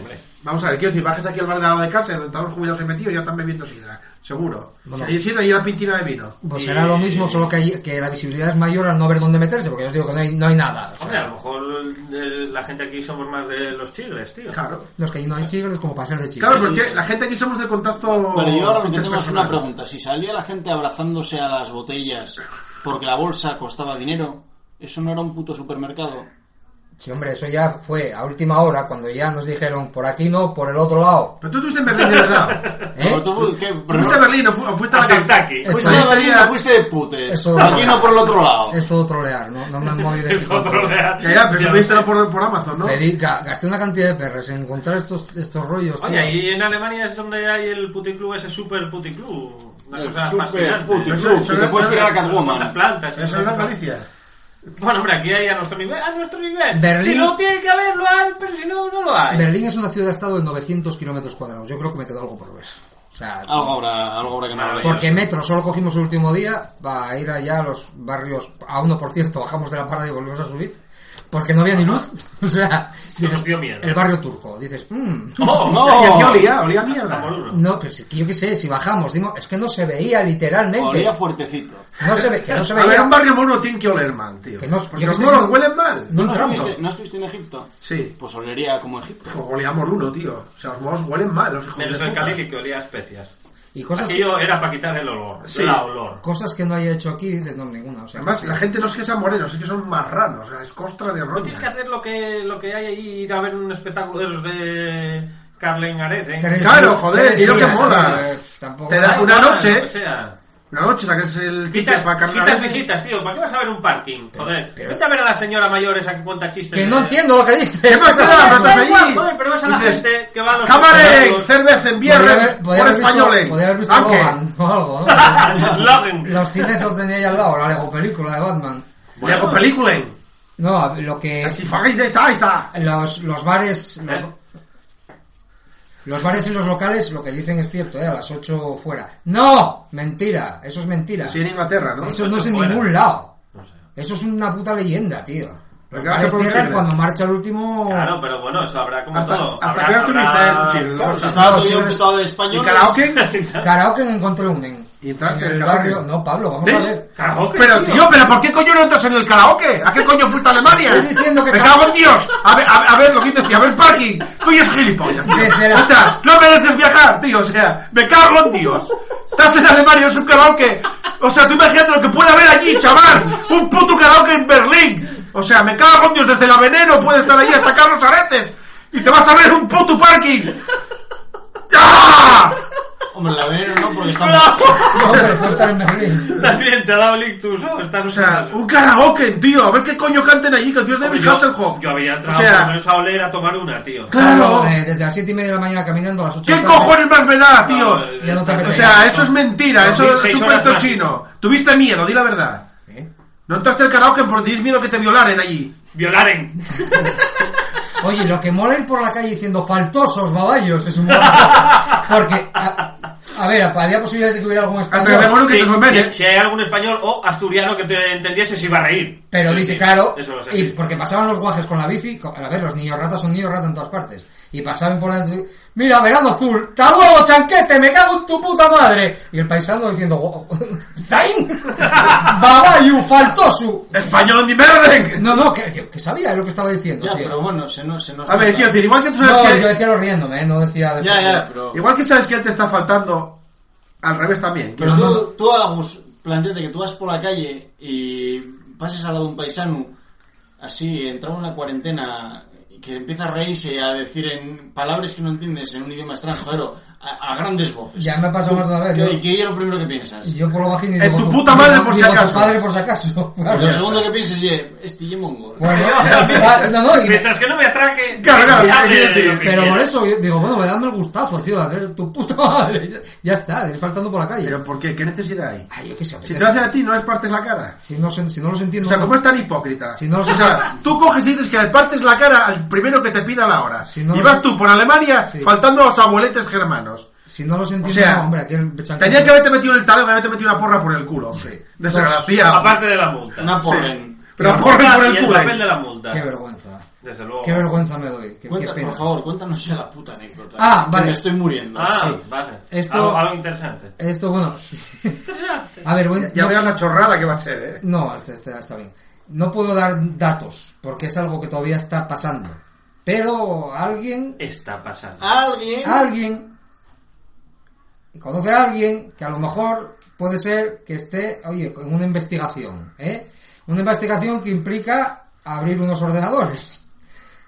[SPEAKER 6] Vamos a ver, quiero decir, bajes aquí al bar de al lado de casa, donde están los jubilados y metidos, ya están bebiendo sidra, seguro.
[SPEAKER 5] Bueno.
[SPEAKER 6] Si hay sidra y una pintina de vino.
[SPEAKER 5] Pues será lo mismo, solo que, hay- que la visibilidad es mayor al no ver dónde meterse, porque yo os digo que no hay, no hay nada. O sea,
[SPEAKER 4] Hombre, a lo mejor eh, la gente aquí somos más de los chigres, tío.
[SPEAKER 6] Claro.
[SPEAKER 5] no es que allí no hay chigres como pasar de chigres.
[SPEAKER 6] Claro, porque la gente aquí somos de contacto.
[SPEAKER 8] Vale, yo ahora lo que tengo es
[SPEAKER 6] interpersonal.
[SPEAKER 8] una pregunta. Si salía la gente abrazándose a las botellas porque la bolsa costaba dinero, ¿eso no era un puto supermercado?
[SPEAKER 5] Sí, hombre, eso ya fue a última hora, cuando ya nos dijeron, por aquí no, por el otro lado.
[SPEAKER 6] Pero tú estuviste en Berlín, de verdad.
[SPEAKER 5] ¿Eh?
[SPEAKER 8] Pero tú, ¿qué?
[SPEAKER 6] ¿Fuiste a Berlín o fu- o fuiste a la
[SPEAKER 4] A Kentucky.
[SPEAKER 8] Fuiste de Berlín o fuiste de putes.
[SPEAKER 5] Esto-
[SPEAKER 8] Aquí no por el otro lado.
[SPEAKER 5] Es todo trolear, no, no me han movido de
[SPEAKER 4] El otro real.
[SPEAKER 6] Eh, Ya, ya, pero
[SPEAKER 4] Ya.
[SPEAKER 6] subístelo por, por Amazon, ¿no?
[SPEAKER 5] Le di- ga- gasté una cantidad de perras en encontrar estos, estos rollos. tío.
[SPEAKER 4] Oye, y en Alemania es donde hay el puticlub, ese super puticlub. Una
[SPEAKER 8] El
[SPEAKER 4] cosa
[SPEAKER 8] super
[SPEAKER 4] fascinante.
[SPEAKER 8] puticlub,
[SPEAKER 4] Eso-
[SPEAKER 6] que
[SPEAKER 4] eso-
[SPEAKER 6] te puedes tirar
[SPEAKER 8] a Catwoman.
[SPEAKER 4] Las plantas.
[SPEAKER 6] Eso
[SPEAKER 4] eso-
[SPEAKER 6] era en Galicia.
[SPEAKER 4] Bueno, hombre, aquí hay a nuestro nivel. A nuestro nivel.
[SPEAKER 5] Berlín.
[SPEAKER 4] Si no tiene que haberlo, hay, pero si no, no lo hay.
[SPEAKER 5] Berlín es una ciudad-estado de 900 kilómetros cuadrados. Yo creo que me quedó algo por ver. O sea,
[SPEAKER 6] Ah,
[SPEAKER 8] Algo habrá, algo habrá que no habrá.
[SPEAKER 5] porque metro solo cogimos el último día para ir allá a los barrios. A uno, por cierto, bajamos de la parada y volvemos a subir. Porque no había ni luz. O sea, dices,
[SPEAKER 4] dio miedo.
[SPEAKER 5] el barrio turco. Dices, mmm,
[SPEAKER 4] ¡Oh!
[SPEAKER 8] ¡No!
[SPEAKER 6] Y aquí olía, olía a mierda.
[SPEAKER 4] Amoruro.
[SPEAKER 5] no, pero si- yo qué sé, si bajamos, dimos- es que no se veía literalmente.
[SPEAKER 6] este?
[SPEAKER 8] Olía fuertecito.
[SPEAKER 5] No se ve, que no se
[SPEAKER 6] A ver, un
[SPEAKER 5] veía.
[SPEAKER 6] barrio mono tiene que oler mal, tío.
[SPEAKER 5] Que no-
[SPEAKER 6] Porque
[SPEAKER 5] yo qué
[SPEAKER 6] los
[SPEAKER 5] sé,
[SPEAKER 6] monos
[SPEAKER 5] no-
[SPEAKER 6] huelen mal.
[SPEAKER 5] No
[SPEAKER 8] ¿No
[SPEAKER 5] entramos.
[SPEAKER 8] estuviste, ¿No estuviste en Egipto?
[SPEAKER 6] Sí.
[SPEAKER 8] Pues olería como Egipto.
[SPEAKER 6] Pues olía moruno, tío. O sea, los monos huelen mal, los hijos de
[SPEAKER 4] Menos el
[SPEAKER 6] puta.
[SPEAKER 4] Kalili que olía a especias.
[SPEAKER 5] Y cosas que,
[SPEAKER 4] Aquello era para quitar el olor.
[SPEAKER 6] Sí.
[SPEAKER 4] La olor.
[SPEAKER 5] cosas que no haya hecho aquí, dices, no, ninguna. O sea,
[SPEAKER 6] Además, la gente no es que sean morenos, es que son marranos. O sea, es costra de
[SPEAKER 4] No tienes que
[SPEAKER 6] roña.
[SPEAKER 4] hacer lo que, lo que hay ahí, ir a ver un espectáculo de esos de Carlen ¿eh? Arecen.
[SPEAKER 5] tres-
[SPEAKER 6] Claro, joder,
[SPEAKER 5] tres
[SPEAKER 6] y lo que
[SPEAKER 5] días,
[SPEAKER 6] mola.
[SPEAKER 5] tío, eh, tampoco-
[SPEAKER 6] Te da- una noche.
[SPEAKER 4] Ah, O sea,
[SPEAKER 6] Una noche sacas el ticket
[SPEAKER 4] quitas,
[SPEAKER 6] para cargar.
[SPEAKER 4] quitas visitas, tío. ¿Para qué vas a ver un parking? Joder,
[SPEAKER 5] pero-
[SPEAKER 4] vete a ver a la señora mayor esa que cuenta chistes.
[SPEAKER 5] Que
[SPEAKER 4] de-
[SPEAKER 5] no entiendo lo que dices.
[SPEAKER 6] ¿Qué más te da?
[SPEAKER 4] Da
[SPEAKER 6] No estás
[SPEAKER 4] igual,
[SPEAKER 6] allí.
[SPEAKER 4] joder, pero ves a la
[SPEAKER 6] Dices,
[SPEAKER 4] gente que va a los
[SPEAKER 6] ¡Camaré!
[SPEAKER 4] espectáculos.
[SPEAKER 6] ¡Cerveza en
[SPEAKER 5] Podría
[SPEAKER 6] viernes!
[SPEAKER 5] haber,
[SPEAKER 6] ¡Por
[SPEAKER 5] podría haber visto,
[SPEAKER 6] españoles!
[SPEAKER 5] podría haber visto
[SPEAKER 6] Aunque-
[SPEAKER 5] Logan o algo. ¿no?
[SPEAKER 4] Logan.
[SPEAKER 5] Los cinezos tenía ahí al lado, la Lego película de Batman.
[SPEAKER 6] Le hago película.
[SPEAKER 5] No, lo que...
[SPEAKER 6] Si fagáis de esa, ahí está.
[SPEAKER 5] Los, los bares...
[SPEAKER 6] Eh.
[SPEAKER 5] los- Los bares y los locales lo que dicen es cierto, ¿eh? A las 8 fuera. ¡No! Mentira, eso es mentira.
[SPEAKER 6] Sí, en Inglaterra, ¿no?
[SPEAKER 5] Eso no es en ningún lado. Eso es una puta leyenda, tío. Los
[SPEAKER 6] Porque hace
[SPEAKER 5] bares
[SPEAKER 6] por un
[SPEAKER 5] cierran
[SPEAKER 6] chile.
[SPEAKER 5] cuando marcha el último...
[SPEAKER 4] Claro, pero bueno, eso habrá como
[SPEAKER 6] Hasta-
[SPEAKER 4] todo.
[SPEAKER 6] hasta
[SPEAKER 4] habrá,
[SPEAKER 6] que
[SPEAKER 4] habrá-
[SPEAKER 6] autoricen, chile,
[SPEAKER 8] Claro,
[SPEAKER 6] ¿no?
[SPEAKER 8] si estaba todo
[SPEAKER 5] chicos.
[SPEAKER 8] empezado de
[SPEAKER 6] ¿Y
[SPEAKER 8] españoles...
[SPEAKER 6] karaoke?
[SPEAKER 5] Karaoke encontré un en,
[SPEAKER 6] ¿Y entraste
[SPEAKER 5] en
[SPEAKER 6] en
[SPEAKER 5] el
[SPEAKER 6] el
[SPEAKER 5] barrio.
[SPEAKER 6] karaoke?
[SPEAKER 5] No, Pablo, vamos a
[SPEAKER 6] ¿Ves?
[SPEAKER 5] ver.
[SPEAKER 4] Karaoke,
[SPEAKER 6] Pero, tío, ¿pero por qué coño no entras en el karaoke? ¿A qué coño fuiste a Alemania?
[SPEAKER 5] Estoy diciendo que
[SPEAKER 6] ¡Me
[SPEAKER 5] cada-
[SPEAKER 6] cago en Dios! A ver, a, a ver lo que dices, tío. A ver, parking. Tú eres gilipollas, tío.
[SPEAKER 5] Desde la-
[SPEAKER 6] O sea, no mereces viajar, tío. O sea, me cago en Dios. Estás en Alemania, es un karaoke. O sea, tú imagínate lo que puede haber allí, chaval. Un puto karaoke en Berlín. O sea, me cago en Dios. Desde la veneno puede estar allí hasta Carlos Areces. Y te vas a ver un puto parking. ¡Ah!
[SPEAKER 8] Hombre, la veneno no, porque está...
[SPEAKER 5] No, pero puedo estar en Berlín.
[SPEAKER 4] Estás bien, te ha dado el ictus, ¿no? Estás,
[SPEAKER 6] O sea, un karaoke, tío. A ver qué coño canten allí, canciones de David
[SPEAKER 4] yo,
[SPEAKER 6] Hasselhoff.
[SPEAKER 4] yo había entrado
[SPEAKER 6] O sea,
[SPEAKER 4] por lo menos a oler a tomar una, tío.
[SPEAKER 6] Claro.
[SPEAKER 5] Eh, Desde las 7 y media de la mañana caminando a las 8
[SPEAKER 6] ¿Qué cojones más me da, tío?
[SPEAKER 5] Ya no te
[SPEAKER 6] O
[SPEAKER 5] apetece.
[SPEAKER 6] sea, eso es mentira,
[SPEAKER 4] No,
[SPEAKER 6] eso es
[SPEAKER 4] seis
[SPEAKER 6] un
[SPEAKER 4] horas
[SPEAKER 6] cuento
[SPEAKER 4] más.
[SPEAKER 6] chino. Tuviste miedo, di la verdad.
[SPEAKER 5] ¿Eh?
[SPEAKER 6] No entraste al karaoke porque tienes miedo que te violaren allí.
[SPEAKER 4] Violaren.
[SPEAKER 5] Oye, lo que mola ir por la calle diciendo faltosos, baballos, es un montón. Porque, a, a ver, había posibilidades de que hubiera algún
[SPEAKER 6] Hasta que me
[SPEAKER 5] español,
[SPEAKER 6] acuerdo que te
[SPEAKER 4] Sí, si,
[SPEAKER 6] sorprende.
[SPEAKER 4] si hay algún español o asturiano que te entendiese, se iba a reír.
[SPEAKER 5] pero
[SPEAKER 4] Sí,
[SPEAKER 5] dice,
[SPEAKER 4] sí,
[SPEAKER 5] claro,
[SPEAKER 4] Eso lo sé.
[SPEAKER 5] y porque pasaban los guajes con la bici, co- a ver, los niños ratas son niños ratas en todas partes, y pasaban por delante, y, mira, verano azul, ¡ta huevo, chanquete, me cago en tu puta madre! Y el paisano diciendo, "Wow, ¡Tain! ¡Babayu, faltosu!
[SPEAKER 6] ¡Español ni merden!
[SPEAKER 5] No, no, que, que- que sabía lo que estaba diciendo,
[SPEAKER 8] Ya,
[SPEAKER 5] tío.
[SPEAKER 8] pero bueno, se nos... Se nos
[SPEAKER 6] A ver, quiero decir, igual que tú
[SPEAKER 5] No,
[SPEAKER 6] sabes
[SPEAKER 5] yo
[SPEAKER 6] que...
[SPEAKER 5] decía lo riéndome, ¿eh? no decía... de-
[SPEAKER 8] Ya, ya, pero...
[SPEAKER 6] Igual que sabes que él te está faltando... Al revés también.
[SPEAKER 8] Pero
[SPEAKER 5] no,
[SPEAKER 8] tú, tú, Agus, planteate que tú vas por la calle y pases al lado de un paisano, así, entrado en la cuarentena, que empieza a reírse y a decir en palabras que no entiendes en un idioma extranjero, a, a grandes voces.
[SPEAKER 5] Ya me ha pasado más de una vez,
[SPEAKER 8] ¿Qué,
[SPEAKER 5] yo-
[SPEAKER 8] qué es lo primero que piensas?
[SPEAKER 5] Y Yo por lo bajín y
[SPEAKER 6] En
[SPEAKER 5] digo,
[SPEAKER 6] tu puta madre,
[SPEAKER 5] digo-
[SPEAKER 6] por si
[SPEAKER 5] digo,
[SPEAKER 6] acaso.
[SPEAKER 5] tu padre por si acaso. Claro.
[SPEAKER 8] Lo segundo que piensas es, este y mongol.
[SPEAKER 5] Bueno, claro, no, no, y-
[SPEAKER 4] Mientras que no me atraque.
[SPEAKER 6] Claro, claro,
[SPEAKER 4] ya
[SPEAKER 6] sí,
[SPEAKER 4] de-
[SPEAKER 6] sí,
[SPEAKER 4] de
[SPEAKER 6] sí.
[SPEAKER 4] lo que
[SPEAKER 5] pero por
[SPEAKER 4] quiera.
[SPEAKER 5] eso yo digo, bueno, me dame el gustazo, tío, de hacer tu puta madre. Ya- Ya está, de ir faltando por la calle.
[SPEAKER 6] Pero ¿por qué? ¿Qué necesidad hay?
[SPEAKER 5] Ay, yo qué sé.
[SPEAKER 6] Si
[SPEAKER 5] apetece.
[SPEAKER 6] te lo hacen a ti, no les partes la cara.
[SPEAKER 5] Si no, se- si no los entiendo.
[SPEAKER 6] O sea,
[SPEAKER 5] no-
[SPEAKER 6] ¿cómo es tan hipócrita?
[SPEAKER 5] Si no-
[SPEAKER 6] o sea, tú coges y dices que le partes la cara al primero que te pida la hora.
[SPEAKER 5] Si no-
[SPEAKER 6] y vas tú por Alemania
[SPEAKER 5] Sí.
[SPEAKER 6] faltando a los abueletes germanos.
[SPEAKER 5] Si no los entiendo,
[SPEAKER 6] O sea,
[SPEAKER 5] no, hombre, aquí el chanquete-
[SPEAKER 6] Tenía que haberte metido en el talón, haberte metido una porra por el culo, hombre. Desgraciado.
[SPEAKER 4] Pues, Aparte de la multa.
[SPEAKER 8] Una
[SPEAKER 6] Sí.
[SPEAKER 8] porren.
[SPEAKER 6] Una
[SPEAKER 4] La
[SPEAKER 6] porra
[SPEAKER 4] multa
[SPEAKER 6] por
[SPEAKER 4] Ah, y
[SPEAKER 6] el
[SPEAKER 4] el
[SPEAKER 6] culo.
[SPEAKER 4] papel de
[SPEAKER 6] eh.
[SPEAKER 4] la multa.
[SPEAKER 5] Qué vergüenza.
[SPEAKER 4] Desde luego.
[SPEAKER 5] Qué vergüenza me doy. Qué, qué
[SPEAKER 8] Cuenta-
[SPEAKER 5] pena.
[SPEAKER 8] por favor, cuéntanos ya la puta anécdota.
[SPEAKER 5] Ah,
[SPEAKER 8] que
[SPEAKER 5] vale.
[SPEAKER 8] me estoy muriendo.
[SPEAKER 4] Ah,
[SPEAKER 5] Sí.
[SPEAKER 4] vale.
[SPEAKER 5] Esto-
[SPEAKER 4] Algo, algo interesante.
[SPEAKER 5] Esto, bueno. a ver, voy,
[SPEAKER 6] Ya
[SPEAKER 5] no-
[SPEAKER 6] veas la chorrada que va a ser, eh.
[SPEAKER 5] No, este- este- está bien. No puedo dar datos, porque es algo que todavía está pasando. Pero alguien
[SPEAKER 4] Está pasando.
[SPEAKER 5] Ah.
[SPEAKER 8] Alguien...
[SPEAKER 5] alguien y conoce a alguien que a lo mejor puede ser que esté, oye, en una investigación, ¿eh? Una investigación que implica abrir unos ordenadores.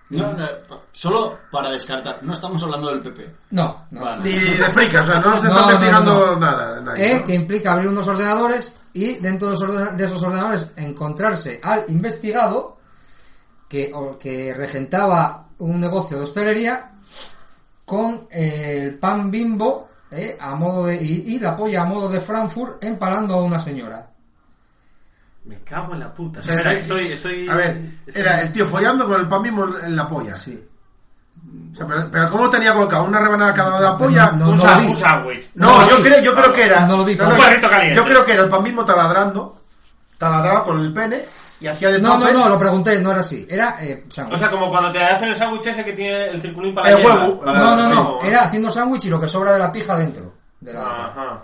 [SPEAKER 8] No, no, solo para descartar. No estamos hablando del PP.
[SPEAKER 5] No, no.
[SPEAKER 8] Vale.
[SPEAKER 6] Ni de fricas, o sea, no nos
[SPEAKER 5] No,
[SPEAKER 6] están
[SPEAKER 5] no,
[SPEAKER 6] investigando
[SPEAKER 5] no, no.
[SPEAKER 6] nada. nadie,
[SPEAKER 5] ¿Eh?
[SPEAKER 6] ¿no?
[SPEAKER 5] Que implica abrir unos ordenadores y dentro de esos, ordena- de esos ordenadores encontrarse al investigado que, o- que regentaba un negocio de hostelería con el pan bimbo ¿eh? a modo de, y, y la polla a modo de Frankfurt empalando a una señora.
[SPEAKER 4] Me cago en la puta.
[SPEAKER 6] O sea,
[SPEAKER 4] Espera,
[SPEAKER 6] eh,
[SPEAKER 4] estoy, estoy.
[SPEAKER 6] A ver, era el tío follando con el pan mismo en la polla.
[SPEAKER 5] Sí.
[SPEAKER 6] O sea, pero, pero ¿cómo lo tenía colocado? ¿Una rebanada cada lado de la polla?
[SPEAKER 5] No,
[SPEAKER 4] Un
[SPEAKER 5] no
[SPEAKER 4] sa-
[SPEAKER 5] lo vi.
[SPEAKER 4] un sándwich.
[SPEAKER 6] No,
[SPEAKER 5] No lo
[SPEAKER 6] yo,
[SPEAKER 5] vi.
[SPEAKER 6] creo, yo creo que era.
[SPEAKER 5] No lo vi,
[SPEAKER 4] Un perrito caliente.
[SPEAKER 6] Yo creo que era el pan mismo taladrando. Taladraba con el pene. y hacía de
[SPEAKER 5] No, no,
[SPEAKER 6] topper
[SPEAKER 5] no, lo pregunté, no era así. Era eh, sándwich.
[SPEAKER 4] O sea, como cuando te hacen el sándwich ese que tiene el circulín para la
[SPEAKER 6] El
[SPEAKER 4] yema,
[SPEAKER 6] huevo.
[SPEAKER 4] para-
[SPEAKER 5] no, no, no,
[SPEAKER 4] sí.
[SPEAKER 5] era haciendo sándwich y lo que sobra de la pija dentro. de la-
[SPEAKER 4] Ajá.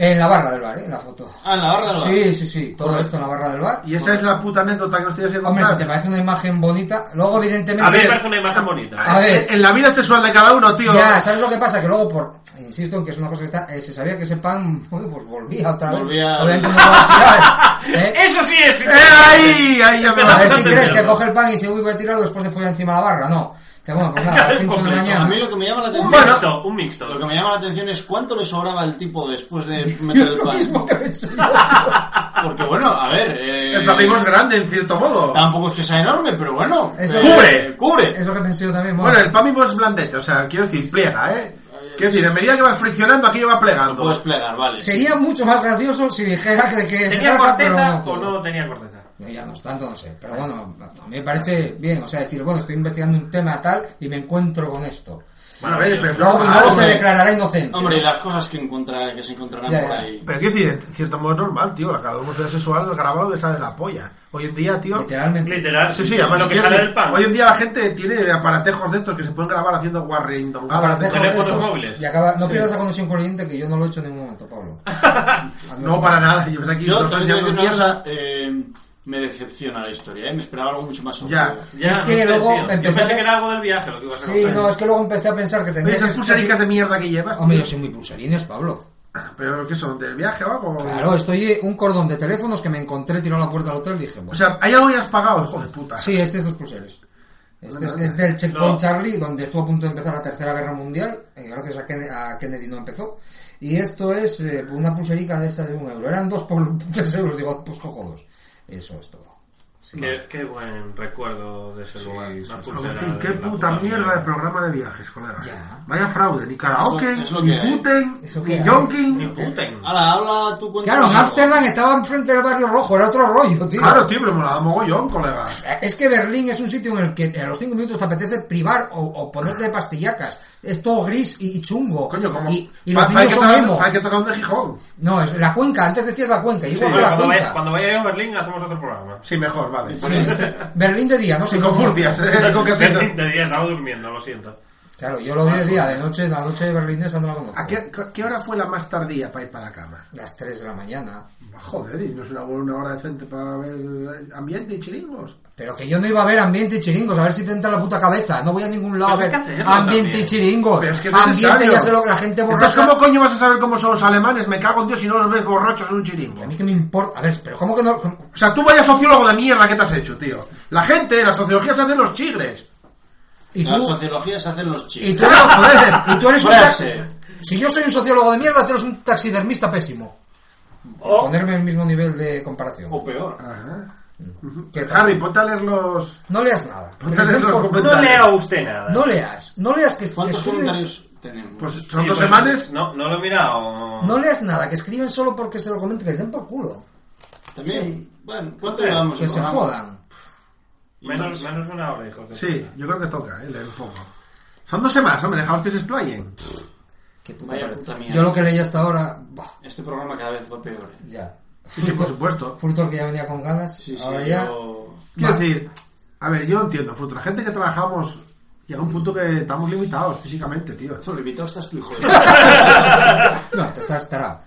[SPEAKER 5] en la barra del bar, ¿eh? En la foto.
[SPEAKER 8] Ah, en la barra del bar.
[SPEAKER 5] Sí, sí, sí, todo esto en la barra del bar.
[SPEAKER 6] Y esa es la puta anécdota que os estoy haciendo.
[SPEAKER 5] Hombre, si
[SPEAKER 6] contar.
[SPEAKER 5] te parece una imagen bonita, luego evidentemente...
[SPEAKER 4] A mí me parece una imagen bonita.
[SPEAKER 5] A ver.
[SPEAKER 6] En la vida sexual de cada uno, tío.
[SPEAKER 5] Ya, ¿sabes lo que pasa? Que luego, por insisto en que es una cosa que está, eh, se sabía que ese pan, bueno, pues volvía otra vez.
[SPEAKER 8] Volvía.
[SPEAKER 5] Obviamente no lo va a tirar, ¿eh?
[SPEAKER 4] Eso sí es.
[SPEAKER 6] ¡Eh, ahí! Ahí ya me
[SPEAKER 5] A
[SPEAKER 4] Empezamos
[SPEAKER 5] ver si
[SPEAKER 4] Bastante
[SPEAKER 5] crees que
[SPEAKER 4] mierda.
[SPEAKER 5] coge el pan y dice, uy, voy a tirarlo después de follar encima de la barra. No. Dice, bueno, pues nada, pincho de
[SPEAKER 4] Completo.
[SPEAKER 5] mañana.
[SPEAKER 8] A mí lo que me llama la
[SPEAKER 4] Un
[SPEAKER 8] atención.
[SPEAKER 4] mixto, un mixto.
[SPEAKER 8] Lo que me llama la atención es cuánto le sobraba al tipo después de
[SPEAKER 5] Yo
[SPEAKER 8] meter
[SPEAKER 5] es
[SPEAKER 8] el
[SPEAKER 5] lo
[SPEAKER 8] pan.
[SPEAKER 5] mismo que pensé yo, tío.
[SPEAKER 8] Porque bueno, a ver. eh,
[SPEAKER 6] El domingo es grande, en cierto modo.
[SPEAKER 8] Tampoco es que sea enorme, pero bueno.
[SPEAKER 5] Es
[SPEAKER 8] eh,
[SPEAKER 5] lo-
[SPEAKER 6] Cubre.
[SPEAKER 8] Cubre.
[SPEAKER 5] Es lo que pensé yo también.
[SPEAKER 6] Bueno,
[SPEAKER 5] Bueno,
[SPEAKER 6] el pamimo es blandete, o sea, quiero decir, pliega, ¿eh? Quiero decir, en medida que vas friccionando, aquello va plegando.
[SPEAKER 8] Puedes plegar, vale.
[SPEAKER 5] sería mucho más gracioso si dijera que de qué se
[SPEAKER 4] ¿Tenía
[SPEAKER 5] trata, pero
[SPEAKER 4] corteza o
[SPEAKER 5] puedo.
[SPEAKER 4] no tenía corteza?
[SPEAKER 5] No, ya no es tanto, no sé. Pero bueno, a mí me parece bien. O sea, decir, bueno, estoy investigando un tema tal y me encuentro con esto.
[SPEAKER 6] bueno, a ver, pero,
[SPEAKER 5] Luego,
[SPEAKER 6] ah,
[SPEAKER 5] luego se
[SPEAKER 6] hombre.
[SPEAKER 5] declarará inocente.
[SPEAKER 8] Hombre, y las cosas que, encontrar, que se encontrarán
[SPEAKER 5] Ya,
[SPEAKER 8] por
[SPEAKER 5] ya.
[SPEAKER 8] ahí.
[SPEAKER 6] Pero quiero decir, en cierto modo es normal, tío. La cada homosexual sexual graba lo que sale de la polla. Hoy en día, tío.
[SPEAKER 5] Literalmente.
[SPEAKER 4] Literal.
[SPEAKER 6] Sí, sí, además
[SPEAKER 4] Ah, lo que
[SPEAKER 6] quiero
[SPEAKER 4] sale
[SPEAKER 6] decir,
[SPEAKER 4] del pan.
[SPEAKER 6] Hoy en día la gente tiene aparatejos de estos que se pueden grabar haciendo guarrindongadas.
[SPEAKER 5] Aparatejos
[SPEAKER 4] teléfonos
[SPEAKER 5] de estos
[SPEAKER 4] móviles.
[SPEAKER 5] Y acaba, no
[SPEAKER 6] Sí.
[SPEAKER 5] pierdas la conexión corriente que yo no lo he hecho en ningún momento, Pablo.
[SPEAKER 6] No, para nada. Yo pensé aquí
[SPEAKER 8] Yo
[SPEAKER 6] dos
[SPEAKER 8] también te voy a
[SPEAKER 6] años
[SPEAKER 8] decir
[SPEAKER 6] de
[SPEAKER 8] una cosa,
[SPEAKER 6] mierda.
[SPEAKER 8] eh, me decepciona la historia, ¿eh? me esperaba algo mucho más
[SPEAKER 6] Ya.
[SPEAKER 8] sorprendente.
[SPEAKER 4] Ya,
[SPEAKER 5] Es que
[SPEAKER 4] no sé,
[SPEAKER 5] luego
[SPEAKER 4] tío. Yo
[SPEAKER 5] empecé-
[SPEAKER 4] pensé que era algo del viaje lo que ibas a
[SPEAKER 5] Sí,
[SPEAKER 4] contar.
[SPEAKER 5] no, es que luego empecé a pensar que
[SPEAKER 6] Oye,
[SPEAKER 5] tendría
[SPEAKER 6] esas pulsericas
[SPEAKER 5] que...
[SPEAKER 6] de mierda que llevas.
[SPEAKER 5] Hombre,
[SPEAKER 6] tío.
[SPEAKER 5] yo soy muy pulserines, Pablo.
[SPEAKER 6] ¿Pero qué son? ¿Del viaje o algo?
[SPEAKER 5] Claro, estoy eh, un cordón de teléfonos que me encontré tirado a la puerta del hotel y dije, bueno.
[SPEAKER 6] O sea, ¿hay algo que has pagado, hijo de puta?
[SPEAKER 5] sí, este es dos pulseres. Este es, es del Checkpoint
[SPEAKER 4] No.
[SPEAKER 5] Charlie, donde estuvo a punto de empezar la Tercera Guerra Mundial, eh, gracias a, Ken- a Kennedy no empezó. Y esto es eh, una pulserica de estas de un euro. Eran dos por tres euros, digo, pues cojo dos. Eso es todo. Sí.
[SPEAKER 4] Qué, qué buen recuerdo de ese lugar.
[SPEAKER 5] sí,
[SPEAKER 4] Una
[SPEAKER 5] sí.
[SPEAKER 4] pulsera
[SPEAKER 6] Agustín,
[SPEAKER 4] de
[SPEAKER 6] qué
[SPEAKER 4] la
[SPEAKER 6] puta mierda de programa de viajes, colega.
[SPEAKER 5] Ya.
[SPEAKER 6] Vaya fraude, ni karaoke,
[SPEAKER 8] Es lo- es lo
[SPEAKER 6] ni
[SPEAKER 8] que hay.
[SPEAKER 6] puten,
[SPEAKER 5] Eso que
[SPEAKER 6] ni
[SPEAKER 5] hay.
[SPEAKER 4] Ni
[SPEAKER 6] jonking.
[SPEAKER 4] puten.
[SPEAKER 5] Ah,
[SPEAKER 8] Hala, habla tú cuenta.
[SPEAKER 5] Claro, en Ámsterdam estaba enfrente del barrio rojo, era otro rollo, tío.
[SPEAKER 6] Claro, tío, pero me la da mogollón, colega.
[SPEAKER 5] Es que Berlín es un sitio en el que eh, a los cinco minutos te apetece privar o, o ponerte de pastillacas. Es todo gris y, y chungo.
[SPEAKER 6] Coño, como.
[SPEAKER 5] Y, y
[SPEAKER 6] Pa-
[SPEAKER 5] los
[SPEAKER 6] pa- hay
[SPEAKER 5] niños
[SPEAKER 6] que
[SPEAKER 5] son
[SPEAKER 6] tocar-
[SPEAKER 5] emo.
[SPEAKER 6] Hay que tocar un de Gijón.
[SPEAKER 5] No, es la cuenca. Antes decías la cuenca. Igual
[SPEAKER 4] Bueno,
[SPEAKER 5] fue la
[SPEAKER 4] cuando, vaya,
[SPEAKER 5] cuenca.
[SPEAKER 4] cuando vaya yo a Berlín hacemos otro programa.
[SPEAKER 6] Sí, mejor, vale.
[SPEAKER 5] Sí. Berlín de día, no sé.
[SPEAKER 6] Sin confurcias, ¿eh? Algo que hacer.
[SPEAKER 4] Berlín de día estaba durmiendo, lo siento.
[SPEAKER 5] Claro, yo lo
[SPEAKER 6] Ah,
[SPEAKER 5] di de día, de noche, la noche de Berlín esa no la conozco.
[SPEAKER 6] ¿A qué, qué hora fue la más tardía para ir para la cama?
[SPEAKER 5] Las 3 de la mañana.
[SPEAKER 6] Joder, y no es una, una hora decente para ver ambiente y chiringos.
[SPEAKER 5] Pero que yo no iba a ver ambiente y chiringos, a ver si te entra la puta cabeza. No voy a ningún lado a
[SPEAKER 4] Pues hay
[SPEAKER 5] ver
[SPEAKER 4] que hacerlo
[SPEAKER 5] ambiente
[SPEAKER 4] también.
[SPEAKER 5] y chiringos.
[SPEAKER 6] Pero es que es
[SPEAKER 5] Pues ambiente,
[SPEAKER 6] necesario.
[SPEAKER 5] ya sé lo que la gente
[SPEAKER 6] Entonces,
[SPEAKER 5] borracha.
[SPEAKER 6] ¿cómo coño vas a saber cómo son los alemanes? Me cago en Dios si no los ves borrachos en un chiringo.
[SPEAKER 5] A mí que me importa. A ver, pero ¿cómo que no?
[SPEAKER 6] O sea, tú vaya sociólogo de mierda que te has hecho, tío. La gente, la sociología se hace en los chigres.
[SPEAKER 5] ¿Y
[SPEAKER 8] La
[SPEAKER 5] tú?
[SPEAKER 8] sociología se hacen los chicos.
[SPEAKER 5] ¿Y tú eres,
[SPEAKER 6] Joder.
[SPEAKER 5] y tú eres un
[SPEAKER 8] Frase.
[SPEAKER 5] taxi- Si yo soy un sociólogo de mierda, tú eres un taxidermista pésimo. Por
[SPEAKER 6] Oh.
[SPEAKER 5] ponerme en el mismo nivel de comparación.
[SPEAKER 8] O peor.
[SPEAKER 5] Ah,
[SPEAKER 6] Ajá.
[SPEAKER 5] ¿Qué tal?
[SPEAKER 6] Oh, Harry, ponte a leer los...
[SPEAKER 5] No leas nada.
[SPEAKER 6] Ponte
[SPEAKER 5] Que
[SPEAKER 6] a
[SPEAKER 5] les
[SPEAKER 6] leer
[SPEAKER 5] den
[SPEAKER 6] los
[SPEAKER 5] por-
[SPEAKER 4] No
[SPEAKER 6] comentarios.
[SPEAKER 4] lea usted nada.
[SPEAKER 5] No leas. No leas que, que
[SPEAKER 8] ¿Cuántos
[SPEAKER 5] escriben-
[SPEAKER 8] comentarios tenemos?
[SPEAKER 6] Pues
[SPEAKER 4] Sí,
[SPEAKER 6] son dos
[SPEAKER 4] pues,
[SPEAKER 6] semanas.
[SPEAKER 4] No, no lo he mirado.
[SPEAKER 5] No leas nada, que escriben solo porque se lo comenten, que les den por culo.
[SPEAKER 8] También. Bueno, ¿cuánto
[SPEAKER 4] Pero,
[SPEAKER 8] llevamos?
[SPEAKER 5] Que
[SPEAKER 8] de
[SPEAKER 5] se
[SPEAKER 8] programa?
[SPEAKER 5] jodan.
[SPEAKER 4] Menos, menos una hora, hijo. de
[SPEAKER 6] Sí, yo creo que toca, eh, leer un poco. Son dos semanas, hombre, dejamos que se explayen.
[SPEAKER 5] Qué puta
[SPEAKER 8] Vaya
[SPEAKER 5] madre.
[SPEAKER 8] puta mierda.
[SPEAKER 5] Yo lo que leí hasta ahora, bah,
[SPEAKER 8] Este programa cada vez va peor. ¿eh?
[SPEAKER 5] ya.
[SPEAKER 6] Sí, sí, por supuesto.
[SPEAKER 5] Furtor que ya venía con ganas,
[SPEAKER 8] Sí, sí,
[SPEAKER 5] ahora ya.
[SPEAKER 8] yo-
[SPEAKER 6] Quiero decir, a ver, yo entiendo, fruto. La gente que trabajamos llega un punto que estamos limitados físicamente, tío.
[SPEAKER 8] Solo invitado estás tú, hijo de...
[SPEAKER 5] No, te estás tarado.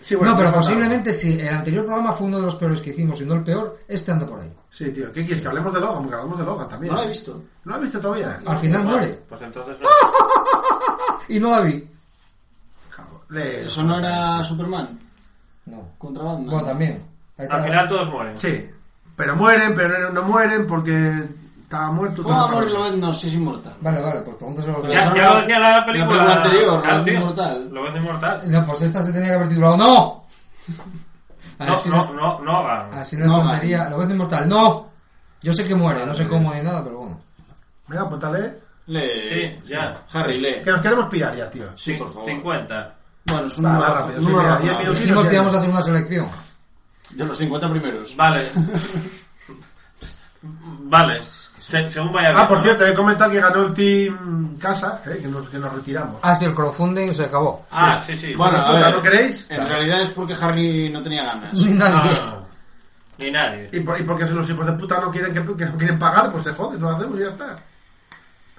[SPEAKER 6] Sí, bueno,
[SPEAKER 5] no, pero
[SPEAKER 6] no pasa
[SPEAKER 5] posiblemente si el anterior programa fue uno de los peores que hicimos, y no el peor, este anda por ahí.
[SPEAKER 6] Sí, tío. ¿Qué quieres? Que hablemos de Logan, que hablamos de Logan también.
[SPEAKER 8] No la he visto.
[SPEAKER 6] ¿No la he visto todavía?
[SPEAKER 5] Al final
[SPEAKER 4] puta.
[SPEAKER 5] muere.
[SPEAKER 4] Pues entonces no.
[SPEAKER 5] Y no la vi.
[SPEAKER 6] Cabrón. Le-
[SPEAKER 8] Ah. ¿Eso no era Superman?
[SPEAKER 5] No.
[SPEAKER 8] Contra Batman.
[SPEAKER 5] Bueno, también. Ahí está.
[SPEAKER 4] Al final todos mueren.
[SPEAKER 6] Sí. Pero mueren, pero no mueren porque estaba muerto.
[SPEAKER 8] ¿Cómo va a
[SPEAKER 6] estaba
[SPEAKER 8] morir
[SPEAKER 6] cabrón.
[SPEAKER 8] Loeb? No, si es inmortal.
[SPEAKER 5] Vale, vale, pues pregúntaselo a los demás.
[SPEAKER 4] Ya, ya lo decía la
[SPEAKER 8] La
[SPEAKER 4] película,
[SPEAKER 8] película anterior,
[SPEAKER 4] Claro,
[SPEAKER 8] Lo
[SPEAKER 4] tío.
[SPEAKER 8] Inmortal.
[SPEAKER 4] Lo vende inmortal.
[SPEAKER 5] No, pues esta se tenía que haber titulado ¡No! A ver
[SPEAKER 4] No,
[SPEAKER 5] si no es- Ah,
[SPEAKER 4] no, no, no hagan.
[SPEAKER 5] Así no es
[SPEAKER 8] No,
[SPEAKER 5] tontería. Lo ves de inmortal. ¡No! Yo sé que muere, no sé cómo ni nada, pero bueno.
[SPEAKER 6] Venga, apúntale.
[SPEAKER 8] Lee.
[SPEAKER 4] Sí, ya.
[SPEAKER 8] Harry, lee.
[SPEAKER 6] Que nos queremos pirar ya, tío.
[SPEAKER 8] Sí, por favor.
[SPEAKER 4] 50.
[SPEAKER 8] Bueno, es un
[SPEAKER 6] Va, va,
[SPEAKER 8] número,
[SPEAKER 6] rápido,
[SPEAKER 8] un
[SPEAKER 6] sí, mira,
[SPEAKER 8] número
[SPEAKER 6] diez
[SPEAKER 8] razonable.
[SPEAKER 6] minutos.
[SPEAKER 5] Dijimos que íbamos a hacer una selección.
[SPEAKER 8] De los 50 primeros.
[SPEAKER 4] Vale. vale. Se- según vaya
[SPEAKER 6] Ah,
[SPEAKER 4] viendo,
[SPEAKER 6] por
[SPEAKER 4] ¿no?
[SPEAKER 6] cierto, he comentado que ganó el Team Casa, eh, que, nos, que nos retiramos.
[SPEAKER 5] Ah, sí, el crowdfunding se acabó.
[SPEAKER 4] Ah, sí, sí.
[SPEAKER 8] Bueno,
[SPEAKER 6] Bueno,
[SPEAKER 8] a ver.
[SPEAKER 6] ¿no queréis?
[SPEAKER 8] En realidad es porque Harry no tenía ganas.
[SPEAKER 5] Ni nadie.
[SPEAKER 4] Ah, Ni nadie.
[SPEAKER 6] Y, por- y porque si los hijos de puta no quieren, que, que no quieren pagar, pues se joden, lo hacemos y ya está.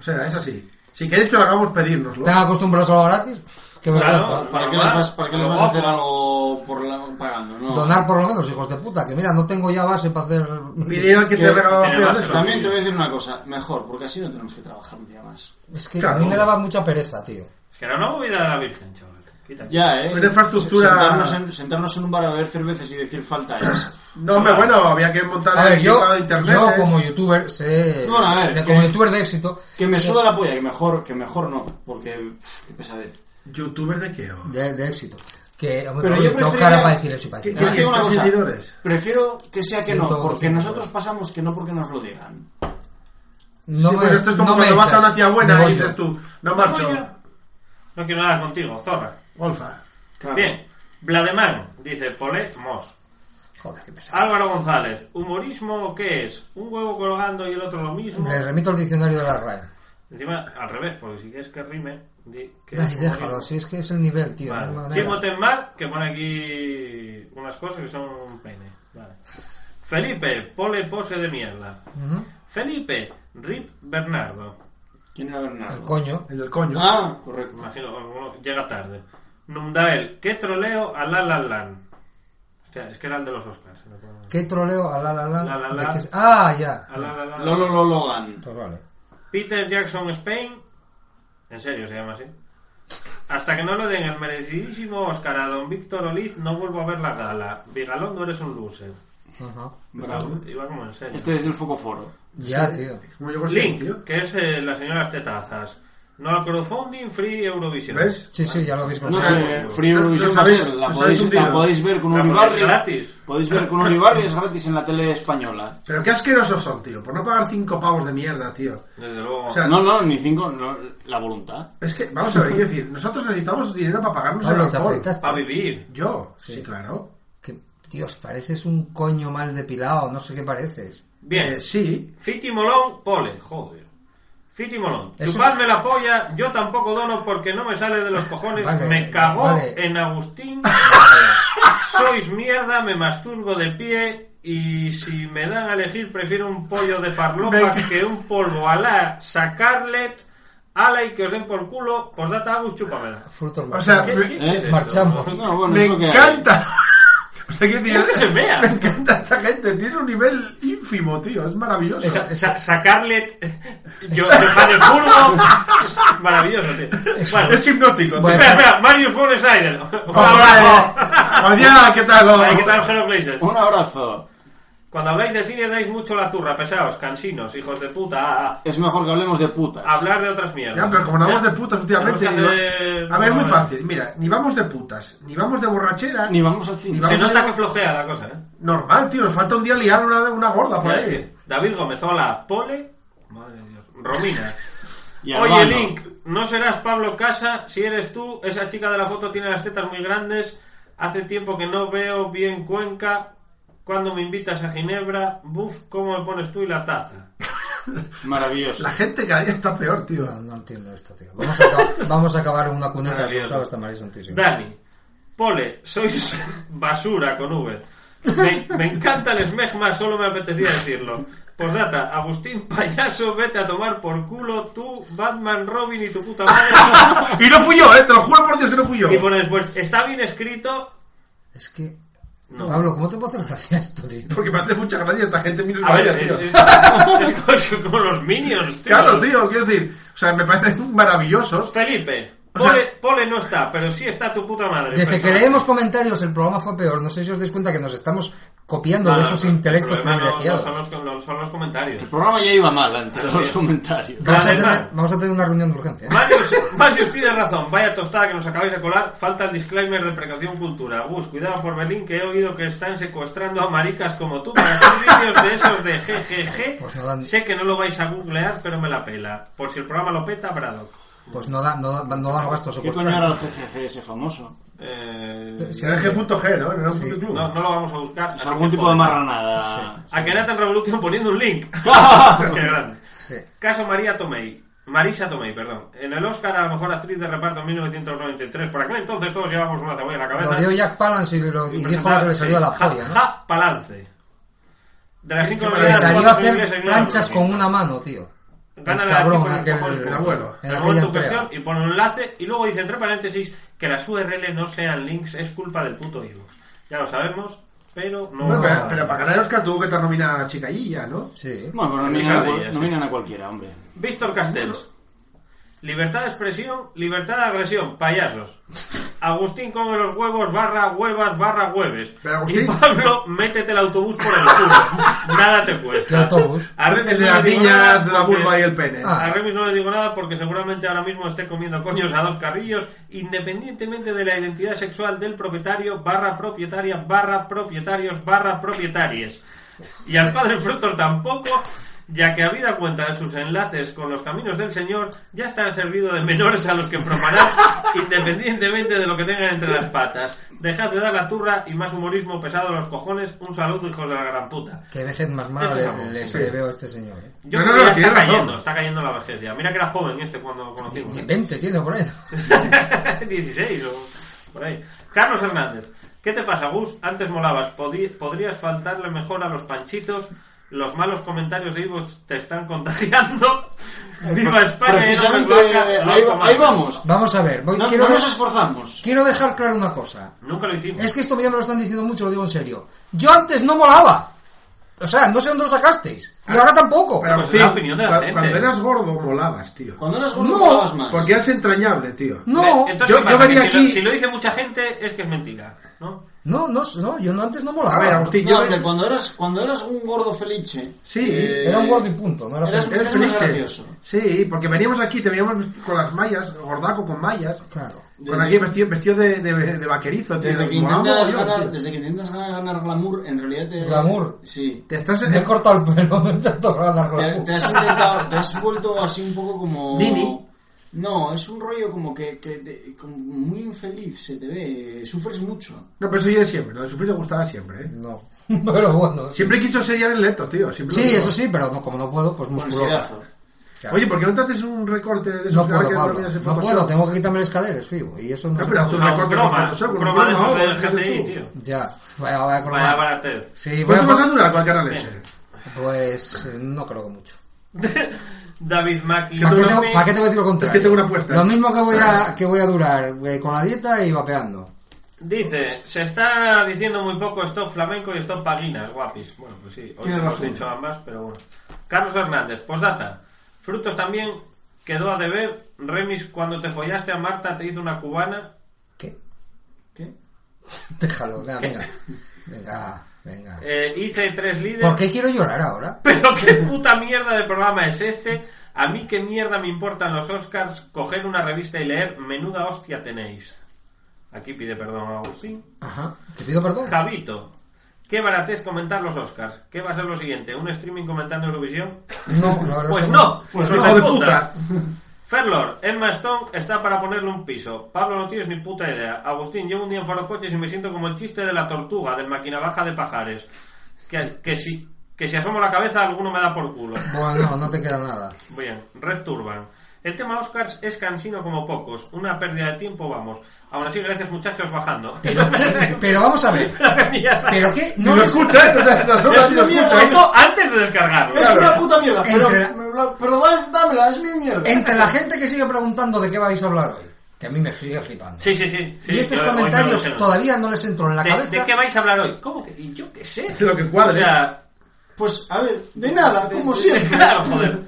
[SPEAKER 6] O sea, es así. Si queréis que lo hagamos, pedírnoslo.
[SPEAKER 5] ¿Están acostumbrados a lo gratis? Qué
[SPEAKER 4] Claro.
[SPEAKER 5] vergüenza.
[SPEAKER 8] ¿Para qué
[SPEAKER 4] Normal,
[SPEAKER 8] les vas, para qué les
[SPEAKER 4] lo
[SPEAKER 8] vas a hacer
[SPEAKER 4] guapo.
[SPEAKER 8] algo por la- pagando? No.
[SPEAKER 5] Donar por lo menos, hijos de puta. Que mira, no tengo ya base para hacer.
[SPEAKER 6] Pedir al que te
[SPEAKER 8] Que-
[SPEAKER 6] regalaba
[SPEAKER 4] que
[SPEAKER 6] peor
[SPEAKER 4] te
[SPEAKER 6] de eso.
[SPEAKER 8] También te voy a decir una cosa, mejor, porque así no tenemos que trabajar un día más.
[SPEAKER 5] Es que
[SPEAKER 6] Claro.
[SPEAKER 5] a mí me daba mucha pereza, tío.
[SPEAKER 4] Es que era una movida de la Virgen, chaval. Quítate.
[SPEAKER 8] Ya, ¿eh?
[SPEAKER 6] Una infraestructura-
[SPEAKER 8] Sentarnos en, sentarnos en un bar a beber cervezas y decir falta es.
[SPEAKER 6] No, hombre, bueno, había que montar
[SPEAKER 5] A ver, yo,
[SPEAKER 6] equipo de internet.
[SPEAKER 5] yo
[SPEAKER 6] ¿eh?
[SPEAKER 5] como youtuber sé.
[SPEAKER 8] Bueno, a ver,
[SPEAKER 5] de-
[SPEAKER 8] que-
[SPEAKER 5] como youtuber de éxito.
[SPEAKER 8] Que me
[SPEAKER 5] sé-
[SPEAKER 8] suda la polla, que mejor, que mejor no, porque pff, qué pesadez.
[SPEAKER 6] ¿Youtubers de qué? o?
[SPEAKER 5] De, de éxito. Que, hombre,
[SPEAKER 8] Pero
[SPEAKER 5] pero
[SPEAKER 8] yo
[SPEAKER 5] yo tengo
[SPEAKER 8] preferiría-
[SPEAKER 5] cara para decir eso y para
[SPEAKER 6] ¿Qué-
[SPEAKER 5] decir.
[SPEAKER 8] Yo
[SPEAKER 5] nada.
[SPEAKER 8] digo una cosa,
[SPEAKER 6] seguidores?
[SPEAKER 8] prefiero que sea que no,
[SPEAKER 5] Ciento-
[SPEAKER 8] porque
[SPEAKER 5] ciento.
[SPEAKER 8] nosotros pasamos que no porque nos lo digan.
[SPEAKER 5] No
[SPEAKER 6] sí,
[SPEAKER 5] me,
[SPEAKER 6] pero esto es como
[SPEAKER 5] no me
[SPEAKER 6] cuando vas a
[SPEAKER 5] echas,
[SPEAKER 6] una tía
[SPEAKER 5] me
[SPEAKER 6] buena
[SPEAKER 5] voy
[SPEAKER 6] y
[SPEAKER 5] yo.
[SPEAKER 6] dices tú, no macho,
[SPEAKER 4] Coño. No quiero nada contigo, zorra.
[SPEAKER 6] golfa.
[SPEAKER 8] Claro.
[SPEAKER 4] Bien. Vlademán dice, Polet Mos.
[SPEAKER 5] Joder, qué pesado.
[SPEAKER 4] Álvaro González, ¿humorismo qué es? ¿Un huevo colgando y el otro lo mismo?
[SPEAKER 5] Le remito al diccionario de la RAE.
[SPEAKER 4] Encima, al revés, porque si quieres que rime, di que
[SPEAKER 5] Ay,
[SPEAKER 4] es
[SPEAKER 5] déjalo,
[SPEAKER 4] humorismo.
[SPEAKER 5] si es que es el nivel, tío. no hay
[SPEAKER 4] Vale.
[SPEAKER 5] manera.
[SPEAKER 4] Timothée Mar, que pone aquí unas cosas que son un pene. Vale. Felipe, pole pose de mierda.
[SPEAKER 5] Ujú.
[SPEAKER 4] Felipe, Rip Bernardo.
[SPEAKER 8] ¿Quién era Bernardo?
[SPEAKER 5] El coño.
[SPEAKER 6] El del coño.
[SPEAKER 8] Ah, correcto.
[SPEAKER 4] Imagino, alguno llega tarde. Numdael, ¿qué troleo a la la lan? Hostia, es que era el de los Oscars. no puedo-
[SPEAKER 5] ¿Qué troleo? A la la la.
[SPEAKER 4] La, la, la.
[SPEAKER 5] ¿De qué es? Ah, ya.
[SPEAKER 4] A la, la, la, la.
[SPEAKER 8] Lolo Lolo Logan.
[SPEAKER 5] Pues vale.
[SPEAKER 4] Peter Jackson Spain. En serio se llama así. Hasta que no lo den el merecidísimo Oscar a don Víctor Oliz, no vuelvo a ver la gala. Vigalón, no eres un loser.
[SPEAKER 5] Ajá.
[SPEAKER 8] Bravo.
[SPEAKER 4] Iba como en serio.
[SPEAKER 8] Este es del Focoforo.
[SPEAKER 5] Ya, tío.
[SPEAKER 6] ¿Cómo llegó ese tío?
[SPEAKER 4] Link, que es eh, las señoras tetazas. No al crowdfunding, free Eurovisión.
[SPEAKER 6] ¿Ves?
[SPEAKER 5] Sí, sí, ya lo Ah, habéis
[SPEAKER 8] No
[SPEAKER 5] conseguido.
[SPEAKER 8] sé, Free
[SPEAKER 6] Lo- lo
[SPEAKER 8] Eurovision
[SPEAKER 6] sabéis,
[SPEAKER 8] Master, la
[SPEAKER 6] lo
[SPEAKER 8] podéis,
[SPEAKER 6] sabéis un
[SPEAKER 8] la
[SPEAKER 6] día.
[SPEAKER 8] podéis ver con
[SPEAKER 4] La podéis
[SPEAKER 8] Uribarri.
[SPEAKER 4] gratis.
[SPEAKER 6] Pues-
[SPEAKER 8] Podéis ver con Uribarri, es gratis en la tele española.
[SPEAKER 6] Pero qué asquerosos son, tío. Por no pagar cinco pavos de mierda, tío.
[SPEAKER 4] Desde luego.
[SPEAKER 6] O sea,
[SPEAKER 8] No, no, ni cinco, no, la voluntad.
[SPEAKER 6] es que, vamos a ver, quiero decir, nosotros necesitamos dinero para pagarnos el
[SPEAKER 5] Pablo, te
[SPEAKER 6] alcohol.
[SPEAKER 5] afectaste.
[SPEAKER 4] para vivir.
[SPEAKER 6] Yo, sí, claro.
[SPEAKER 5] Que, Dios, pareces un coño mal depilado, no sé qué pareces.
[SPEAKER 4] Bien.
[SPEAKER 6] Eh, sí.
[SPEAKER 4] Fiti Molón, pole, joder. Fiti Molón,
[SPEAKER 5] Eso-
[SPEAKER 4] chupadme la polla, yo tampoco dono porque no me sale de los cojones,
[SPEAKER 5] Vale,
[SPEAKER 4] me cagó
[SPEAKER 5] vale.
[SPEAKER 4] en Agustín. Sois mierda, me masturbo de pie y si me dan a elegir prefiero un pollo de farlopa que un polvo a la sacarlet, ala y que os den por culo, os data Agus, chúpamela.
[SPEAKER 5] Frutos
[SPEAKER 6] O sea,
[SPEAKER 4] ¿Qué-
[SPEAKER 6] me-
[SPEAKER 4] qué es esto?
[SPEAKER 5] marchamos.
[SPEAKER 8] Pues no, bueno,
[SPEAKER 6] Me
[SPEAKER 8] es lo que hay.
[SPEAKER 6] encanta. o sea, quiero decir,
[SPEAKER 4] Es que se vea.
[SPEAKER 6] Me encanta esta gente. Tiene un nivel ínfimo, tío. Es maravilloso.
[SPEAKER 4] Sa- sa- sacarlet, yo de Johannesburgo. Maravilloso, tío. Bueno,
[SPEAKER 6] Es hipnótico.
[SPEAKER 5] Bueno.
[SPEAKER 4] espera, espera, Marius von Schneider.
[SPEAKER 6] Ah,
[SPEAKER 4] Un abrazo.
[SPEAKER 6] Hola, ¿qué tal?
[SPEAKER 4] Ay, ¿Qué tal, Heroclises?
[SPEAKER 8] Un abrazo.
[SPEAKER 4] Cuando habláis de cine dais mucho la turra, pesados, cansinos, hijos de puta.
[SPEAKER 8] Es mejor que hablemos de putas.
[SPEAKER 4] Hablar de otras mierdas.
[SPEAKER 6] Ya, pero como no vamos de putas últimamente.
[SPEAKER 4] Tenemos que
[SPEAKER 6] ni va-
[SPEAKER 4] hacer-
[SPEAKER 6] A ver, es muy
[SPEAKER 4] no,
[SPEAKER 6] fácil. Mira, ni vamos de putas, ni vamos de borrachera.
[SPEAKER 8] Ni vamos al cine.
[SPEAKER 6] Ni vamos-
[SPEAKER 4] Se nota que flojea la cosa, ¿eh?
[SPEAKER 6] Normal, tío. Nos falta un día liar una, una gorda por
[SPEAKER 4] Ya, es
[SPEAKER 6] ahí.
[SPEAKER 4] que David Gomezola, Pole. Madre de Dios. Romina.
[SPEAKER 8] Y al
[SPEAKER 4] Oye,
[SPEAKER 8] bando.
[SPEAKER 4] Link, no serás Pablo Casa. Si eres tú, esa chica de la foto tiene las tetas muy grandes. Hace tiempo que no veo bien Cuenca. Cuando me invitas a Ginebra, buf, cómo me pones tú y la taza.
[SPEAKER 8] Maravilloso.
[SPEAKER 6] La gente cada día está peor, tío.
[SPEAKER 5] No, no entiendo esto, tío. Vamos a, acab- vamos a acabar en una cuneta
[SPEAKER 4] Maravilloso.
[SPEAKER 5] expulsado hasta María Santísima.
[SPEAKER 4] Dani, Pole, sois basura con V. Me, me encanta el esmegma, solo me apetecía decirlo. Postdata, Agustín Payaso, vete a tomar por culo tú, Batman, Robin y tu puta madre.
[SPEAKER 6] Y no fui yo, eh. Te lo juro por Dios que no fui yo.
[SPEAKER 4] Y pone después, está bien escrito.
[SPEAKER 5] Es que.
[SPEAKER 4] No.
[SPEAKER 5] Pablo, ¿cómo te puedo hacer gracia esto, tío?
[SPEAKER 6] Porque me hace mucha gracia esta gente mira
[SPEAKER 4] A ver,
[SPEAKER 6] vaya,
[SPEAKER 4] es,
[SPEAKER 6] tío.
[SPEAKER 4] es- es co- como los minions, tío.
[SPEAKER 6] Claro, tío, quiero decir. O sea, me parecen maravillosos.
[SPEAKER 4] Felipe,
[SPEAKER 6] O sea-
[SPEAKER 4] Pole, Pole no está, pero sí está tu puta madre.
[SPEAKER 5] Desde que
[SPEAKER 4] Persona.
[SPEAKER 5] leemos comentarios, el programa fue peor. No sé si os dais cuenta que nos estamos copiando
[SPEAKER 4] No,
[SPEAKER 5] de
[SPEAKER 4] no,
[SPEAKER 5] esos
[SPEAKER 4] el
[SPEAKER 5] intelectos
[SPEAKER 4] problema no- no
[SPEAKER 5] privilegiados.
[SPEAKER 4] son, los, son los comentarios.
[SPEAKER 8] El programa ya iba mal antes de los comentarios.
[SPEAKER 5] Vamos, a
[SPEAKER 4] Vale,
[SPEAKER 5] tener,
[SPEAKER 4] vale.
[SPEAKER 5] vamos a tener una reunión de urgencia. ¿eh?
[SPEAKER 4] Marius, Marius tiene razón, vaya tostada que nos acabáis de colar. Falta el disclaimer de precaución cultura. Gus, cuidado por Berlín, que he oído que están secuestrando a maricas como tú para hacer vídeos de esos de GGG.
[SPEAKER 5] Pues no dan-
[SPEAKER 4] Sé que no lo vais a googlear, pero me la pela. Por si el programa lo peta, Brado.
[SPEAKER 5] Pues no da, no da, no da abasto
[SPEAKER 8] ¿Qué coño era
[SPEAKER 5] secuestrar.
[SPEAKER 8] el GCC ese famoso?
[SPEAKER 4] Eh,
[SPEAKER 5] Sí,
[SPEAKER 6] Era G.G, ¿no? Era un
[SPEAKER 5] Sí.
[SPEAKER 6] puto club.
[SPEAKER 4] no, no lo vamos a buscar.
[SPEAKER 8] O
[SPEAKER 4] así
[SPEAKER 8] sea, algún
[SPEAKER 4] que
[SPEAKER 8] tipo de
[SPEAKER 4] joder.
[SPEAKER 8] marranada.
[SPEAKER 4] A Kenatan Revolution poniendo un link. Qué grande.
[SPEAKER 5] sí.
[SPEAKER 4] Caso María Tomei. Marisa Tomei, perdón. En el Oscar a la mejor actriz de reparto en 1993. Por aquel entonces todos llevamos una cebolla en la cabeza.
[SPEAKER 5] Lo dio Jack Palance y, lo- y dijo lo que le salió a la
[SPEAKER 4] Ja-
[SPEAKER 5] polla, ¿no?
[SPEAKER 4] Ja, Palance. De las 5 de la
[SPEAKER 5] Le
[SPEAKER 4] mañana.
[SPEAKER 5] salió a
[SPEAKER 4] jugando con inglés
[SPEAKER 5] hacer
[SPEAKER 4] en Glasgow.
[SPEAKER 5] planchas con una mano, tío.
[SPEAKER 4] Gana
[SPEAKER 5] El
[SPEAKER 4] la
[SPEAKER 5] cabrón,
[SPEAKER 4] tipo de
[SPEAKER 5] aquel-
[SPEAKER 4] cojones.
[SPEAKER 6] el abuelo.
[SPEAKER 5] en
[SPEAKER 4] Pero
[SPEAKER 5] aquella
[SPEAKER 4] bueno, tu
[SPEAKER 5] entrega.
[SPEAKER 4] cuestión, y pone un enlace y luego dice entre paréntesis que las URL no sean links es culpa del puto iVoox. Ya lo sabemos, pero no.
[SPEAKER 6] Bueno, pero, pero para ganar el Oscar tuvo que estar nominada Chicayilla, ¿no?
[SPEAKER 5] Sí.
[SPEAKER 8] Bueno, pero nominan, a, cual- nominan a cualquiera, hombre.
[SPEAKER 4] Víctor Castells. Libertad de expresión, libertad de agresión, payasos. Agustín come los huevos, barra huevas, barra hueves.
[SPEAKER 6] Pero,
[SPEAKER 4] y
[SPEAKER 6] Agustín-
[SPEAKER 4] Pablo, métete el autobús por el culo. Nada te cuesta.
[SPEAKER 5] ¿Qué autobús?
[SPEAKER 4] Arremis
[SPEAKER 6] El de
[SPEAKER 4] no
[SPEAKER 6] las
[SPEAKER 4] le digo nada
[SPEAKER 6] niñas, de la
[SPEAKER 4] porque-
[SPEAKER 6] vulva y el pene.
[SPEAKER 5] Ah.
[SPEAKER 4] A Remis no le digo nada porque seguramente ahora mismo esté comiendo coños a dos carrillos, independientemente de la identidad sexual del propietario, barra propietaria, barra propietarios, barra propietarias. Y al padre Frutos tampoco, ya que habida cuenta de sus enlaces con los caminos del Señor, ya estará servido de menores a los que profanar, independientemente de lo que tengan entre las patas. Dejad de dar la turra y más humorismo pesado a los cojones. Un saludo, hijos de la gran puta.
[SPEAKER 5] Qué vejez más mala
[SPEAKER 4] Eso
[SPEAKER 5] le,
[SPEAKER 4] estamos,
[SPEAKER 5] le
[SPEAKER 6] sí.
[SPEAKER 5] preveo a este señor. ¿eh?
[SPEAKER 4] Yo
[SPEAKER 6] No,
[SPEAKER 4] creo
[SPEAKER 6] no, no,
[SPEAKER 4] que ya
[SPEAKER 6] tiene
[SPEAKER 4] está
[SPEAKER 6] razón.
[SPEAKER 4] cayendo, está cayendo la vejez ya. Mira que era joven este cuando lo conocimos.
[SPEAKER 5] Ni ¿eh?
[SPEAKER 4] ¿eh?
[SPEAKER 5] 20 tiene por ahí.
[SPEAKER 4] 16 o por ahí. Carlos Hernández, ¿qué te pasa, Gus? Antes molabas. Podí- ¿Podrías faltarle mejor a los panchitos? Los malos comentarios de Ivo te están contagiando.
[SPEAKER 5] Pues
[SPEAKER 4] Viva España. y
[SPEAKER 8] Precisamente
[SPEAKER 4] no me
[SPEAKER 5] eh,
[SPEAKER 4] blanca,
[SPEAKER 8] ahí,
[SPEAKER 4] loco,
[SPEAKER 8] ahí
[SPEAKER 4] mal.
[SPEAKER 8] vamos.
[SPEAKER 5] Vamos a ver, voy-
[SPEAKER 8] No,
[SPEAKER 5] quiero,
[SPEAKER 8] no nos
[SPEAKER 5] de-
[SPEAKER 8] esforzamos.
[SPEAKER 5] quiero dejar claro una cosa.
[SPEAKER 4] Nunca lo hicimos.
[SPEAKER 5] Es que esto ya me lo están diciendo mucho, lo digo en serio. Yo antes no molaba. O sea, no sé dónde lo sacasteis. Y ahora tampoco.
[SPEAKER 6] Pero
[SPEAKER 4] pues,
[SPEAKER 6] Agustín,
[SPEAKER 4] la opinión de la
[SPEAKER 6] cua-
[SPEAKER 4] gente.
[SPEAKER 6] cuando eras gordo molabas, tío.
[SPEAKER 8] Cuando eras
[SPEAKER 5] No,
[SPEAKER 8] gordo, molabas más.
[SPEAKER 6] Porque eras entrañable, tío.
[SPEAKER 5] No,
[SPEAKER 4] Entonces,
[SPEAKER 6] yo-
[SPEAKER 4] ¿qué
[SPEAKER 6] yo
[SPEAKER 4] pasa?
[SPEAKER 6] venía
[SPEAKER 4] Que si,
[SPEAKER 6] aquí-
[SPEAKER 4] lo, si lo dice mucha gente, es que es mentira. ¿no?
[SPEAKER 5] no, no, no, yo no, antes no molaba.
[SPEAKER 6] A ver, Agustín,
[SPEAKER 8] No,
[SPEAKER 6] yo...
[SPEAKER 8] hombre, cuando eras, cuando eras un gordo feliche.
[SPEAKER 6] Sí,
[SPEAKER 5] Era un gordo y punto, no era
[SPEAKER 8] eras-
[SPEAKER 5] feliz.
[SPEAKER 6] Eres
[SPEAKER 8] Eres
[SPEAKER 6] feliz.
[SPEAKER 8] más
[SPEAKER 6] che.
[SPEAKER 8] gracioso.
[SPEAKER 6] Sí, porque veníamos aquí, te veíamos con las mallas, gordaco con mallas.
[SPEAKER 5] Claro.
[SPEAKER 6] Con aquí vestido, vestido de, de, de vaquerizo, tío.
[SPEAKER 5] eh,
[SPEAKER 8] Desde que,
[SPEAKER 6] Molábamos
[SPEAKER 8] intentas
[SPEAKER 6] mogollón,
[SPEAKER 8] ganar,
[SPEAKER 6] tío.
[SPEAKER 8] desde que intentas ganar, ganar glamour, en realidad te...
[SPEAKER 5] ¿Glamour?
[SPEAKER 8] Sí.
[SPEAKER 6] Te estás...
[SPEAKER 5] Me he cortado el pelo, me he intentado ganar con la
[SPEAKER 8] Te,
[SPEAKER 5] puta.
[SPEAKER 8] te has intentado- te has vuelto así un poco como...
[SPEAKER 6] Nini.
[SPEAKER 8] No, es un rollo como que, que te- como muy infeliz se te ve, sufres mucho.
[SPEAKER 6] No, pero eso yo de siempre, lo de sufrir le gustaba siempre, ¿eh?
[SPEAKER 5] No, pero bueno. Sí,
[SPEAKER 6] Siempre quiso ser ya el leto, tío. siempre lo digo.
[SPEAKER 5] eso sí, pero no, como no puedo, pues
[SPEAKER 8] Con
[SPEAKER 5] musculosa.
[SPEAKER 8] ansiedad.
[SPEAKER 5] Claro.
[SPEAKER 6] Oye, ¿por qué no te haces un recorte de
[SPEAKER 5] no
[SPEAKER 6] esos que
[SPEAKER 5] puedo,
[SPEAKER 6] ahora que
[SPEAKER 5] Pablo.
[SPEAKER 6] dominas el
[SPEAKER 5] No
[SPEAKER 6] Photoshop?
[SPEAKER 5] puedo, tengo que quitarme el escalero, fijo. Y eso no.
[SPEAKER 6] No, Ah, pero haz
[SPEAKER 4] O
[SPEAKER 6] un
[SPEAKER 4] sea,
[SPEAKER 6] recorte
[SPEAKER 4] un
[SPEAKER 6] con
[SPEAKER 4] croma,
[SPEAKER 6] Photoshop,
[SPEAKER 4] un
[SPEAKER 6] con
[SPEAKER 4] croma de
[SPEAKER 6] croma,
[SPEAKER 4] esos del
[SPEAKER 6] vamos, dices
[SPEAKER 4] GCI,
[SPEAKER 6] tú.
[SPEAKER 4] tío.
[SPEAKER 5] Ya, vaya, vaya con
[SPEAKER 4] Vaya
[SPEAKER 5] la-
[SPEAKER 4] baratez.
[SPEAKER 5] Sí, voy
[SPEAKER 6] ¿Cuánto
[SPEAKER 5] a-
[SPEAKER 6] vas a durar ¿eh? con el canal ese?
[SPEAKER 5] Pues eh, no creo que mucho.
[SPEAKER 4] David Maki.
[SPEAKER 5] ¿Para qué, te,
[SPEAKER 4] López.
[SPEAKER 5] para qué te voy a decir lo contrario?
[SPEAKER 6] Es que tengo una apuesta.
[SPEAKER 5] Lo mismo que voy a, que voy a durar eh, con la dieta y vapeando.
[SPEAKER 4] Dice, se está diciendo muy poco stop flamenco y stop paguinas, guapis. Bueno, pues sí, hoy
[SPEAKER 8] Tienes
[SPEAKER 4] hemos
[SPEAKER 8] razón.
[SPEAKER 4] dicho ambas, pero bueno. Carlos Hernández, postdata. Frutos también quedó a deber. Remis, cuando te follaste a Marta, te hizo una cubana.
[SPEAKER 5] ¿Qué?
[SPEAKER 8] ¿Qué?
[SPEAKER 5] Déjalo, venga, venga. Venga, venga.
[SPEAKER 4] Eh, hice tres líderes.
[SPEAKER 5] ¿Por qué quiero llorar ahora?
[SPEAKER 4] Pero qué puta mierda de programa es este. A mí qué mierda me importan los Oscars. Coger una revista y leer. Menuda hostia tenéis. Aquí pide perdón a Agustín.
[SPEAKER 5] Ajá. ¿Te pido perdón?
[SPEAKER 4] Javito. Qué baratez comentar los Oscars. ¿Qué va a ser lo siguiente? ¿Un streaming comentando Eurovisión?
[SPEAKER 5] No, la verdad es
[SPEAKER 4] Pues
[SPEAKER 5] que
[SPEAKER 4] no.
[SPEAKER 6] Pues
[SPEAKER 4] hijos
[SPEAKER 6] hijo de puta.
[SPEAKER 4] Ferlor, Emma Stone está para ponerle un piso. Pablo, no tienes ni puta idea. Agustín, llevo un día en Foro Coches y me siento como el chiste de la tortuga, del maquinabaja de pajares. Que, que si, que si asomo la cabeza, alguno me da por culo.
[SPEAKER 5] Bueno, no te queda nada.
[SPEAKER 4] Bien, Red Turban. El tema Oscars es cansino como pocos. Una pérdida de tiempo, vamos. Aún así, gracias muchachos, bajando.
[SPEAKER 5] ¿Pero qué? Pero vamos a ver.
[SPEAKER 4] Mierda.
[SPEAKER 5] ¿Pero qué?
[SPEAKER 6] No
[SPEAKER 5] No
[SPEAKER 6] lo
[SPEAKER 5] les...
[SPEAKER 6] escucha, esto ¿eh? te- te asombra,
[SPEAKER 8] Es
[SPEAKER 6] si
[SPEAKER 8] una
[SPEAKER 6] lo
[SPEAKER 8] mierda,
[SPEAKER 6] escucha, ¿eh?
[SPEAKER 4] Esto antes de descargarlo.
[SPEAKER 8] Es una puta mierda, pero,
[SPEAKER 5] Entre-
[SPEAKER 8] pero, da- dámela, es mi mierda.
[SPEAKER 5] Entre la gente que sigue preguntando de qué vais a hablar hoy, que a mí me sigue flipando.
[SPEAKER 4] Sí, sí, sí. sí,
[SPEAKER 5] y este estos
[SPEAKER 4] yo- hoy me lo
[SPEAKER 5] comentarios
[SPEAKER 4] dijeron.
[SPEAKER 5] todavía no les entro en la
[SPEAKER 4] ¿De,
[SPEAKER 5] cabeza.
[SPEAKER 4] de qué vais a hablar hoy? ¿Cómo que? y Yo qué sé.
[SPEAKER 6] De lo que cuadre.
[SPEAKER 4] O sea,
[SPEAKER 8] Pues, a ver, de nada, como siempre.
[SPEAKER 4] claro, joder.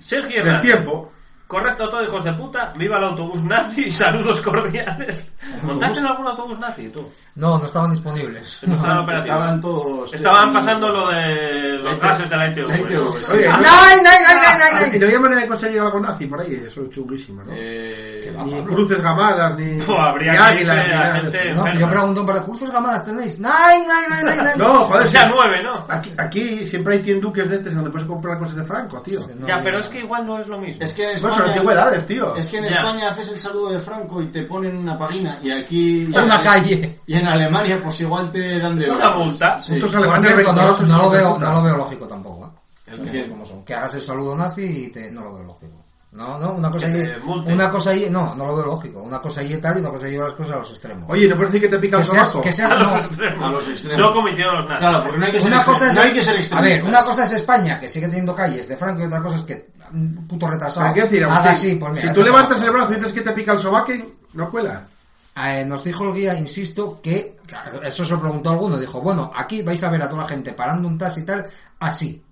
[SPEAKER 4] Sergio
[SPEAKER 6] Del
[SPEAKER 4] Hernández.
[SPEAKER 6] tiempo.
[SPEAKER 4] Correcto todo, hijos de puta. Viva el autobús nazi. Saludos cordiales. ¿Montaste en algún autobús nazi tú?
[SPEAKER 5] No, no estaban disponibles.
[SPEAKER 4] No estaban operativos.
[SPEAKER 8] Estaban todos... eh.
[SPEAKER 4] Estaban pasando lo de los gases de la ETV.
[SPEAKER 8] La ITV,
[SPEAKER 4] pues,
[SPEAKER 8] sí.
[SPEAKER 6] Oye,
[SPEAKER 5] ¡Nay,
[SPEAKER 6] ¿no?
[SPEAKER 5] nay, nay, nay, nay,
[SPEAKER 6] Y
[SPEAKER 5] nay!
[SPEAKER 6] no había manera de conseguir algo nazi por ahí, eso es chunguísimo, ¿no?
[SPEAKER 8] Eh,
[SPEAKER 5] va,
[SPEAKER 6] ni
[SPEAKER 5] Pablo?
[SPEAKER 6] cruces gamadas, ni,
[SPEAKER 4] Jo, habría
[SPEAKER 6] ni
[SPEAKER 4] que
[SPEAKER 6] águilas,
[SPEAKER 4] irse
[SPEAKER 6] ni
[SPEAKER 4] a
[SPEAKER 6] nada de
[SPEAKER 4] gente-
[SPEAKER 6] eso.
[SPEAKER 5] No, que yo pregunto para cursos gamadas tenéis. ¡Nay, nay, nay, nay, nay!
[SPEAKER 6] No, joder,
[SPEAKER 4] O
[SPEAKER 6] sí.
[SPEAKER 4] sea, nueve, ¿no?
[SPEAKER 6] aquí, aquí siempre hay tienduques de estos donde puedes comprar cosas de Franco, tío.
[SPEAKER 5] Sí, no,
[SPEAKER 4] ya,
[SPEAKER 5] no,
[SPEAKER 4] pero
[SPEAKER 5] no.
[SPEAKER 4] es que igual no es lo mismo.
[SPEAKER 8] es que en
[SPEAKER 6] Bueno, son
[SPEAKER 8] España...
[SPEAKER 6] antigüedades, tío.
[SPEAKER 8] Es que en
[SPEAKER 4] Ya.
[SPEAKER 8] España haces el saludo de Franco y te ponen una pagina y aquí... y
[SPEAKER 5] Una
[SPEAKER 8] en-
[SPEAKER 5] calle.
[SPEAKER 8] Y en Alemania, pues igual te dan de
[SPEAKER 4] Una
[SPEAKER 8] hostias.
[SPEAKER 4] multa.
[SPEAKER 8] Sí.
[SPEAKER 6] Estos
[SPEAKER 5] Por
[SPEAKER 6] alemanes
[SPEAKER 5] cierto, no, lo-
[SPEAKER 6] rencorosos,
[SPEAKER 5] no lo
[SPEAKER 6] hijos de
[SPEAKER 5] veo,
[SPEAKER 6] puta.
[SPEAKER 5] no lo veo lógico tampoco. ¿eh?
[SPEAKER 8] ¿El qué?
[SPEAKER 5] Como son. Que hagas el saludo nazi y te... no lo veo lógico. No, no, una cosa
[SPEAKER 4] Que
[SPEAKER 5] ahí.
[SPEAKER 4] te multen.
[SPEAKER 5] Una cosa ahí. No, no lo veo lógico. Una cosa ahí tal y otra cosa ahí llevar las cosas a los extremos.
[SPEAKER 6] Oye, ¿no puedes decir que te pica
[SPEAKER 5] que
[SPEAKER 6] el
[SPEAKER 5] seas,
[SPEAKER 6] sobaco?
[SPEAKER 5] que seas-
[SPEAKER 4] A
[SPEAKER 5] no.
[SPEAKER 4] los extremos.
[SPEAKER 8] A los extremos.
[SPEAKER 4] No como hicieron los nazis.
[SPEAKER 8] Claro, porque no hay que ser,
[SPEAKER 5] Una
[SPEAKER 8] extre-
[SPEAKER 5] cosa es,
[SPEAKER 8] no hay que ser
[SPEAKER 5] a ver,
[SPEAKER 8] extremistas.
[SPEAKER 5] una cosa es España, que sigue teniendo calles de Franco, y otra cosa es que un puto retrasado.
[SPEAKER 6] ¿Para qué decir,
[SPEAKER 5] haga
[SPEAKER 6] Agustín?
[SPEAKER 5] así, pues mira,
[SPEAKER 6] si
[SPEAKER 5] ahí
[SPEAKER 6] tú
[SPEAKER 5] te-
[SPEAKER 6] levantas el brazo y dices que te pica el sobaque, no cuela.
[SPEAKER 5] Eh, nos dijo el guía, insisto, que claro, eso se lo preguntó alguno. Dijo, bueno, aquí vais a ver a toda la gente parando un taxi y tal, así.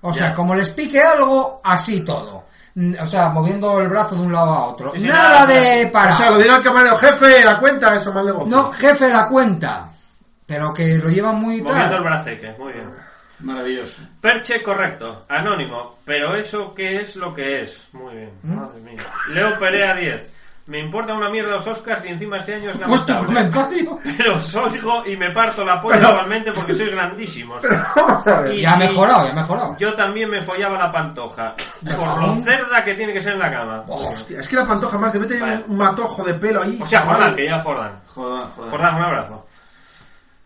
[SPEAKER 5] O sea, como les pique algo, así todo. Mm, O sea, moviendo el brazo de un lado a otro.
[SPEAKER 4] Sí, sí,
[SPEAKER 5] nada
[SPEAKER 4] nada,
[SPEAKER 5] de parar.
[SPEAKER 6] O sea, lo dirá el camarero, jefe, la cuenta, eso mal negocio.
[SPEAKER 5] No, jefe, la cuenta. Pero que lo llevan muy
[SPEAKER 4] Moviendo el
[SPEAKER 5] tal.
[SPEAKER 4] braceque, muy bien.
[SPEAKER 8] Maravilloso.
[SPEAKER 4] Perche correcto, anónimo, pero eso qué es lo que es. Muy bien, madre mía. Leo Perea 10. Me importa una mierda los Oscars y encima este año es la
[SPEAKER 5] Pues tu comentario.
[SPEAKER 4] Pero os oigo y me parto la polla igualmente porque sois grandísimos.
[SPEAKER 6] Vamos a ver.
[SPEAKER 4] Y
[SPEAKER 5] Ya ha
[SPEAKER 4] si
[SPEAKER 5] mejorado, ya ha mejorado.
[SPEAKER 4] Yo también me follaba la pantoja. Por lo cerda que tiene que ser en la cama.
[SPEAKER 6] Hostia, pues es que la pantoja más debe tener
[SPEAKER 4] Vale.
[SPEAKER 6] un matojo de pelo ahí.
[SPEAKER 4] O sea,
[SPEAKER 6] chaval.
[SPEAKER 4] Jordán, que ya Jordán.
[SPEAKER 8] Joder, joder.
[SPEAKER 4] Jordán, un abrazo.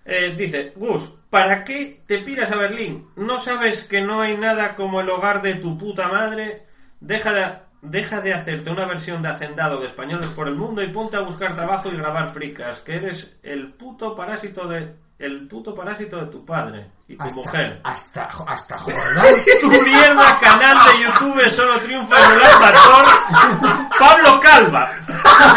[SPEAKER 4] Eh, dice, Gus, ¿para qué te piras a Berlín? ¿No sabes que no hay nada como el hogar de tu puta madre? Deja de, deja de hacerte una versión de hacendado de españoles por el mundo y ponte a buscar trabajo y grabar fricas, que eres el puto parásito de el puto parásito de tu padre y tu
[SPEAKER 5] Hasta,
[SPEAKER 4] mujer.
[SPEAKER 5] hasta, hasta Jordán.
[SPEAKER 4] Tu mierda canal de YouTube solo triunfa en el actor Pablo Calva.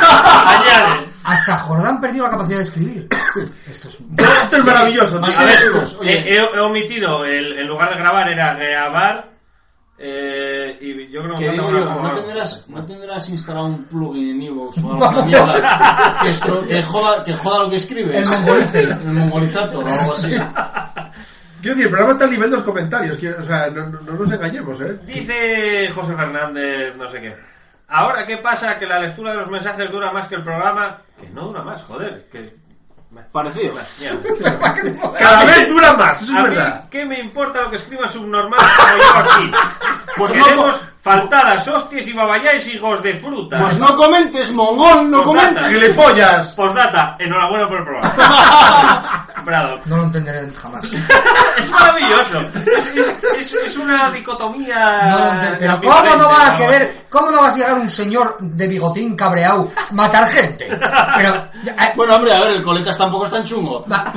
[SPEAKER 4] Añade.
[SPEAKER 5] Hasta Jordán perdió la capacidad de escribir. Esto es.
[SPEAKER 6] Esto es maravilloso, tío.
[SPEAKER 8] Más
[SPEAKER 4] A ver,
[SPEAKER 8] seguros, oye.
[SPEAKER 4] he, he- he omitido, el, en lugar de grabar era grabar. eh, y yo creo que
[SPEAKER 8] Que
[SPEAKER 4] me
[SPEAKER 8] digo
[SPEAKER 4] falta
[SPEAKER 8] yo,
[SPEAKER 4] una
[SPEAKER 8] no
[SPEAKER 4] palabra.
[SPEAKER 8] tendrás, no tendrás instalado un plugin en Evox o alguna mierda que, esto- que joda, que joda lo que escribes.
[SPEAKER 5] El mongolice.
[SPEAKER 8] El mongolizato o algo así.
[SPEAKER 6] Quiero decir, el programa está al nivel de los comentarios. que- O sea, no, no- no nos engañemos, ¿eh?
[SPEAKER 4] Dice José Fernández, no sé qué. Ahora, ¿qué pasa? Que la lectura de los mensajes dura más que el programa. Que no dura más, joder. Que...
[SPEAKER 8] Parecido.
[SPEAKER 4] Mierda.
[SPEAKER 5] ¿Para qué te mueves?
[SPEAKER 6] Cada vez dura más, eso
[SPEAKER 4] A
[SPEAKER 6] es
[SPEAKER 4] mí,
[SPEAKER 6] verdad.
[SPEAKER 4] ¿qué me importa lo que escriba subnormal como yo aquí?
[SPEAKER 8] Pues no
[SPEAKER 4] Queremos faltadas, hostias y babayáis, hijos de fruta.
[SPEAKER 8] Pues no comentes, mongol, no
[SPEAKER 4] Pues nada.
[SPEAKER 8] comentes.
[SPEAKER 6] ¡Gilipollas!
[SPEAKER 4] Postdata, enhorabuena por el programa. Bravo.
[SPEAKER 5] No lo entenderé jamás.
[SPEAKER 4] Es maravilloso. Es, es- es una dicotomía.
[SPEAKER 5] No lo
[SPEAKER 6] Ah,
[SPEAKER 5] entiendo, pero ¿cómo no vas a querer, cómo no vas a llegar un señor de bigotín cabreado matar gente? Pero, eh,
[SPEAKER 8] Bueno, hombre, a ver, el coletas tampoco es tan chungo.
[SPEAKER 5] va.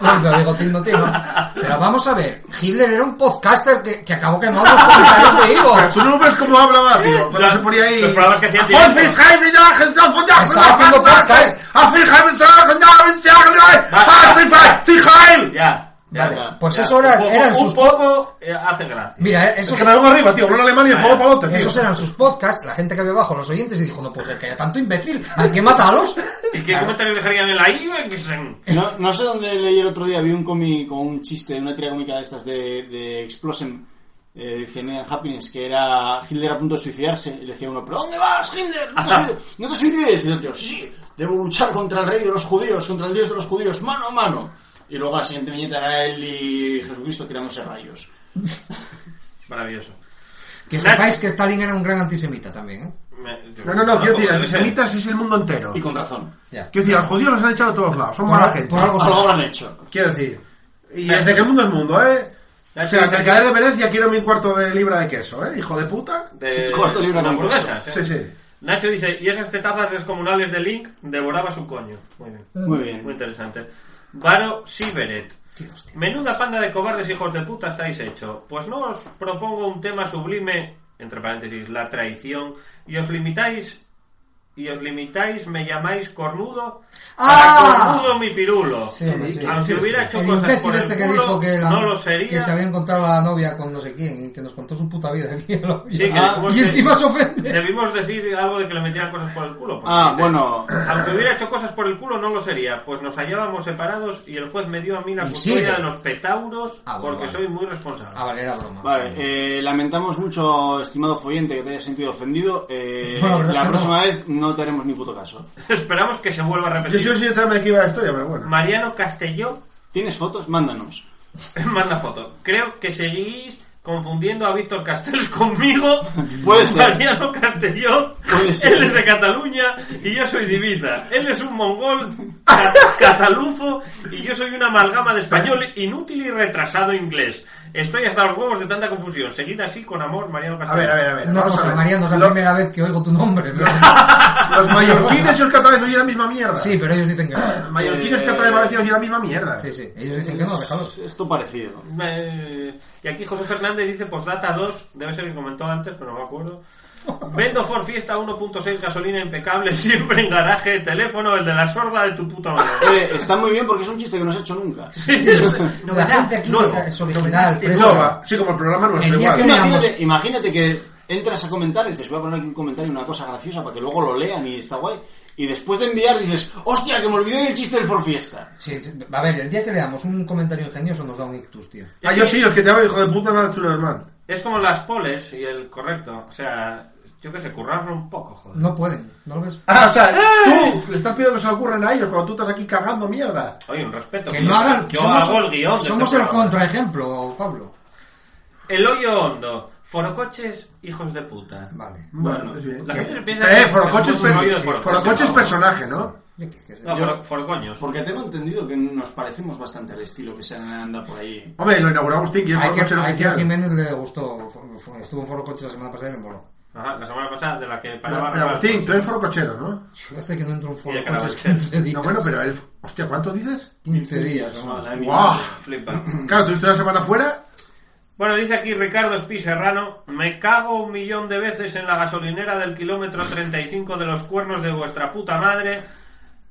[SPEAKER 5] No, pero bigotín no tengo. Pero vamos a ver, Hitler era un podcaster que, que acabó quemando los comentarios de Ivo.
[SPEAKER 6] Pero tú no ves cómo hablaba, tío. Cuando
[SPEAKER 4] Los-
[SPEAKER 6] se ponía ahí.
[SPEAKER 4] los programas que hacía
[SPEAKER 6] "Von
[SPEAKER 4] tiempo".
[SPEAKER 6] Fischer, y Jorgen, son fundados,
[SPEAKER 5] Estaba haciendo
[SPEAKER 6] fundados,
[SPEAKER 5] podcast. ¿eh?
[SPEAKER 6] a Fischer, y Jorgen, no, es Jorgen, no,
[SPEAKER 4] Va, va.
[SPEAKER 6] a Fischer, Fischer.
[SPEAKER 4] Ya. ya,
[SPEAKER 5] Vale,
[SPEAKER 4] ya,
[SPEAKER 5] pues
[SPEAKER 4] ya.
[SPEAKER 5] eso era-
[SPEAKER 4] Un poco-
[SPEAKER 5] eran sus
[SPEAKER 4] Un poco eh, hace gracia.
[SPEAKER 5] Mira, eh,
[SPEAKER 6] Es
[SPEAKER 5] esos,
[SPEAKER 6] que me vengo arriba, tío. Uno en Alemania y juego palote, tío.
[SPEAKER 5] esos eran sus podcasts, la gente que había abajo, los oyentes, y dijo, no puede ser que haya tanto imbécil, hay que matarlos.
[SPEAKER 4] ¿Y qué comentarios dejarían en la IBEX?
[SPEAKER 8] No, no sé dónde leí el otro día, vi un cómic con un chiste, una tira cómica de estas de, de Explosion, eh, de Cine and Happiness, que era Hitler a punto de suicidarse, y le decía uno, ¿pero dónde vas, Hitler? ¿No te, suicid- no te suicides? Y el tío, sí, sí, debo luchar contra el rey de los judíos, contra el dios de los judíos, mano a mano. Y luego la siguiente viñeta era él y Jesucristo tirándose rayos.
[SPEAKER 4] Maravilloso.
[SPEAKER 5] Que sepáis que Stalin era un gran antisemita también, ¿eh?
[SPEAKER 4] Me- yo-
[SPEAKER 6] No, no, no, quiero decir,
[SPEAKER 4] debe ser.
[SPEAKER 6] antisemitas es el mundo entero.
[SPEAKER 8] Y con razón.
[SPEAKER 5] Ya.
[SPEAKER 6] Quiero decir, a los judíos los han echado a todos lados, son
[SPEAKER 5] Por,
[SPEAKER 6] mala
[SPEAKER 5] al-
[SPEAKER 6] gente.
[SPEAKER 5] por algo
[SPEAKER 8] Algo habrán hecho.
[SPEAKER 6] Quiero decir, y desde que el mundo es mundo, ¿eh? O sea, en el cadete de Venecia quiero mi cuarto de libra de queso, ¿eh? Hijo de puta.
[SPEAKER 4] De,
[SPEAKER 8] Cuarto libro
[SPEAKER 4] de
[SPEAKER 8] de
[SPEAKER 4] hamburguesas.
[SPEAKER 6] Sí,
[SPEAKER 4] ¿eh?
[SPEAKER 6] sí.
[SPEAKER 4] Nacho dice, y esas tetazas descomunales de Link devoraba su coño. Muy bien.
[SPEAKER 8] Muy
[SPEAKER 4] Muy
[SPEAKER 8] bien.
[SPEAKER 4] interesante. Varo Siberet. Menuda panda de cobardes hijos de puta estáis hecho. Pues no os propongo un tema sublime, entre paréntesis, la traición, y os limitáis, y os limitáis, me llamáis cornudo,
[SPEAKER 5] ¡Ah!
[SPEAKER 4] para cornudo mi pirulo.
[SPEAKER 5] Sí, hombre, sí.
[SPEAKER 4] Aunque hubiera hecho
[SPEAKER 5] El
[SPEAKER 4] cosas
[SPEAKER 5] imbécil
[SPEAKER 4] por el
[SPEAKER 5] este que
[SPEAKER 4] culo,
[SPEAKER 5] dijo que, la-
[SPEAKER 4] no lo sería.
[SPEAKER 5] que se había encontrado la novia con no sé quién y que nos contó su puta vida aquí. en la-
[SPEAKER 4] Sí, que
[SPEAKER 8] Ah,
[SPEAKER 4] dijimos
[SPEAKER 5] y
[SPEAKER 4] que
[SPEAKER 5] encima se ofende.
[SPEAKER 4] Debimos decir algo de que le metieran cosas por el culo. porque
[SPEAKER 8] Ah,
[SPEAKER 4] dice,
[SPEAKER 8] bueno.
[SPEAKER 4] Aunque hubiera hecho cosas por el culo, no lo sería, pues nos hallábamos separados y el juez me dio a mí la
[SPEAKER 5] Y
[SPEAKER 4] custodia
[SPEAKER 5] sigue.
[SPEAKER 4] de los petauros
[SPEAKER 5] Ah, bueno,
[SPEAKER 4] porque
[SPEAKER 5] vale.
[SPEAKER 4] soy muy responsable.
[SPEAKER 5] Ah, vale, era broma.
[SPEAKER 8] Vale, eh, lamentamos mucho, estimado follente, que te hayas sentido ofendido. Eh,
[SPEAKER 5] No, la verdad es
[SPEAKER 8] la
[SPEAKER 5] que no.
[SPEAKER 8] próxima vez no te haremos ni puto caso.
[SPEAKER 4] Esperamos que se vuelva a
[SPEAKER 6] Yo
[SPEAKER 4] repetir.
[SPEAKER 6] soy sinceramente que iba a la historia, pero bueno.
[SPEAKER 4] Mariano Castelló
[SPEAKER 8] ¿Tienes fotos? Mándanos.
[SPEAKER 4] manda foto. Creo que seguís confundiendo a Víctor Castells conmigo.
[SPEAKER 8] Puede ser.
[SPEAKER 4] Mariano Castelló.
[SPEAKER 8] Puede ser.
[SPEAKER 4] Él es de Cataluña y yo soy divisa. Él es un mongol ca- cataluzo y yo soy una amalgama de español inútil y retrasado inglés. Estoy hasta los huevos de tanta confusión. Seguid así con amor, Mariano
[SPEAKER 6] A
[SPEAKER 4] Castelo.
[SPEAKER 6] ver, a ver, a ver.
[SPEAKER 5] No,
[SPEAKER 6] vamos a
[SPEAKER 5] José
[SPEAKER 6] ver.
[SPEAKER 5] María, no es la
[SPEAKER 6] Lo-
[SPEAKER 5] primera vez que oigo tu nombre. pero-
[SPEAKER 6] Los mallorquines y los catalanes oyen la misma mierda.
[SPEAKER 5] Sí, pero ellos dicen que no.
[SPEAKER 6] Mallorquines, catalanes, valencianos oyen la misma mierda.
[SPEAKER 5] Sí, sí, ellos dicen que no, déjalos.
[SPEAKER 8] Esto parecido.
[SPEAKER 4] Eh, y aquí José Fernández dice postdata 2, debe ser que comentó antes, pero no me acuerdo. Vendo Ford Fiesta 1.6 gasolina impecable, siempre en garaje, teléfono, el de la sorda de tu puta madre.
[SPEAKER 8] Eh, está muy bien porque es un chiste que no se ha hecho nunca.
[SPEAKER 4] Sí, es-
[SPEAKER 5] La gente aquí
[SPEAKER 4] nuevo.
[SPEAKER 5] es original,
[SPEAKER 6] Y
[SPEAKER 5] fresca.
[SPEAKER 6] Nova, sí, como el programa
[SPEAKER 5] El
[SPEAKER 6] nuestro,
[SPEAKER 5] día
[SPEAKER 6] igual.
[SPEAKER 5] que-
[SPEAKER 8] Imagínate,
[SPEAKER 5] Veamos.
[SPEAKER 8] imagínate que entras a comentar y dices, voy a poner aquí un comentario, una cosa graciosa para que luego lo lean y está guay. Y después de enviar dices, hostia, que me olvidé del chiste del Forfiesta.
[SPEAKER 5] Sí, sí, a ver, el día que leamos un comentario ingenioso nos da un ictus, tío.
[SPEAKER 6] Ah, yo sí, los que te hago, hijo de puta, nada chulo, hermano.
[SPEAKER 4] es como las poles y el correcto. O sea, yo que sé, currarlo un poco, joder.
[SPEAKER 5] No pueden, ¿no lo ves?
[SPEAKER 6] Ah, o sea, tú le estás pidiendo que se lo ocurren a ellos cuando tú estás aquí cagando mierda.
[SPEAKER 4] Oye, un respeto.
[SPEAKER 5] Que
[SPEAKER 4] que
[SPEAKER 5] no
[SPEAKER 4] yo-
[SPEAKER 5] hagan.
[SPEAKER 4] Yo
[SPEAKER 5] somos
[SPEAKER 4] hago el guión. de
[SPEAKER 5] somos
[SPEAKER 4] este
[SPEAKER 5] el
[SPEAKER 4] programa.
[SPEAKER 5] contraejemplo, Pablo.
[SPEAKER 4] El hoyo hondo. Forocoches, hijos de puta.
[SPEAKER 5] Vale.
[SPEAKER 6] Bueno, es bien.
[SPEAKER 4] La gente piensa que
[SPEAKER 6] Eh,
[SPEAKER 4] es
[SPEAKER 6] Forocoches
[SPEAKER 4] un rollo de
[SPEAKER 6] per-
[SPEAKER 4] forocoches,
[SPEAKER 6] Forocoches
[SPEAKER 4] ¿no?
[SPEAKER 6] personaje, ¿no?
[SPEAKER 5] Yo qué sé.
[SPEAKER 4] No, foro- forocoños.
[SPEAKER 8] Porque tengo entendido que nos parecemos bastante al estilo que se anda por ahí.
[SPEAKER 6] Hombre, lo inauguró Agustín, que es
[SPEAKER 5] Hay que,
[SPEAKER 6] Forocoches
[SPEAKER 5] hay que a
[SPEAKER 6] oficial.
[SPEAKER 5] Jiménez le gustó. fu- fu- Estuvo en Foro Coche la semana pasada y me moló.
[SPEAKER 4] Ajá, la semana pasada de la que paraba.
[SPEAKER 6] Pero
[SPEAKER 4] a
[SPEAKER 6] Agustín, tú eres forocochero, ¿no?
[SPEAKER 5] Yo hace que no entro en
[SPEAKER 4] Y
[SPEAKER 5] Foro
[SPEAKER 4] acaba
[SPEAKER 5] Coches
[SPEAKER 4] de ser.
[SPEAKER 5] 15 días.
[SPEAKER 6] No, bueno, pero él... Hostia, ¿cuánto dices?
[SPEAKER 5] 15 días, ¿no?
[SPEAKER 8] la de mi
[SPEAKER 6] ¡Guau!
[SPEAKER 8] madre.
[SPEAKER 4] Flipa.
[SPEAKER 6] Claro, tuviste una semana fuera.
[SPEAKER 4] Bueno, dice aquí Ricardo Espí Serrano, me cago un millón de veces en la gasolinera del kilómetro 35 de los cuernos de vuestra puta madre.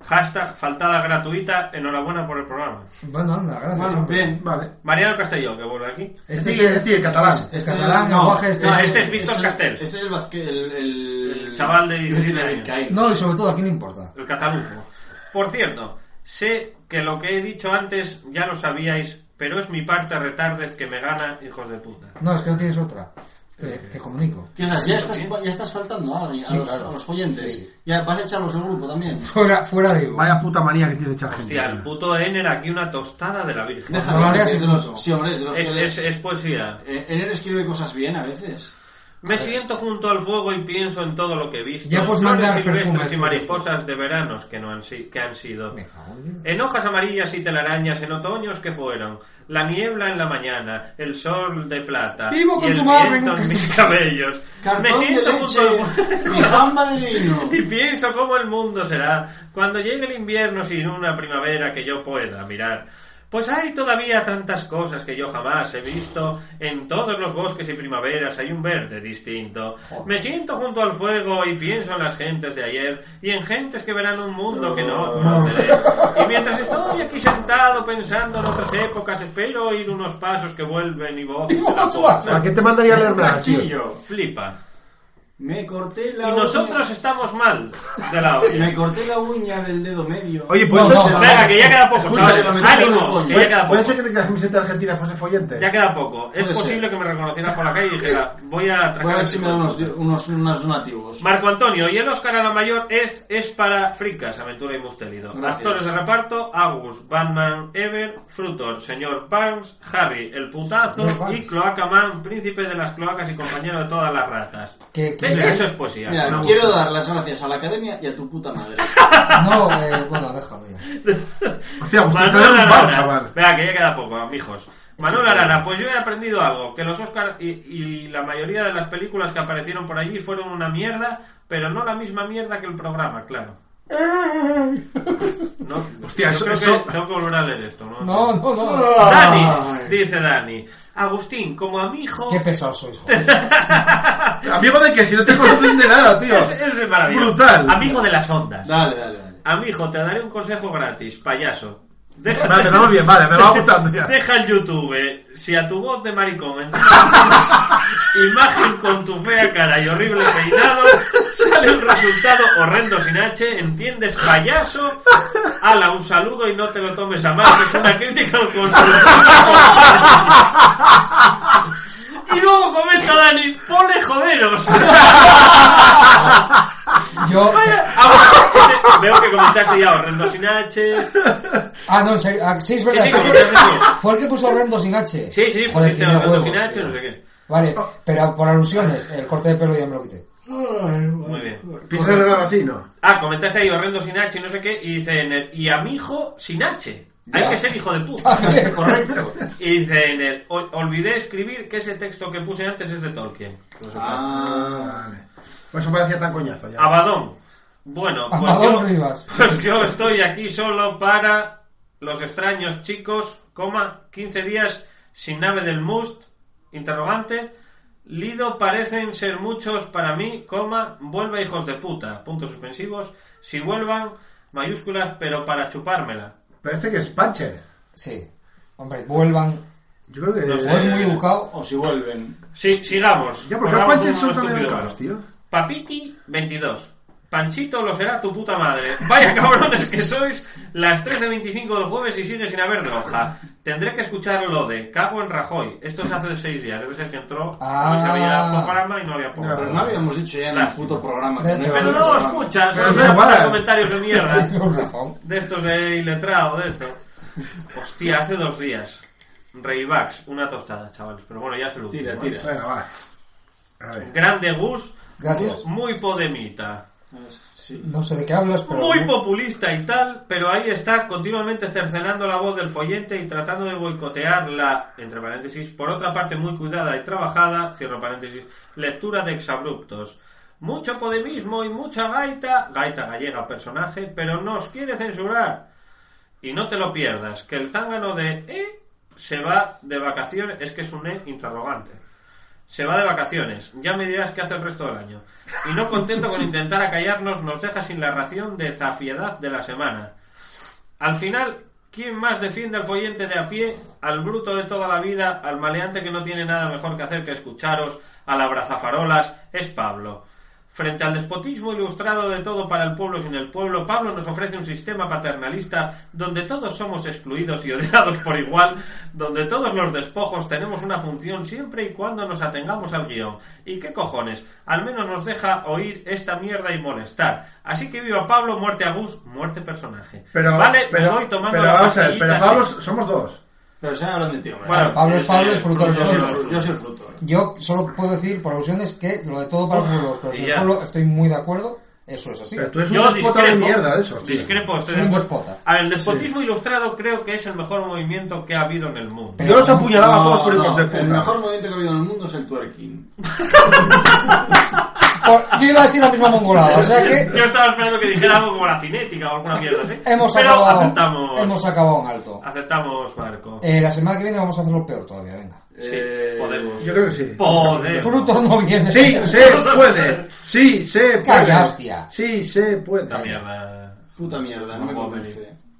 [SPEAKER 4] Hashtag faltada gratuita, enhorabuena por el programa.
[SPEAKER 5] Bueno, anda, gracias.
[SPEAKER 8] Bueno,
[SPEAKER 5] hombre.
[SPEAKER 8] bien.
[SPEAKER 6] Vale.
[SPEAKER 4] Mariano Castelló, que vuelve aquí.
[SPEAKER 5] Este
[SPEAKER 6] Este
[SPEAKER 5] es
[SPEAKER 6] es el catalán.
[SPEAKER 5] el catalán, el lenguaje este.
[SPEAKER 4] no, este es Víctor
[SPEAKER 8] el-
[SPEAKER 4] Castel.
[SPEAKER 8] Este es el, vazque- el, el,
[SPEAKER 4] El chaval de
[SPEAKER 8] el
[SPEAKER 4] 19 años.
[SPEAKER 8] vizcaíno.
[SPEAKER 5] No, y sobre todo aquí no importa.
[SPEAKER 4] El catalufo. Por cierto, sé que lo que he dicho antes ya lo sabíais, pero es mi parte retardes que me gana, hijos de puta.
[SPEAKER 5] No, es que no tienes otra. Te,
[SPEAKER 4] Eh,
[SPEAKER 5] te comunico.
[SPEAKER 8] ¿Qué haces? Ya estás, ya estás faltando a, a los, a los oyentes.
[SPEAKER 5] Sí.
[SPEAKER 8] Ya vas a echarlos del grupo también.
[SPEAKER 5] Fuera, fuera digo.
[SPEAKER 6] Vaya puta manía que tienes de echar gente.
[SPEAKER 4] Hostia, el puto Ener aquí una tostada de la Virgen.
[SPEAKER 5] No lo harías
[SPEAKER 8] que es de los-
[SPEAKER 5] incluso.
[SPEAKER 8] Sí, hombre, es de los
[SPEAKER 4] Es,
[SPEAKER 8] que le-
[SPEAKER 4] es- es poesía.
[SPEAKER 8] Eh, Ener escribe cosas bien a veces.
[SPEAKER 4] Me siento junto al fuego y pienso en todo lo que he visto.
[SPEAKER 5] Ya puedes
[SPEAKER 4] Flores
[SPEAKER 5] mandar
[SPEAKER 4] silvestres
[SPEAKER 5] perfumes,
[SPEAKER 4] y
[SPEAKER 5] pues,
[SPEAKER 4] mariposas de veranos que, no han, si- que han sido.
[SPEAKER 5] Me cago en Dios.
[SPEAKER 4] En hojas amarillas y telarañas, en otoños que fueron, la niebla en la mañana, el sol de plata,
[SPEAKER 5] Vivo con
[SPEAKER 4] y el
[SPEAKER 5] tu madre,
[SPEAKER 4] viento en
[SPEAKER 5] nunca
[SPEAKER 4] mis
[SPEAKER 5] estoy-
[SPEAKER 4] cabellos. Me
[SPEAKER 8] Cartón de
[SPEAKER 4] siento junto
[SPEAKER 8] leche,
[SPEAKER 4] al
[SPEAKER 8] mi jamba de vino.
[SPEAKER 4] Y pienso cómo el mundo será cuando llegue el invierno sin una primavera que yo pueda mirar. Pues hay todavía tantas cosas que yo jamás he visto. En todos los bosques y primaveras hay un verde distinto. Me siento junto al fuego y pienso en las gentes de ayer y en gentes que verán un mundo que no conoceré. Y mientras estoy aquí sentado pensando en otras épocas, espero oír unos pasos que vuelven y voces de la
[SPEAKER 6] ¿Para
[SPEAKER 4] puerta.
[SPEAKER 6] qué te mandaría a leerme así?
[SPEAKER 8] Castillo.
[SPEAKER 4] Flipa.
[SPEAKER 8] Me corté la
[SPEAKER 4] Y
[SPEAKER 8] uña-
[SPEAKER 4] nosotros estamos mal de la olla.
[SPEAKER 8] Me corté la uña del dedo medio.
[SPEAKER 6] Oye, pues
[SPEAKER 5] No,
[SPEAKER 6] entonces-
[SPEAKER 5] no,
[SPEAKER 4] Venga, que ya queda poco,
[SPEAKER 8] Escucha,
[SPEAKER 4] chavales.
[SPEAKER 8] se lo metí por
[SPEAKER 4] Ánimo,
[SPEAKER 8] el
[SPEAKER 4] que
[SPEAKER 8] coño.
[SPEAKER 4] ya queda
[SPEAKER 6] ¿Puede
[SPEAKER 4] poco.
[SPEAKER 6] ser que la camiseta argentina fuese follente?
[SPEAKER 4] Ya queda poco. Es
[SPEAKER 8] Puede
[SPEAKER 4] posible
[SPEAKER 8] ser.
[SPEAKER 4] que me reconocieras por la calle y dijera, voy a
[SPEAKER 8] Voy
[SPEAKER 4] atracar
[SPEAKER 8] a ver
[SPEAKER 4] el
[SPEAKER 8] si me
[SPEAKER 4] chico.
[SPEAKER 8] dan unos, unos, unos donativos.
[SPEAKER 4] Marco Antonio, y el Oscar a la mayor es, es para Fricas, Aventura y Mustelido.
[SPEAKER 8] Gracias.
[SPEAKER 4] Actores de reparto, Agus, Batman, Ever, Frutor, Señor Banks, Harry, El Putazo
[SPEAKER 5] Señor Banks.
[SPEAKER 4] y Cloaca Man, Príncipe de las Cloacas y compañero de todas las ratas.
[SPEAKER 5] Que- que-
[SPEAKER 4] Ve,
[SPEAKER 5] mira,
[SPEAKER 4] eso es poesía.
[SPEAKER 8] Mira,
[SPEAKER 6] no me
[SPEAKER 8] quiero dar las gracias a la academia y a tu puta madre.
[SPEAKER 5] No, eh, bueno, déjalo ya.
[SPEAKER 6] Hostia, Agustín, te
[SPEAKER 4] Manuel
[SPEAKER 6] da un bar,
[SPEAKER 4] Arana.
[SPEAKER 6] chaval.
[SPEAKER 4] Venga, que ya queda poco, amigos. Manuel Arana, pues yo he aprendido algo, que los Oscar y, y la mayoría de las películas que aparecieron por allí fueron una mierda, pero no la misma mierda que el programa, claro. No,
[SPEAKER 6] Hostia,
[SPEAKER 4] yo
[SPEAKER 6] eso-
[SPEAKER 4] creo
[SPEAKER 6] eso-
[SPEAKER 4] que tengo que volver a leer esto, ¿no?
[SPEAKER 5] No, no, no.
[SPEAKER 4] Dani, dice Dani. Agustín, como a mi hijo...
[SPEAKER 5] Qué pesado sois, joder.
[SPEAKER 6] Amigo de que si no te conocen de nada, tío.
[SPEAKER 4] es, es maravilloso.
[SPEAKER 6] Brutal.
[SPEAKER 4] Amigo de las ondas.
[SPEAKER 8] Dale, dale, dale.
[SPEAKER 4] Amigo, te daré un consejo gratis, payaso. Deja-
[SPEAKER 6] Vale, empezamos bien, vale, me va gustando ya.
[SPEAKER 4] Deja el YouTube. eh. Si a tu voz de maricón encima tienes imagen con tu fea cara y horrible peinado, sale un resultado horrendo sin H, entiendes payaso. Ala, un saludo y no te lo tomes a mal, que es una crítica al constructivismo. Y luego comenta Dani, pone joderos.
[SPEAKER 5] Yo.
[SPEAKER 4] Vaya- ah, bueno, ese- Veo que comentaste ya horrendo sin H.
[SPEAKER 5] Ah, no, en serio. ah, sí, es
[SPEAKER 4] Sí,
[SPEAKER 5] verdad.
[SPEAKER 4] sí, comentaste sí.
[SPEAKER 5] Fue el que puso horrendo sin H.
[SPEAKER 4] Sí, sí,
[SPEAKER 5] Joder,
[SPEAKER 4] pusiste
[SPEAKER 5] tiene
[SPEAKER 4] horrendo
[SPEAKER 5] huevos,
[SPEAKER 4] sin H,
[SPEAKER 5] tío.
[SPEAKER 4] no sé qué.
[SPEAKER 5] Vale,
[SPEAKER 6] Oh.
[SPEAKER 5] pero por alusiones, el corte de pelo ya me lo quité.
[SPEAKER 4] Muy bien.
[SPEAKER 6] Pisa en el así, ¿no?
[SPEAKER 4] Ah, comentaste ahí horrendo sin H y no sé qué, y dice, en el- y a mi hijo sin H. Hay
[SPEAKER 8] Ya.
[SPEAKER 4] que ser hijo de puta.
[SPEAKER 8] correcto.
[SPEAKER 4] Y dice en el, "Ol- olvidé escribir que ese texto que puse antes es de Tolkien.
[SPEAKER 8] Ah,
[SPEAKER 6] Vale. Por eso parecía tan coñazo
[SPEAKER 4] Ah,
[SPEAKER 6] ya.
[SPEAKER 4] Abadón. Bueno, pues
[SPEAKER 5] Abadón
[SPEAKER 4] yo,
[SPEAKER 5] Rivas.
[SPEAKER 4] pues yo estoy aquí solo para los extraños chicos, coma, 15 días sin nave del Must, interrogante. Lido parecen ser muchos para mí, coma, vuelva hijos de puta, puntos suspensivos. Si vuelvan, mayúsculas, pero para chupármela.
[SPEAKER 6] Pero este que es Pancher.
[SPEAKER 5] Sí. Hombre, vuelvan.
[SPEAKER 6] Yo creo que.
[SPEAKER 4] No
[SPEAKER 5] O
[SPEAKER 4] sé.
[SPEAKER 5] es muy educado.
[SPEAKER 8] Ah, O si vuelven.
[SPEAKER 4] Sí, sigamos.
[SPEAKER 6] Ya, porque los
[SPEAKER 4] Hagamos
[SPEAKER 6] Pancher
[SPEAKER 4] uno
[SPEAKER 6] son tan
[SPEAKER 4] estúpido.
[SPEAKER 6] educados, tío.
[SPEAKER 4] Papiti 22. Panchito lo será tu puta madre. Vaya cabrones que sois. Las 13.25 del jueves y sigue sin haber droga. Tendré que escuchar lo de Cago en Rajoy. Esto se hace seis días. De veces que entró,
[SPEAKER 5] Ah.
[SPEAKER 4] no se había programa y no había poco.
[SPEAKER 8] Pero no habíamos dicho ya en el
[SPEAKER 4] Lástima.
[SPEAKER 8] puto programa.
[SPEAKER 5] Pero
[SPEAKER 8] Que hay
[SPEAKER 4] Pero no
[SPEAKER 8] otro programa.
[SPEAKER 4] escuchas.
[SPEAKER 6] Pero
[SPEAKER 4] no
[SPEAKER 6] me
[SPEAKER 4] escuchas
[SPEAKER 6] vale.
[SPEAKER 4] comentarios de mierda.
[SPEAKER 5] Con razón.
[SPEAKER 4] De estos de iletrado, de esto. Hostia, hace dos días. Reyvax, una tostada, chavales. Pero bueno, ya se lo
[SPEAKER 8] Tira,
[SPEAKER 4] último, ¿eh?
[SPEAKER 8] tira.
[SPEAKER 6] Venga, va. A ver.
[SPEAKER 4] Grande Gus.
[SPEAKER 5] Gracias.
[SPEAKER 4] Muy podemita.
[SPEAKER 8] Sí.
[SPEAKER 5] No sé de qué hablas, pero.
[SPEAKER 4] Muy populista y tal, pero ahí está continuamente cercenando la voz del follente y tratando de boicotear la, entre paréntesis, por otra parte muy cuidada y trabajada, cierro paréntesis, lectura de exabruptos. Mucho podemismo y mucha gaita, gaita gallega personaje, pero nos quiere censurar. Y no te lo pierdas, que el zángano de E se va de vacaciones, es que es un E interrogante. Se va de vacaciones, ya me dirás qué hace el resto del año. Y no contento con intentar acallarnos, nos deja sin la ración de zafiedad de la semana. Al final, ¿quién más defiende al follente de a pie, al bruto de toda la vida, al maleante que no tiene nada mejor que hacer que escucharos, al abrazafarolas? Es Pablo. Frente al despotismo ilustrado de todo para el pueblo sin el pueblo, Pablo nos ofrece un sistema paternalista donde todos somos excluidos y odiados por igual, donde todos los despojos tenemos una función siempre y cuando nos atengamos al guión. ¿Y qué cojones? Al menos nos deja oír esta mierda y molestar. Así que viva Pablo, muerte a Gus, muerte personaje.
[SPEAKER 6] Pero,
[SPEAKER 4] vale, me
[SPEAKER 6] pero,
[SPEAKER 4] voy tomando
[SPEAKER 6] pero
[SPEAKER 4] la
[SPEAKER 6] vamos a ver,
[SPEAKER 4] pastillita,
[SPEAKER 6] pero Pablo,
[SPEAKER 4] sí.
[SPEAKER 6] somos dos.
[SPEAKER 8] Pero se hablan de ti, hombre.
[SPEAKER 4] Bueno,
[SPEAKER 5] Pablo es
[SPEAKER 4] yo
[SPEAKER 5] Pablo
[SPEAKER 4] soy
[SPEAKER 5] y fruto
[SPEAKER 4] el
[SPEAKER 5] es
[SPEAKER 8] yo, soy el
[SPEAKER 5] fruto.
[SPEAKER 8] fruto, yo soy el fruto.
[SPEAKER 5] Yo solo puedo decir por alusiones que lo de todo para los pueblos, pero
[SPEAKER 4] y
[SPEAKER 5] sin
[SPEAKER 4] ya.
[SPEAKER 5] pueblo estoy muy de acuerdo. Eso es así.
[SPEAKER 6] Pero tú eres un despota de mierda de esos. tío.
[SPEAKER 4] Discrepo, estoy
[SPEAKER 5] Soy un
[SPEAKER 4] de-
[SPEAKER 5] despota.
[SPEAKER 4] A ver, el despotismo ilustrado creo que es el mejor movimiento que ha habido en el mundo.
[SPEAKER 5] Pero-
[SPEAKER 6] Yo los apuñalaba a todos
[SPEAKER 8] No,
[SPEAKER 6] por hijos
[SPEAKER 8] no,
[SPEAKER 6] de
[SPEAKER 8] el
[SPEAKER 6] puta.
[SPEAKER 8] mejor movimiento que ha habido en el mundo es el twerking.
[SPEAKER 5] Por- yo iba a decir la misma mongolada, o sea que
[SPEAKER 4] Yo estaba esperando que dijera algo como la cinética o alguna mierda así.
[SPEAKER 5] hemos
[SPEAKER 4] pero
[SPEAKER 5] acabado,
[SPEAKER 4] aceptamos.
[SPEAKER 5] hemos acabado un alto.
[SPEAKER 4] Aceptamos, Marco.
[SPEAKER 5] Eh, la semana que viene vamos a hacerlo peor todavía, venga.
[SPEAKER 4] Sí, podemos.
[SPEAKER 6] Eh, Yo creo que sí.
[SPEAKER 4] Podemos.
[SPEAKER 5] Fruto no viene.
[SPEAKER 6] Sí, se puede. Sí, se puede.
[SPEAKER 5] Calla, hostia.
[SPEAKER 6] Sí, se
[SPEAKER 4] Esta
[SPEAKER 6] puede.
[SPEAKER 4] mierda.
[SPEAKER 8] Puta mierda, no me
[SPEAKER 4] No,
[SPEAKER 8] convence.